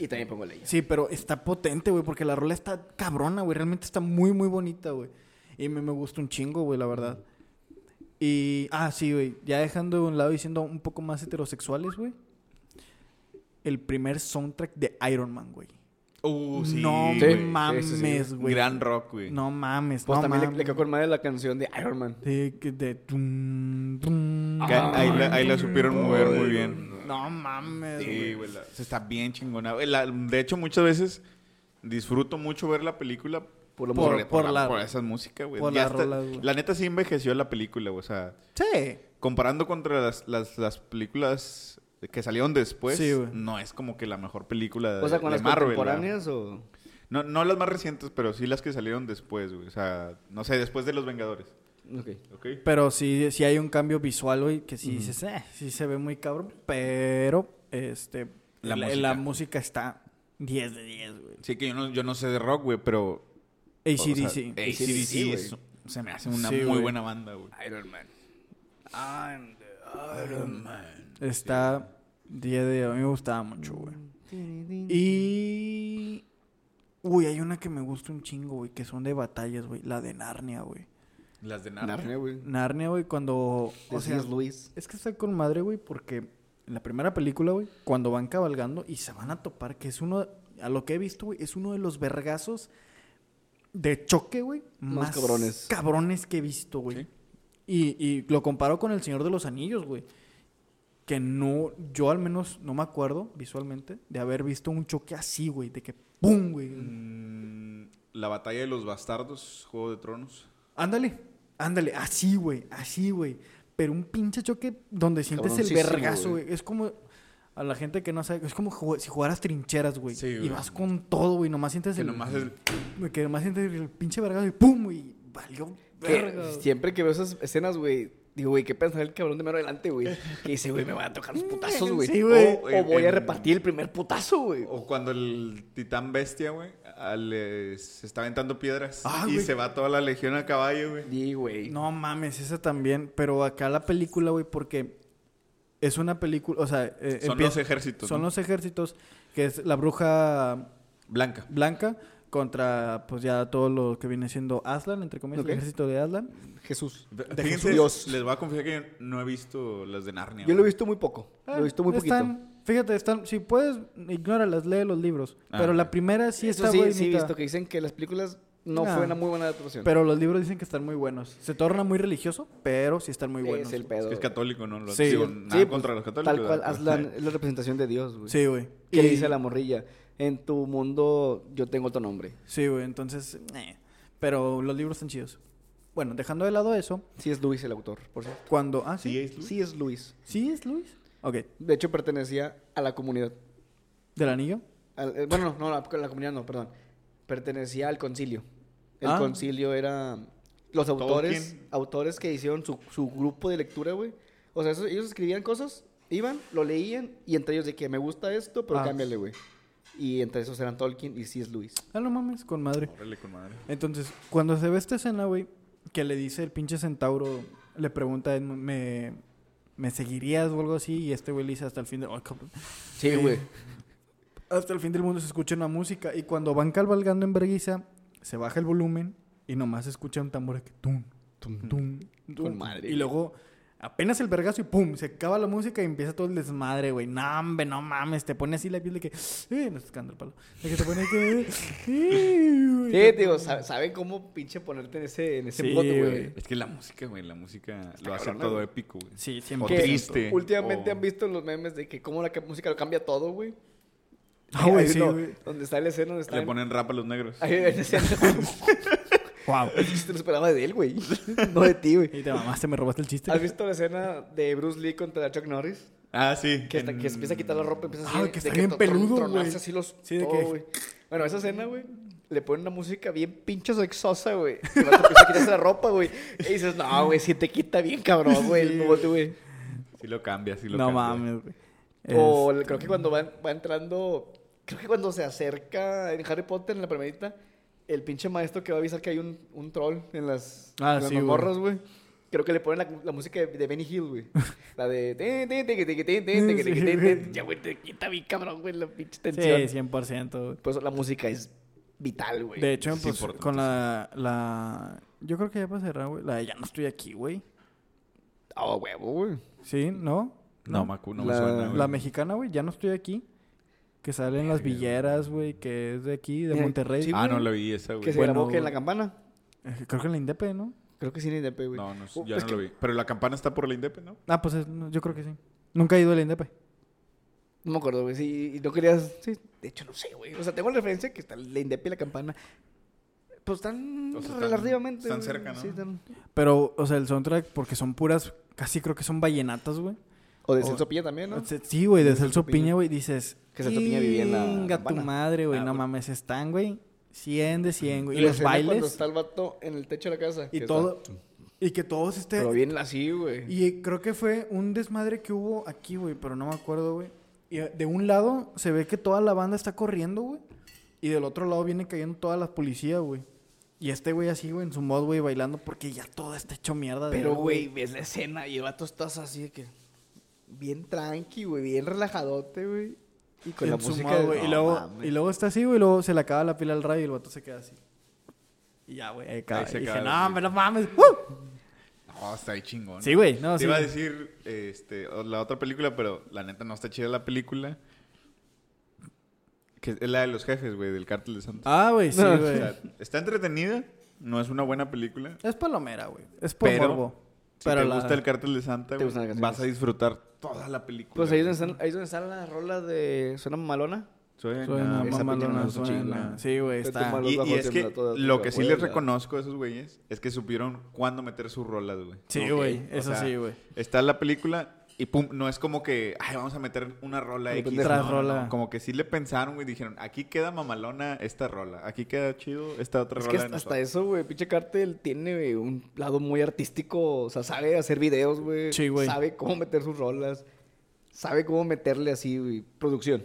[SPEAKER 1] Y también pongo el de ella.
[SPEAKER 3] Sí, pero está potente, güey, porque la rola está cabrona, güey. Realmente está muy, muy bonita, güey. Y me, me gusta un chingo, güey, la verdad. Y, ah, sí, güey. Ya dejando de un lado y siendo un poco más heterosexuales, güey. El primer soundtrack de Iron Man, güey.
[SPEAKER 2] Uh, sí.
[SPEAKER 3] no
[SPEAKER 1] Sí,
[SPEAKER 2] güey.
[SPEAKER 1] sí, sí,
[SPEAKER 3] mames, güey.
[SPEAKER 2] Gran rock, güey.
[SPEAKER 3] No mames,
[SPEAKER 1] Pues
[SPEAKER 3] no
[SPEAKER 1] también le,
[SPEAKER 3] mames.
[SPEAKER 1] le quedó con madre la canción de Iron Man.
[SPEAKER 3] De, que- de- tum, tum,
[SPEAKER 2] Que ahí, la, ahí la supieron mover muy bien.
[SPEAKER 3] No mames,
[SPEAKER 2] Sí,
[SPEAKER 3] güey.
[SPEAKER 2] güey, la- se está bien chingona. güey. La- de hecho, muchas veces disfruto mucho ver la película
[SPEAKER 1] Por la
[SPEAKER 2] por,
[SPEAKER 1] música.
[SPEAKER 2] por
[SPEAKER 3] Por
[SPEAKER 2] la-
[SPEAKER 3] la-
[SPEAKER 2] por esa música, güey.
[SPEAKER 3] por
[SPEAKER 2] Ya
[SPEAKER 3] las
[SPEAKER 2] está-
[SPEAKER 3] rolas, güey.
[SPEAKER 2] la neta sí envejeció la película, güey. O sea,
[SPEAKER 3] Sí.
[SPEAKER 2] comparando contra las, las, las películas que salieron después,
[SPEAKER 3] Sí, güey.
[SPEAKER 2] no es como que la mejor película de,
[SPEAKER 1] O sea, con
[SPEAKER 2] de
[SPEAKER 1] las
[SPEAKER 2] Marvel,
[SPEAKER 1] contemporáneas o...
[SPEAKER 2] ¿verdad? No, no las más recientes, pero sí las que salieron después, güey. O sea, no sé, después de Los Vengadores.
[SPEAKER 1] Ok.
[SPEAKER 2] ¿Ok?
[SPEAKER 3] Pero sí, sí hay un cambio visual, güey, que sí dices, "Eh, sí se ve muy cabrón, pero este
[SPEAKER 2] La
[SPEAKER 3] la, la
[SPEAKER 2] música.
[SPEAKER 3] música. está 10 de 10, güey.
[SPEAKER 2] Sí que yo no, yo no sé de rock, güey, pero...
[SPEAKER 3] ACDC.
[SPEAKER 2] o sea, eh, AC/DC
[SPEAKER 1] güey.
[SPEAKER 2] es- se me hace una
[SPEAKER 3] Sí,
[SPEAKER 2] muy
[SPEAKER 3] güey.
[SPEAKER 2] buena banda, güey.
[SPEAKER 1] Iron Man.
[SPEAKER 3] está 10 de 10. A mí me gustaba mucho, güey. Y... Uy, hay una que me gusta un chingo, güey, que son de batallas, güey. La de Narnia, güey.
[SPEAKER 2] Las de Narnia.
[SPEAKER 1] Narnia, güey.
[SPEAKER 3] Narnia, güey, cuando... O sea,
[SPEAKER 1] es Luis.
[SPEAKER 3] Es que está con madre, güey, porque en la primera película, güey, cuando van cabalgando y se van a topar, que es uno, a lo que he visto, güey, es uno de los vergazos de choque, güey,
[SPEAKER 1] Más
[SPEAKER 3] más
[SPEAKER 1] cabrones.
[SPEAKER 3] cabrones que he visto, güey.
[SPEAKER 2] Sí.
[SPEAKER 3] Y, y lo comparo con El Señor de los Anillos, güey. Que no, yo al menos no me acuerdo visualmente de haber visto un choque así, güey, de que ¡pum! güey.
[SPEAKER 2] Mm, La batalla de los bastardos, Juego de Tronos.
[SPEAKER 3] Ándale, ándale, así, güey, así, güey. Pero un pinche choque donde sientes el
[SPEAKER 1] Cabroncísimo,
[SPEAKER 3] vergazo,
[SPEAKER 1] güey.
[SPEAKER 3] güey. Es como a la gente que no sabe, es como jug- si jugaras trincheras, güey.
[SPEAKER 2] Sí,
[SPEAKER 3] y
[SPEAKER 2] güey.
[SPEAKER 3] vas con todo, güey, nomás sientes
[SPEAKER 2] Que
[SPEAKER 3] el
[SPEAKER 2] nomás es...
[SPEAKER 3] que nomás sientes el pinche vergazo y pum, güey, valió
[SPEAKER 1] Que
[SPEAKER 3] Verga, güey.
[SPEAKER 1] siempre que veo esas escenas, güey, digo, güey, ¿qué pensará el cabrón de mero adelante, güey? Que dice, güey, me van a tocar los putazos, güey.
[SPEAKER 3] Mm, Sí, güey.
[SPEAKER 1] O,
[SPEAKER 2] O en-
[SPEAKER 1] o voy a
[SPEAKER 2] en-
[SPEAKER 1] repartir el primer putazo, güey.
[SPEAKER 2] O cuando el titán bestia, güey, al, eh, se está aventando piedras
[SPEAKER 1] Ah,
[SPEAKER 2] y se va toda la legión a caballo, güey.
[SPEAKER 1] Sí, güey.
[SPEAKER 3] No mames, esa también. Pero acá la película, güey, porque es una película. O sea, eh,
[SPEAKER 2] Son
[SPEAKER 3] empieza-
[SPEAKER 2] los ejércitos,
[SPEAKER 3] Son
[SPEAKER 2] ¿no?
[SPEAKER 3] los ejércitos, que es la bruja
[SPEAKER 2] Blanca.
[SPEAKER 3] blanca contra, pues ya todo lo que viene siendo Aslan, entre comillas,
[SPEAKER 1] Ok.
[SPEAKER 3] el ejército de Aslan.
[SPEAKER 1] Jesús.
[SPEAKER 2] Fíjense,
[SPEAKER 1] Jesús. Dios.
[SPEAKER 2] Les voy a confiar que yo no he visto las de Narnia.
[SPEAKER 1] Yo lo he
[SPEAKER 2] güey.
[SPEAKER 1] visto muy poco.
[SPEAKER 3] Ah,
[SPEAKER 1] lo he visto muy poquito.
[SPEAKER 3] Eh, Están- Fíjate, están, si puedes, ignóralas, lee los libros.
[SPEAKER 2] Ah,
[SPEAKER 3] pero
[SPEAKER 2] ok.
[SPEAKER 3] la primera sí
[SPEAKER 1] Eso
[SPEAKER 3] está
[SPEAKER 1] sí,
[SPEAKER 3] buenita.
[SPEAKER 1] sí he visto que dicen que las películas no
[SPEAKER 3] Ah.
[SPEAKER 1] fue una muy buena adaptación.
[SPEAKER 3] Pero los libros dicen que están muy buenos. Se torna muy religioso, pero sí están muy
[SPEAKER 1] es
[SPEAKER 3] buenos.
[SPEAKER 1] el
[SPEAKER 2] Es
[SPEAKER 1] pedo.
[SPEAKER 2] que es
[SPEAKER 1] güey.
[SPEAKER 2] católico, ¿no? Lo-
[SPEAKER 3] Sí.
[SPEAKER 2] digo,
[SPEAKER 3] Sí,
[SPEAKER 2] nada
[SPEAKER 1] pues,
[SPEAKER 2] contra los católicos.
[SPEAKER 1] Tal cual,
[SPEAKER 2] ¿verdad? [LAUGHS]
[SPEAKER 1] Aslan es la representación de Dios, güey.
[SPEAKER 3] Sí, güey.
[SPEAKER 1] ¿Qué le
[SPEAKER 3] Y-
[SPEAKER 1] dice a la morrilla? En tu mundo yo tengo otro nombre.
[SPEAKER 3] Sí, güey, entonces... eh. Pero los libros están chidos. Bueno, dejando de lado eso,
[SPEAKER 1] Sí es Luis el autor, por cierto.
[SPEAKER 3] cuando... Ah, sí.
[SPEAKER 2] Sí, es-
[SPEAKER 1] Sí es Luis.
[SPEAKER 3] ¿Sí es Luis? Ok.
[SPEAKER 1] De hecho, pertenecía a la comunidad.
[SPEAKER 3] ¿Del anillo?
[SPEAKER 1] Al- eh, bueno, no, no, la, la comunidad no, perdón. Pertenecía al concilio. El
[SPEAKER 3] Ah.
[SPEAKER 1] concilio era los autores,
[SPEAKER 2] Tolkien.
[SPEAKER 1] autores que hicieron su, su grupo de lectura, güey. O sea, eso- ellos escribían cosas, iban, lo leían y entre ellos de que me gusta esto, pero
[SPEAKER 3] Ah.
[SPEAKER 1] cámbiale, güey. Y entre esos eran Tolkien y C.S. Lewis.
[SPEAKER 3] Ah, no mames, con madre.
[SPEAKER 2] Órale, con madre.
[SPEAKER 3] Entonces, cuando se ve esta escena, güey, que le dice el pinche centauro, le pregunta, ¿me, me seguirías o algo así? Y este güey le dice hasta el fin de... Ay, cabrón.
[SPEAKER 1] Sí, güey.
[SPEAKER 3] Hasta el fin del mundo se escucha una música y cuando van cabalgando en Berguisa, se baja el volumen y nomás se escucha un tambor que tum, tum, tum, tum.
[SPEAKER 1] Con madre,
[SPEAKER 3] Y luego apenas el vergazo y pum, se acaba la música y empieza todo el desmadre, güey. No, hombre, no mames, te pone así la piel de que... Eh, no estás cagando el palo. De que te pone que...
[SPEAKER 1] Sí,
[SPEAKER 3] Sí,
[SPEAKER 1] digo, sa- saben cómo pinche ponerte en ese, en ese
[SPEAKER 3] Sí,
[SPEAKER 1] modo, güey.
[SPEAKER 3] güey.
[SPEAKER 2] Es que la música, güey, la música lo hace
[SPEAKER 1] cabrona,
[SPEAKER 2] todo
[SPEAKER 1] güey.
[SPEAKER 2] épico, güey.
[SPEAKER 3] Sí,
[SPEAKER 2] O
[SPEAKER 3] siempre.
[SPEAKER 1] Que
[SPEAKER 2] triste. Oh.
[SPEAKER 1] Últimamente
[SPEAKER 2] o-
[SPEAKER 1] han visto los memes de que cómo la ca- música lo cambia todo, güey.
[SPEAKER 3] Ah, güey,
[SPEAKER 1] Hay
[SPEAKER 3] sí,
[SPEAKER 1] uno
[SPEAKER 3] güey.
[SPEAKER 1] Donde está la escena, donde está.
[SPEAKER 2] Le ponen rap a los negros.
[SPEAKER 1] [LAUGHS]
[SPEAKER 3] Wow.
[SPEAKER 1] te lo esperaba de él, güey. No de ti, güey.
[SPEAKER 3] Y te mamaste, me robaste el chiste.
[SPEAKER 1] ¿Has visto la escena de Bruce Lee contra Chuck Norris?
[SPEAKER 2] Ah, sí.
[SPEAKER 1] Que, hasta,
[SPEAKER 2] en-
[SPEAKER 1] que se empieza a quitar la ropa, empieza
[SPEAKER 3] Ah,
[SPEAKER 1] así.
[SPEAKER 3] que está bien peludo, güey.
[SPEAKER 1] Así los,
[SPEAKER 3] Sí, de
[SPEAKER 1] todo,
[SPEAKER 3] que-
[SPEAKER 1] güey. Bueno, esa escena, güey, le ponen una música bien pinche sexosa, güey. Y vas a empezar a quitarse la ropa, güey. Y dices, no, güey, si te quita bien, cabrón, güey, el bote, güey.
[SPEAKER 2] Sí lo cambia, sí lo
[SPEAKER 3] No
[SPEAKER 2] cambia.
[SPEAKER 3] mames, güey.
[SPEAKER 1] O
[SPEAKER 3] Es-
[SPEAKER 1] el- creo que cuando va, va entrando, creo que cuando se acerca en Harry Potter, en la primerita, el pinche maestro que va a avisar que hay un, un troll en las,
[SPEAKER 3] Ah,
[SPEAKER 1] en las
[SPEAKER 3] sí, güey.
[SPEAKER 1] mazmorras, güey. Creo que le ponen la, la música de, de Benny Hill, güey.
[SPEAKER 3] [LAUGHS]
[SPEAKER 1] La de... tin, tin, tiqui, tiqui, tin, tin, tiqui, tiqui,
[SPEAKER 3] Sí,
[SPEAKER 1] tin,
[SPEAKER 3] güey.
[SPEAKER 1] tin. Ya, güey, te quita bien cabrón, güey, la pinche
[SPEAKER 3] Sí,
[SPEAKER 1] tensión.
[SPEAKER 3] 100%. güey.
[SPEAKER 1] Pues la música es vital, güey.
[SPEAKER 3] De hecho,
[SPEAKER 2] Es
[SPEAKER 3] pues
[SPEAKER 2] importante,
[SPEAKER 3] con la, la. Yo creo que ya para cerrar, güey. La de ya no estoy aquí, güey.
[SPEAKER 1] Ah, huevo, güey.
[SPEAKER 3] ¿Sí? ¿No?
[SPEAKER 2] No, Macu, no me
[SPEAKER 1] La-
[SPEAKER 2] suena, Ah, güey.
[SPEAKER 3] La mexicana, güey. Ya no estoy aquí. Que sale en las villeras, güey. Que es de aquí, de
[SPEAKER 1] Mira,
[SPEAKER 3] Monterrey.
[SPEAKER 1] sí,
[SPEAKER 2] Ah,
[SPEAKER 1] güey.
[SPEAKER 2] no la vi esa,
[SPEAKER 1] Que
[SPEAKER 2] güey.
[SPEAKER 1] se
[SPEAKER 3] Bueno,
[SPEAKER 1] grabó que en la
[SPEAKER 3] güey.
[SPEAKER 1] campana.
[SPEAKER 3] Eh, Creo que en la Indepe, ¿no?
[SPEAKER 1] Creo que sí en Indepe, güey.
[SPEAKER 2] No, no,
[SPEAKER 1] Uh,
[SPEAKER 2] ya
[SPEAKER 1] es
[SPEAKER 2] no
[SPEAKER 1] que-
[SPEAKER 2] la vi. Pero la campana está por la Indepe, ¿no?
[SPEAKER 3] Ah, pues es- no, yo creo que sí. Nunca he ido a la Indepe.
[SPEAKER 1] No me acuerdo, güey. Sí, y no querías. Sí, de hecho, no sé, güey. O sea, tengo la referencia que está la Indepe y la campana. Pues están
[SPEAKER 2] O sea, están-
[SPEAKER 1] relativamente.
[SPEAKER 2] están
[SPEAKER 1] güey,
[SPEAKER 2] cerca, ¿no?
[SPEAKER 1] Sí, están.
[SPEAKER 3] Pero, o sea, el soundtrack, porque son puras. Casi creo que son vallenatas, güey.
[SPEAKER 1] O de
[SPEAKER 3] O-
[SPEAKER 1] Celso Piña también, ¿no?
[SPEAKER 3] Se- Sí, güey, de Celso
[SPEAKER 1] Piña.
[SPEAKER 3] Piña, güey, dices.
[SPEAKER 1] Que Celso Piña vivía en la
[SPEAKER 3] "Inga tu
[SPEAKER 1] Habana".
[SPEAKER 3] madre, güey.
[SPEAKER 2] Ah,
[SPEAKER 3] no
[SPEAKER 2] bueno.
[SPEAKER 3] mames, están, güey. 100 de 100, güey. Y,
[SPEAKER 1] la
[SPEAKER 3] los
[SPEAKER 1] escena Cuando
[SPEAKER 3] bailes.
[SPEAKER 1] está el vato en el techo de la casa.
[SPEAKER 3] Y
[SPEAKER 1] que
[SPEAKER 3] todo.
[SPEAKER 1] está-
[SPEAKER 3] Y que todos estén.
[SPEAKER 1] Pero bien así, güey.
[SPEAKER 3] Y creo que fue un desmadre que hubo aquí, güey, pero no me acuerdo, güey. Y eh, de un lado se ve que toda la banda está corriendo, güey. Y del otro lado viene cayendo toda la policía, güey. Y este güey así, güey, en su mod, güey, bailando porque ya todo está hecho mierda. de
[SPEAKER 1] Pero,
[SPEAKER 3] algo,
[SPEAKER 1] güey, ves la escena y el vato estás así de que. Bien tranqui, güey. Bien relajadote, güey. Y con la
[SPEAKER 3] en su
[SPEAKER 1] música.
[SPEAKER 3] mod,
[SPEAKER 1] de-
[SPEAKER 3] güey. y,
[SPEAKER 1] No,
[SPEAKER 3] luego,
[SPEAKER 1] mames.
[SPEAKER 3] y luego está así, güey, y luego se le acaba la pila al radio y el vato se queda así. Y ya, güey, ahí acaba.
[SPEAKER 2] Ahí se
[SPEAKER 3] Y dije,
[SPEAKER 2] acaba,
[SPEAKER 3] no,
[SPEAKER 2] güey.
[SPEAKER 3] hombre, no mames. ¡Uh!
[SPEAKER 2] No, está ahí chingón.
[SPEAKER 3] Sí, güey, no,
[SPEAKER 2] Te
[SPEAKER 3] sí.
[SPEAKER 2] iba a decir este, o la otra película, pero la neta no está chida la película. Que es la de los jefes, güey, del Cártel de Santa.
[SPEAKER 3] Ah, güey, sí,
[SPEAKER 2] O
[SPEAKER 3] güey.
[SPEAKER 2] sea, está entretenida, no es una buena película.
[SPEAKER 3] es palomera, güey. Es por
[SPEAKER 2] Pero,
[SPEAKER 3] morbo.
[SPEAKER 2] Si
[SPEAKER 3] Pero
[SPEAKER 2] te
[SPEAKER 3] la-
[SPEAKER 2] gusta el Cártel de Santa, güey,
[SPEAKER 1] gustan las canciones.
[SPEAKER 2] vas a disfrutar toda la película.
[SPEAKER 1] Pues ahí es
[SPEAKER 2] güey.
[SPEAKER 1] donde están, ahí es donde están las rolas de. Suena malona.
[SPEAKER 2] Suena,
[SPEAKER 3] Suena
[SPEAKER 2] esa
[SPEAKER 3] mamalona,
[SPEAKER 2] pinche
[SPEAKER 3] suena.
[SPEAKER 2] chingona.
[SPEAKER 3] Sí, güey,
[SPEAKER 1] Vete
[SPEAKER 3] está.
[SPEAKER 1] mal.
[SPEAKER 2] Y, y
[SPEAKER 1] Bajo
[SPEAKER 2] es que
[SPEAKER 1] tiembla toda tu
[SPEAKER 2] lo que sí les
[SPEAKER 1] cajuela.
[SPEAKER 2] reconozco a esos güeyes es que supieron cuándo meter sus rolas, güey.
[SPEAKER 3] Sí,
[SPEAKER 1] Ok,
[SPEAKER 3] güey,
[SPEAKER 2] O
[SPEAKER 3] eso
[SPEAKER 2] sea,
[SPEAKER 3] sí, güey.
[SPEAKER 2] Está la película Y pum, no es como que, ay, vamos a meter una rola
[SPEAKER 3] Una
[SPEAKER 2] X.
[SPEAKER 3] tras
[SPEAKER 2] No, no,
[SPEAKER 3] rola.
[SPEAKER 2] no. Como que sí le pensaron, güey, dijeron, aquí queda mamalona esta rola, aquí queda chido esta otra
[SPEAKER 1] Es que
[SPEAKER 2] rola. de
[SPEAKER 1] hasta
[SPEAKER 2] nosotros".
[SPEAKER 1] eso, güey, pinche Cartel tiene güey, un lado muy artístico. O sea, sabe hacer videos, güey.
[SPEAKER 3] Sí, güey.
[SPEAKER 1] Sabe cómo meter sus rolas. Sabe cómo meterle así, güey, producción.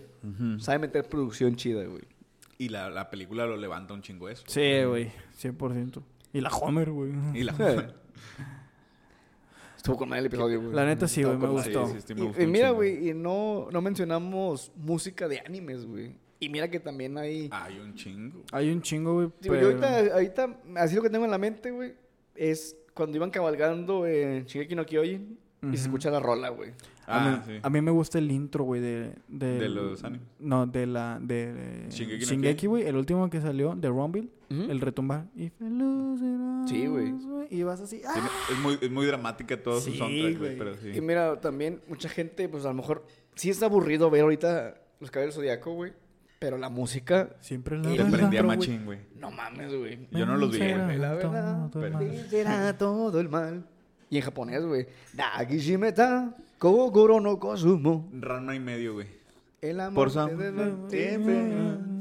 [SPEAKER 1] Sabe meter producción chida, güey.
[SPEAKER 2] Y la, la película lo levanta un chingo eso.
[SPEAKER 3] Sí, güey. 100%. Y la Homer, güey.
[SPEAKER 2] Y
[SPEAKER 1] [LAUGHS]
[SPEAKER 2] la...
[SPEAKER 1] Estuvo con madre el episodio, güey.
[SPEAKER 3] La neta sí,
[SPEAKER 1] Estuvo
[SPEAKER 3] güey, me
[SPEAKER 1] con madre.
[SPEAKER 3] gustó.
[SPEAKER 2] Sí, sí, sí, me
[SPEAKER 1] Y-
[SPEAKER 2] gustó
[SPEAKER 1] y,
[SPEAKER 2] un
[SPEAKER 1] mira,
[SPEAKER 2] chingo.
[SPEAKER 1] güey, y no, no mencionamos música de animes, güey. Y mira que también hay...
[SPEAKER 2] Hay un chingo.
[SPEAKER 3] Hay un chingo, güey.
[SPEAKER 1] Digo,
[SPEAKER 3] Ah, pero-
[SPEAKER 1] yo ahorita, ahorita, así lo que tengo en la mente, güey, es cuando iban cabalgando en Shingeki no Kyojin y se escucha la rola, güey.
[SPEAKER 3] A,
[SPEAKER 2] Ah,
[SPEAKER 3] mí,
[SPEAKER 2] sí.
[SPEAKER 3] a mí me gusta el intro, güey, de, de...
[SPEAKER 2] ¿De los animes?
[SPEAKER 3] No, de la... De,
[SPEAKER 2] Shingeki no
[SPEAKER 3] Shingeki,
[SPEAKER 2] Kyojin.
[SPEAKER 3] güey. El último que salió, de Rumble.
[SPEAKER 1] Ujú.
[SPEAKER 3] El retumbar. If I lose it all,
[SPEAKER 1] Sí, güey.
[SPEAKER 3] Y vas así... ¡ah!
[SPEAKER 2] Tiene- Es, muy, es muy dramática todo su
[SPEAKER 3] Sí,
[SPEAKER 2] soundtrack,
[SPEAKER 3] güey.
[SPEAKER 2] güey, pero sí.
[SPEAKER 1] Y mira, también mucha gente, pues a lo mejor sí está aburrido ver ahorita los cabellos zodiaco, güey, pero la música,
[SPEAKER 3] Siempre
[SPEAKER 1] Y
[SPEAKER 3] la
[SPEAKER 2] Te
[SPEAKER 1] le
[SPEAKER 3] verdad.
[SPEAKER 2] prendía
[SPEAKER 1] Pero, güey,
[SPEAKER 2] machín, güey.
[SPEAKER 1] no mames, güey.
[SPEAKER 2] Yo no los vi,
[SPEAKER 3] Vencerá
[SPEAKER 2] güey.
[SPEAKER 1] La verdad,
[SPEAKER 3] todo el mal.
[SPEAKER 1] vencerá todo el mal. Y en japonés, güey. Dagishimeta, Kogoro no Kosumo.
[SPEAKER 2] Ranma y medio, güey.
[SPEAKER 1] El amor.
[SPEAKER 2] Por Sam.
[SPEAKER 1] de- de- de-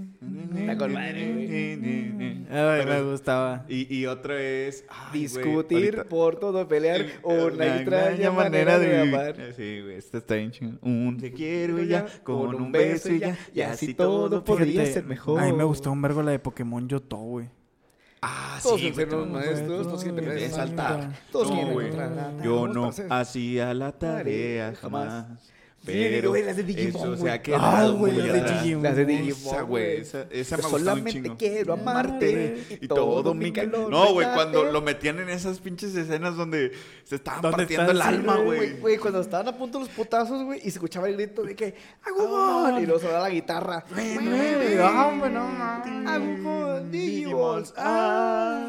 [SPEAKER 1] Está con madre, güey.
[SPEAKER 3] Ay, me
[SPEAKER 2] Pero-
[SPEAKER 3] gustaba.
[SPEAKER 2] Y, y otra es... ay, güey,
[SPEAKER 1] Discutir
[SPEAKER 2] ahorita-
[SPEAKER 1] por todo, pelear.
[SPEAKER 2] Eh,
[SPEAKER 1] Una extraña manera de amar.
[SPEAKER 2] Eh, Sí, güey, esta está bien chingón. Un te quiero y
[SPEAKER 1] ya,
[SPEAKER 2] ya, con un beso y ya, y así todo.
[SPEAKER 1] podría
[SPEAKER 3] Fíjate,
[SPEAKER 1] ser mejor.
[SPEAKER 3] A mí me gustó un vergo la de Pokémon Yoto, güey.
[SPEAKER 2] Ah,
[SPEAKER 1] Todos
[SPEAKER 2] sí, güey.
[SPEAKER 1] quieren ser los
[SPEAKER 2] todo-
[SPEAKER 1] maestros, todos quieren
[SPEAKER 3] güey,
[SPEAKER 1] tener
[SPEAKER 3] sí,
[SPEAKER 1] saltar.
[SPEAKER 3] güey.
[SPEAKER 1] Todos
[SPEAKER 2] No,
[SPEAKER 1] quieren
[SPEAKER 2] güey.
[SPEAKER 1] entrar.
[SPEAKER 2] Yo
[SPEAKER 1] Ah,
[SPEAKER 2] no
[SPEAKER 1] pues,
[SPEAKER 2] hacía la tarea
[SPEAKER 1] Tarea
[SPEAKER 2] jamás.
[SPEAKER 1] Sí,
[SPEAKER 2] Pero
[SPEAKER 1] güey, las de Digimon,
[SPEAKER 2] eso se
[SPEAKER 1] güey.
[SPEAKER 2] ha quedado
[SPEAKER 3] Ah, güey,
[SPEAKER 2] muy
[SPEAKER 3] las de
[SPEAKER 2] atrás.
[SPEAKER 3] Digimon.
[SPEAKER 1] Las de
[SPEAKER 2] Esa,
[SPEAKER 1] Digimon,
[SPEAKER 2] güey, esa, esa me
[SPEAKER 1] Yo
[SPEAKER 2] ha gustado un
[SPEAKER 1] solamente
[SPEAKER 2] chingo.
[SPEAKER 1] quiero amarte
[SPEAKER 2] Y todo mi calor. No, güey, cuando lo metían en esas pinches escenas donde se estaban
[SPEAKER 3] ¿Dónde
[SPEAKER 2] partiendo
[SPEAKER 3] están?
[SPEAKER 2] el
[SPEAKER 3] Sí,
[SPEAKER 2] alma, güey.
[SPEAKER 1] Güey, cuando estaban a punto los putazos, güey, y se escuchaba el grito de que ¡Agumon! Y luego sonaba la guitarra. Y, ¡Ah, hombre, no mames! ¡Agumon! Digimon. ¡Ah!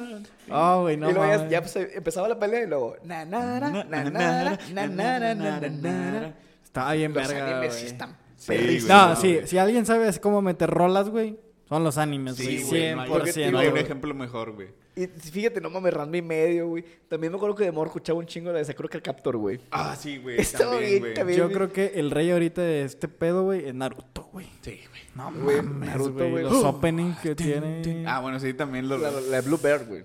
[SPEAKER 3] Ah, güey, no
[SPEAKER 1] y luego ya,
[SPEAKER 3] mames.
[SPEAKER 1] ya pues, empezaba la pelea y luego. Na, na, na, na, na, na, na, na, na, na, na.
[SPEAKER 3] Estaba bien
[SPEAKER 1] Los
[SPEAKER 3] verga,
[SPEAKER 1] animes sí
[SPEAKER 3] güey.
[SPEAKER 1] están
[SPEAKER 2] Sí,
[SPEAKER 1] perrísimos.
[SPEAKER 2] güey,
[SPEAKER 3] No,
[SPEAKER 2] no,
[SPEAKER 3] sí.
[SPEAKER 2] güey.
[SPEAKER 3] Si alguien sabe así cómo meter rolas, güey, son los animes, güey.
[SPEAKER 2] Sí, güey. no hay- No hay un
[SPEAKER 3] 100%.
[SPEAKER 2] ejemplo mejor, güey.
[SPEAKER 1] Y fíjate, no mames, Ranma y medio, güey. También me acuerdo que de morro escuchaba un chingo la de Sakura Card Captor, güey.
[SPEAKER 2] Ah, sí, güey.
[SPEAKER 1] Estaba
[SPEAKER 2] También,
[SPEAKER 1] bien,
[SPEAKER 2] güey.
[SPEAKER 1] también.
[SPEAKER 3] Yo creo que el rey ahorita de este pedo, güey, es Naruto, güey.
[SPEAKER 2] Sí, Uh. güey.
[SPEAKER 3] No
[SPEAKER 1] Güey,
[SPEAKER 3] mames,
[SPEAKER 1] Naruto,
[SPEAKER 3] güey.
[SPEAKER 1] güey. ¡Oh!
[SPEAKER 3] Los openings que tiene.
[SPEAKER 2] Ah, bueno, sí, también lo.
[SPEAKER 1] La, la de Blue Bear, güey.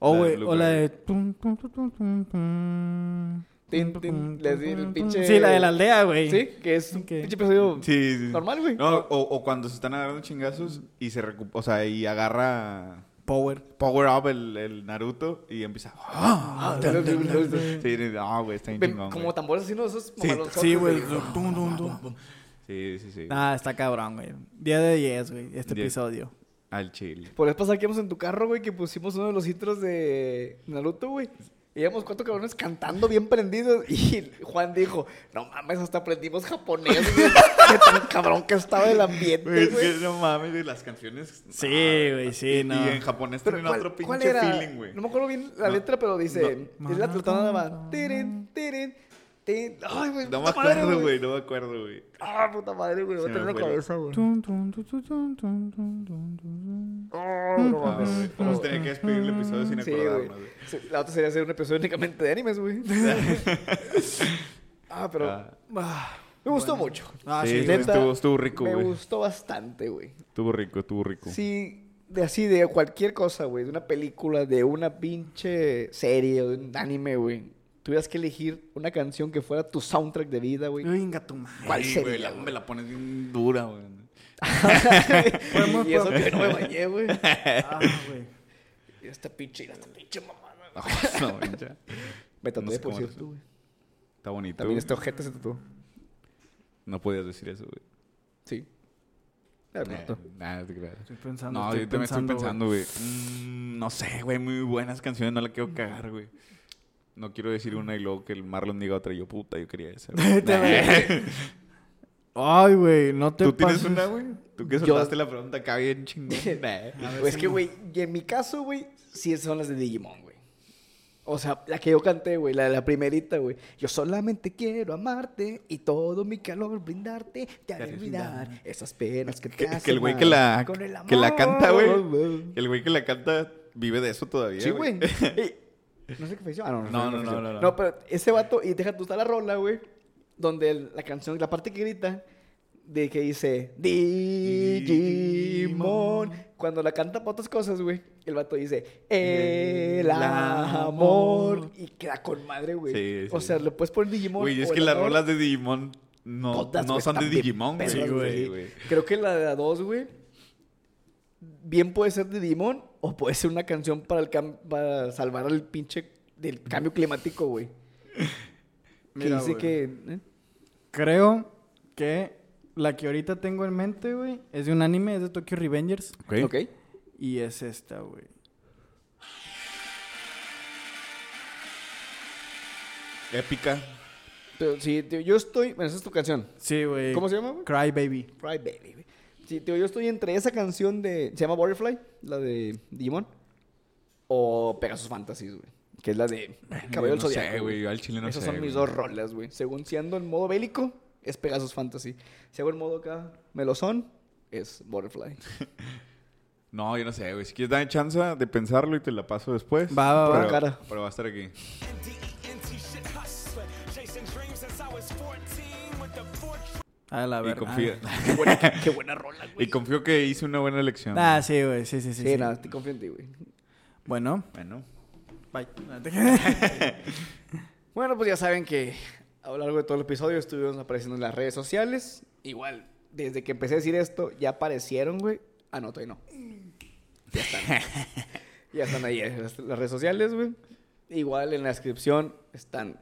[SPEAKER 3] O,
[SPEAKER 2] la de
[SPEAKER 3] güey, o la
[SPEAKER 2] Blueberry.
[SPEAKER 3] de... tum, tum, tum, tum, tum, tum.
[SPEAKER 1] Tin,
[SPEAKER 3] Tum,
[SPEAKER 1] tin,
[SPEAKER 3] tum,
[SPEAKER 1] la
[SPEAKER 3] tum,
[SPEAKER 1] de- el
[SPEAKER 3] tum,
[SPEAKER 1] pinche-
[SPEAKER 3] tum. Sí, la de la aldea, güey.
[SPEAKER 1] Sí, que es un
[SPEAKER 3] Ok.
[SPEAKER 1] pinche episodio
[SPEAKER 2] Sí, sí.
[SPEAKER 1] normal, güey.
[SPEAKER 2] No, o, o cuando se están agarrando chingazos y se recu- o sea, y agarra
[SPEAKER 3] Power.
[SPEAKER 2] Power Up el, el Naruto y empieza.
[SPEAKER 1] Ah, los- los- los- los-
[SPEAKER 2] Sí, ah, güey, está bien
[SPEAKER 1] ven,
[SPEAKER 2] chingón.
[SPEAKER 1] como
[SPEAKER 2] güey.
[SPEAKER 1] tambores así, ¿no? Esos mamalonzotes,
[SPEAKER 3] Sí, güey.
[SPEAKER 1] güey.
[SPEAKER 3] Tum, tum, tum.
[SPEAKER 2] Sí, sí, sí.
[SPEAKER 3] Ah, está cabrón, güey. Día de 10, güey, este
[SPEAKER 2] Diez. Ah,
[SPEAKER 3] episodio.
[SPEAKER 2] Al chile.
[SPEAKER 1] Por eso pasada que íbamos en tu carro, güey, que pusimos uno de los intros de Naruto, güey. Y íbamos cuatro cabrones cantando bien prendidos. [LAUGHS] Y Juan dijo, no mames, hasta aprendimos japonés, güey. [LAUGHS] Qué tan cabrón que estaba el ambiente,
[SPEAKER 2] Güey, es
[SPEAKER 1] güey.
[SPEAKER 2] que no mames, güey, las canciones.
[SPEAKER 3] Sí,
[SPEAKER 2] ah,
[SPEAKER 3] güey, sí,
[SPEAKER 2] y-
[SPEAKER 3] no.
[SPEAKER 2] Y en japonés
[SPEAKER 1] Pero
[SPEAKER 2] tienen
[SPEAKER 1] ¿cuál-
[SPEAKER 2] otro
[SPEAKER 1] cuál
[SPEAKER 2] pinche
[SPEAKER 1] era?
[SPEAKER 2] feeling, güey.
[SPEAKER 1] No me acuerdo bien la
[SPEAKER 2] No,
[SPEAKER 1] letra, pero dice...
[SPEAKER 3] no.
[SPEAKER 1] Es la tratada nada más. Tirin, tirin, tin. Ay, güey,
[SPEAKER 2] No me
[SPEAKER 1] puta madre,
[SPEAKER 2] acuerdo, güey, no me acuerdo, güey.
[SPEAKER 1] Ah, puta madre, güey.
[SPEAKER 2] Se
[SPEAKER 1] Va a
[SPEAKER 2] me
[SPEAKER 1] tener la
[SPEAKER 2] fue la-
[SPEAKER 1] cabeza, güey.
[SPEAKER 3] Tum, tum, tum, tum, tum, tum, tum, tum, tum.
[SPEAKER 1] Oh, no
[SPEAKER 2] Ah,
[SPEAKER 1] mames.
[SPEAKER 2] güey, Vamos a tener que despedir el episodio sin
[SPEAKER 1] Sí,
[SPEAKER 2] acordarnos,
[SPEAKER 1] güey.
[SPEAKER 2] güey.
[SPEAKER 1] Sí, La otra sería hacer un episodio únicamente de
[SPEAKER 2] [LAUGHS]
[SPEAKER 1] animes, güey. [LAUGHS] ah, pero.
[SPEAKER 2] Ah.
[SPEAKER 1] ah, me gustó mucho.
[SPEAKER 3] Ah,
[SPEAKER 2] Sí,
[SPEAKER 3] sí,
[SPEAKER 2] sí,
[SPEAKER 3] güey.
[SPEAKER 1] neta,
[SPEAKER 2] estuvo, estuvo rico,
[SPEAKER 1] me
[SPEAKER 2] güey.
[SPEAKER 1] gustó bastante, güey.
[SPEAKER 2] Estuvo rico, estuvo rico.
[SPEAKER 1] Sí, de así, de cualquier cosa, güey. De una película, de una pinche serie, de un anime, güey. Tuvieras que elegir una canción que fuera tu soundtrack de vida, güey.
[SPEAKER 3] Venga, tu madre.
[SPEAKER 1] ¿Cuál
[SPEAKER 2] Sí,
[SPEAKER 1] sería?
[SPEAKER 2] güey, la-
[SPEAKER 1] güey?
[SPEAKER 2] me la pones bien dura,
[SPEAKER 1] [LAUGHS]
[SPEAKER 2] güey. [LAUGHS]
[SPEAKER 1] y eso que no me bañé, güey.
[SPEAKER 3] Ah, güey.
[SPEAKER 1] Y esta pinche, y esta pinche mamada.
[SPEAKER 2] No, no, [LAUGHS] ya.
[SPEAKER 1] Me tatué,
[SPEAKER 2] No sé
[SPEAKER 1] por
[SPEAKER 2] cómo lo
[SPEAKER 1] cierto, güey.
[SPEAKER 2] Está bonito.
[SPEAKER 1] También
[SPEAKER 2] güey.
[SPEAKER 1] este ojete se tatuó.
[SPEAKER 2] No podías decir eso, güey.
[SPEAKER 1] Sí. Me gustó.
[SPEAKER 2] Eh, nada, te creas.
[SPEAKER 3] Estoy pensando.
[SPEAKER 2] No,
[SPEAKER 3] estoy
[SPEAKER 2] yo también estoy pensando,
[SPEAKER 3] pensando,
[SPEAKER 2] güey. Mm, no sé, güey. Muy buenas canciones. No la quiero cagar, güey. No quiero decir una y luego que el Marlon diga otra. y Yo, puta, yo quería esa. güey.
[SPEAKER 3] [LAUGHS] Te
[SPEAKER 2] Nah.
[SPEAKER 3] Ay, güey, no
[SPEAKER 2] [LAUGHS]
[SPEAKER 3] te
[SPEAKER 2] ¿Tú
[SPEAKER 3] pases.
[SPEAKER 2] tienes una, güey? Tú que
[SPEAKER 1] Yo-
[SPEAKER 2] soltaste la pregunta acá bien
[SPEAKER 1] [LAUGHS]
[SPEAKER 2] chingón. [LAUGHS] Nah.
[SPEAKER 1] Pues es que, güey, y en mi caso, güey, sí son las de Digimon, güey. O sea, la que yo canté, güey, la, la primerita, güey. Yo solamente quiero amarte y todo mi calor brindarte. Te haré olvidar esas penas que te
[SPEAKER 2] Que,
[SPEAKER 1] hacen
[SPEAKER 2] que el güey que
[SPEAKER 1] mal.
[SPEAKER 2] la,
[SPEAKER 1] Con el
[SPEAKER 2] que la
[SPEAKER 1] amor.
[SPEAKER 2] canta, güey. El güey que la canta vive de eso todavía.
[SPEAKER 1] Sí, güey. Y- No sé qué fue eso. Ah, no, no,
[SPEAKER 2] No,
[SPEAKER 1] sé
[SPEAKER 2] no,
[SPEAKER 1] qué fue
[SPEAKER 2] no,
[SPEAKER 1] eso.
[SPEAKER 2] no, no.
[SPEAKER 1] No, pero ese vato, y deja tú está la rola, güey. donde el- la canción, la parte que grita, de que dice Digimon. Cuando la canta para otras cosas, güey, el vato dice El
[SPEAKER 2] El
[SPEAKER 1] amor.
[SPEAKER 2] amor.
[SPEAKER 1] Y queda con madre, güey.
[SPEAKER 2] Sí,
[SPEAKER 1] O
[SPEAKER 2] sí.
[SPEAKER 1] sea, lo puedes poner Digimon.
[SPEAKER 2] [LAUGHS] Güey, es
[SPEAKER 1] o
[SPEAKER 2] que
[SPEAKER 1] El
[SPEAKER 2] las
[SPEAKER 1] Amor,
[SPEAKER 2] rolas de Digimon no,
[SPEAKER 1] todas,
[SPEAKER 2] no
[SPEAKER 1] güey,
[SPEAKER 2] son de
[SPEAKER 1] están bien
[SPEAKER 2] Digimon, güey.
[SPEAKER 1] perras,
[SPEAKER 2] Sí,
[SPEAKER 1] güey.
[SPEAKER 2] güey.
[SPEAKER 1] Creo que la de la 2, güey, bien puede ser de Digimon o puede ser una canción para, el cam- para salvar al pinche del cambio climático, güey. Que
[SPEAKER 3] Mira,
[SPEAKER 1] dice
[SPEAKER 3] güey.
[SPEAKER 1] que... ¿eh?
[SPEAKER 3] Creo que la que ahorita tengo en mente, güey, es de un anime, es de Tokyo Revengers.
[SPEAKER 2] Ok.
[SPEAKER 1] Ok.
[SPEAKER 3] Y es esta, güey.
[SPEAKER 2] Épica.
[SPEAKER 1] Pero sí, tío, yo estoy. Bueno, esa es tu canción.
[SPEAKER 3] Sí, güey.
[SPEAKER 1] ¿Cómo se llama, güey?
[SPEAKER 3] Cry Baby.
[SPEAKER 1] Cry Baby, güey. Sí, tío, yo estoy entre esa canción de. Se llama Butterfly, la de Digimon. O Pegasus Fantasies, güey. Que es la de Cabello del
[SPEAKER 2] no sé,
[SPEAKER 1] Zodiaco.
[SPEAKER 2] güey, yo al chile no
[SPEAKER 1] Esas
[SPEAKER 2] sé,
[SPEAKER 1] son mis
[SPEAKER 2] güey.
[SPEAKER 1] dos rolas, güey. Según si ando en modo bélico, es Pegasus Fantasy. Si hago en modo acá melosón, es Butterfly.
[SPEAKER 2] No, yo no sé, güey. Si quieres dame chance de pensarlo y te la paso después.
[SPEAKER 3] Va, va,
[SPEAKER 1] va.
[SPEAKER 2] Pero-
[SPEAKER 1] Cara.
[SPEAKER 2] Pero va a estar aquí.
[SPEAKER 3] A la
[SPEAKER 2] Y
[SPEAKER 3] verdad.
[SPEAKER 2] confío,
[SPEAKER 1] ah, [LAUGHS] qué, buena, qué, buena rola, güey.
[SPEAKER 2] y confío que hice una buena elección.
[SPEAKER 3] Ah, sí, güey. Sí, sí, sí.
[SPEAKER 1] Sí,
[SPEAKER 3] sí.
[SPEAKER 1] nada, te confío en ti, güey.
[SPEAKER 3] Bueno,
[SPEAKER 2] Bueno.
[SPEAKER 3] bye.
[SPEAKER 1] Bueno, pues ya saben que a lo largo de todo el episodio estuvimos apareciendo en las redes sociales. Igual, desde que empecé a decir esto, ya aparecieron, güey. Ah, no, todavía no. Ya están. ya están ahí en las las redes sociales, güey. Igual en la descripción están,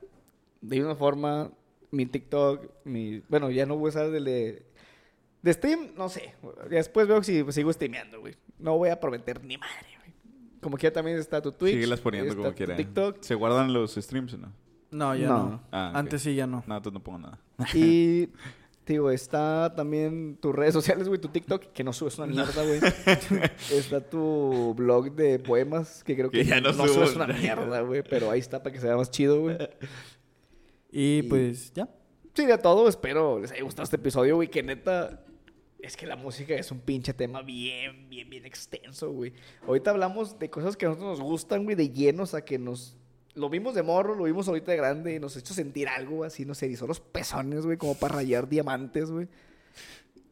[SPEAKER 1] de una forma, mi TikTok, mi... Bueno, ya no voy a usar el de... De Steam, no sé. Después veo si sigo streameando, güey. No voy a prometer ni madre, güey. Como quiera también está tu Twitch.
[SPEAKER 2] Síguelas poniendo
[SPEAKER 1] está
[SPEAKER 2] como
[SPEAKER 1] tu
[SPEAKER 2] quieran.
[SPEAKER 1] TikTok.
[SPEAKER 2] ¿Se guardan los streams o no?
[SPEAKER 3] [LAUGHS] No, ya
[SPEAKER 1] No.
[SPEAKER 3] no.
[SPEAKER 2] Ah, ok.
[SPEAKER 3] Antes sí, ya no.
[SPEAKER 2] No, entonces no pongo nada.
[SPEAKER 1] Y, digo, está también tus redes sociales, güey, tu TikTok, que no subes una mierda, güey. está tu blog de poemas, que creo que,
[SPEAKER 2] Que ya
[SPEAKER 1] no,
[SPEAKER 2] no
[SPEAKER 1] subes
[SPEAKER 2] subo
[SPEAKER 1] una
[SPEAKER 2] nada.
[SPEAKER 1] mierda, güey, pero ahí está para que se vea más chido, güey.
[SPEAKER 3] Y,
[SPEAKER 1] Y-
[SPEAKER 3] pues ya.
[SPEAKER 1] Sí, de todo, espero les haya gustado este episodio, güey, que neta. Es que la música es un pinche tema bien, bien, bien extenso, güey. Ahorita hablamos de cosas que a nosotros nos gustan, güey, de llenos a que nos. Lo vimos de morro, lo vimos ahorita de grande, y nos hizo sentir algo así, nos erizó los pezones, güey, como para rayar diamantes, güey.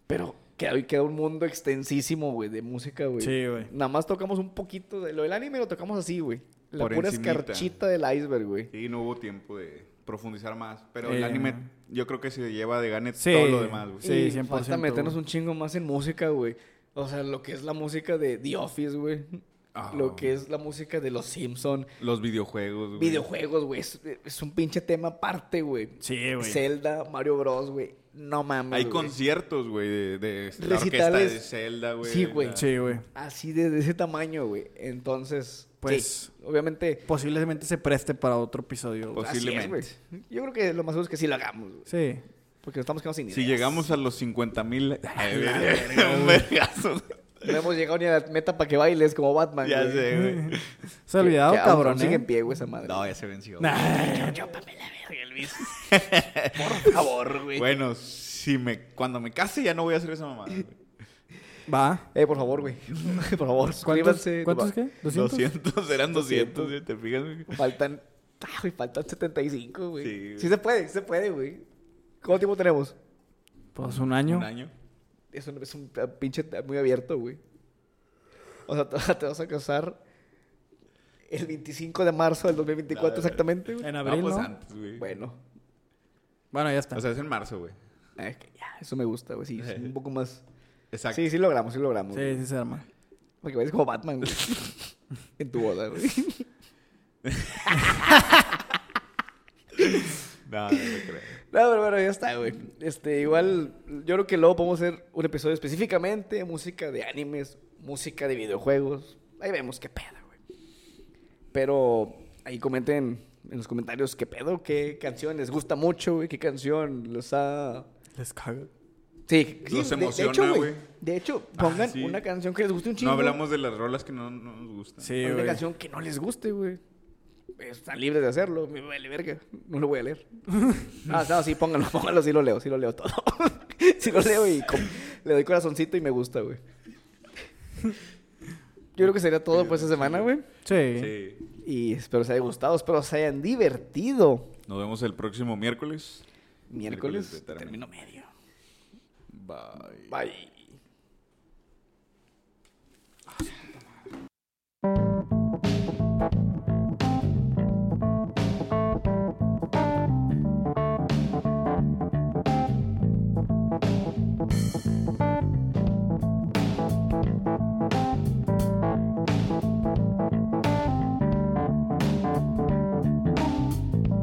[SPEAKER 1] Pero que hoy queda un mundo extensísimo, güey, de música, güey.
[SPEAKER 3] Sí, güey.
[SPEAKER 1] Nada más tocamos un poquito de lo del anime, lo tocamos así, güey. La
[SPEAKER 2] Por
[SPEAKER 1] pura
[SPEAKER 2] encimita.
[SPEAKER 1] escarchita del iceberg, güey.
[SPEAKER 2] Y no hubo tiempo de profundizar más. Pero el
[SPEAKER 3] Eh.
[SPEAKER 2] anime, yo creo que se lleva de gane
[SPEAKER 3] Sí.
[SPEAKER 2] todo lo demás, güey.
[SPEAKER 3] Sí,
[SPEAKER 1] y
[SPEAKER 3] 100%,
[SPEAKER 1] falta meternos
[SPEAKER 3] güey.
[SPEAKER 1] un chingo más en música, güey. O sea, lo que es la música de The Office, güey.
[SPEAKER 2] Ah.
[SPEAKER 1] Lo que es la música de Los Simpson,
[SPEAKER 2] Los videojuegos, güey.
[SPEAKER 1] videojuegos, güey. Es, es un pinche tema aparte, güey.
[SPEAKER 3] Sí, güey.
[SPEAKER 1] Zelda, Mario Bros, güey. No mames.
[SPEAKER 2] Hay
[SPEAKER 1] güey.
[SPEAKER 2] conciertos, güey, de, de la orquesta
[SPEAKER 1] Recitales.
[SPEAKER 2] de Zelda, güey.
[SPEAKER 1] Sí, güey.
[SPEAKER 2] la-
[SPEAKER 3] Sí, güey.
[SPEAKER 1] Así de, de ese tamaño, güey. Entonces,
[SPEAKER 3] Pues-
[SPEAKER 1] sí, obviamente.
[SPEAKER 3] Posiblemente se preste para otro episodio. güey.
[SPEAKER 2] Pues-
[SPEAKER 1] así es,
[SPEAKER 2] posiblemente.
[SPEAKER 1] güey. Yo creo que lo más seguro es que sí lo hagamos, güey.
[SPEAKER 3] Sí.
[SPEAKER 1] Porque nos estamos quedando sin ideas.
[SPEAKER 2] Si llegamos a los 50
[SPEAKER 1] [LAUGHS]
[SPEAKER 2] mil... [LAUGHS] Un vergazo.
[SPEAKER 1] No hemos llegado ni a la meta para que bailes como Batman.
[SPEAKER 2] Ya
[SPEAKER 1] güey.
[SPEAKER 2] sé,
[SPEAKER 1] [LAUGHS]
[SPEAKER 2] güey.
[SPEAKER 3] Se ha olvidado,
[SPEAKER 1] Que aún- aún
[SPEAKER 3] cabrón.
[SPEAKER 1] Sigue
[SPEAKER 3] ¿eh?
[SPEAKER 1] en pie, güey, esa madre.
[SPEAKER 2] No, ya se venció.
[SPEAKER 3] Nah.
[SPEAKER 1] Por favor, güey.
[SPEAKER 2] Bueno, si me, cuando me case ya no voy a hacer esa mamada, güey.
[SPEAKER 3] [LAUGHS] Va.
[SPEAKER 1] Eh, por favor, güey. [LAUGHS] por favor,
[SPEAKER 3] ¿Cuántos,
[SPEAKER 1] suscríbanse.
[SPEAKER 3] ¿cuántos qué? ¿200?
[SPEAKER 2] 200, eran 200, güey, ¿te fijas? güey?
[SPEAKER 1] Faltan. [LAUGHS] Ah, güey, faltan 75, güey.
[SPEAKER 2] Sí, güey.
[SPEAKER 1] Sí se puede, sí se puede, güey. ¿Cuánto tiempo tenemos?
[SPEAKER 3] Pues un año.
[SPEAKER 2] Un año.
[SPEAKER 1] Es un, es un pinche t- muy abierto, güey. O sea, [LAUGHS] te, te vas a casar el 25 de marzo del 2024 exactamente, güey.
[SPEAKER 3] En abril,
[SPEAKER 2] No, pues
[SPEAKER 3] ¿no?
[SPEAKER 2] antes, güey.
[SPEAKER 1] Bueno,
[SPEAKER 3] Bueno, ya está.
[SPEAKER 2] O sea, es en marzo, güey.
[SPEAKER 1] es que ya, eso me gusta, güey. Sí, es un poco más.
[SPEAKER 2] Exacto.
[SPEAKER 1] Sí, sí logramos, sí logramos.
[SPEAKER 3] sí, sí se arma.
[SPEAKER 1] Porque bailes como Batman, güey. [LAUGHS] en tu boda, güey.
[SPEAKER 2] No, no te creo.
[SPEAKER 1] No, pero bueno, ya está, güey. Este, igual, yo creo que luego podemos hacer un episodio específicamente de música de animes, música de videojuegos. Ahí vemos qué pedo, güey. Pero ahí comenten en los comentarios qué pedo, qué canción les gusta mucho, güey, qué canción los ha...
[SPEAKER 3] Les cago.
[SPEAKER 1] Sí, sí,
[SPEAKER 2] Los
[SPEAKER 1] de- de
[SPEAKER 2] emociona,
[SPEAKER 1] hecho,
[SPEAKER 2] güey.
[SPEAKER 1] De hecho,
[SPEAKER 2] Ah,
[SPEAKER 1] pongan
[SPEAKER 2] sí.
[SPEAKER 1] una canción que les guste un
[SPEAKER 2] No
[SPEAKER 1] chingo.
[SPEAKER 2] hablamos de las rolas que no, no nos gustan.
[SPEAKER 3] Sí,
[SPEAKER 1] una
[SPEAKER 3] güey.
[SPEAKER 1] canción que no les guste, güey. Están libres de hacerlo, me vale verga. No lo voy a leer. ah, no, sí, pónganlo, pónganlo, sí lo leo, sí lo leo todo. [LAUGHS] sí lo leo y com- le doy corazoncito y me gusta, güey. Yo creo que sería todo por esta semana, güey.
[SPEAKER 3] Sí.
[SPEAKER 2] Sí.
[SPEAKER 1] Y espero se haya gustado, espero se hayan divertido.
[SPEAKER 2] Nos vemos el próximo miércoles.
[SPEAKER 1] Miércoles,
[SPEAKER 2] Miércoles de término
[SPEAKER 1] término medio.
[SPEAKER 2] Bye.
[SPEAKER 1] Bye.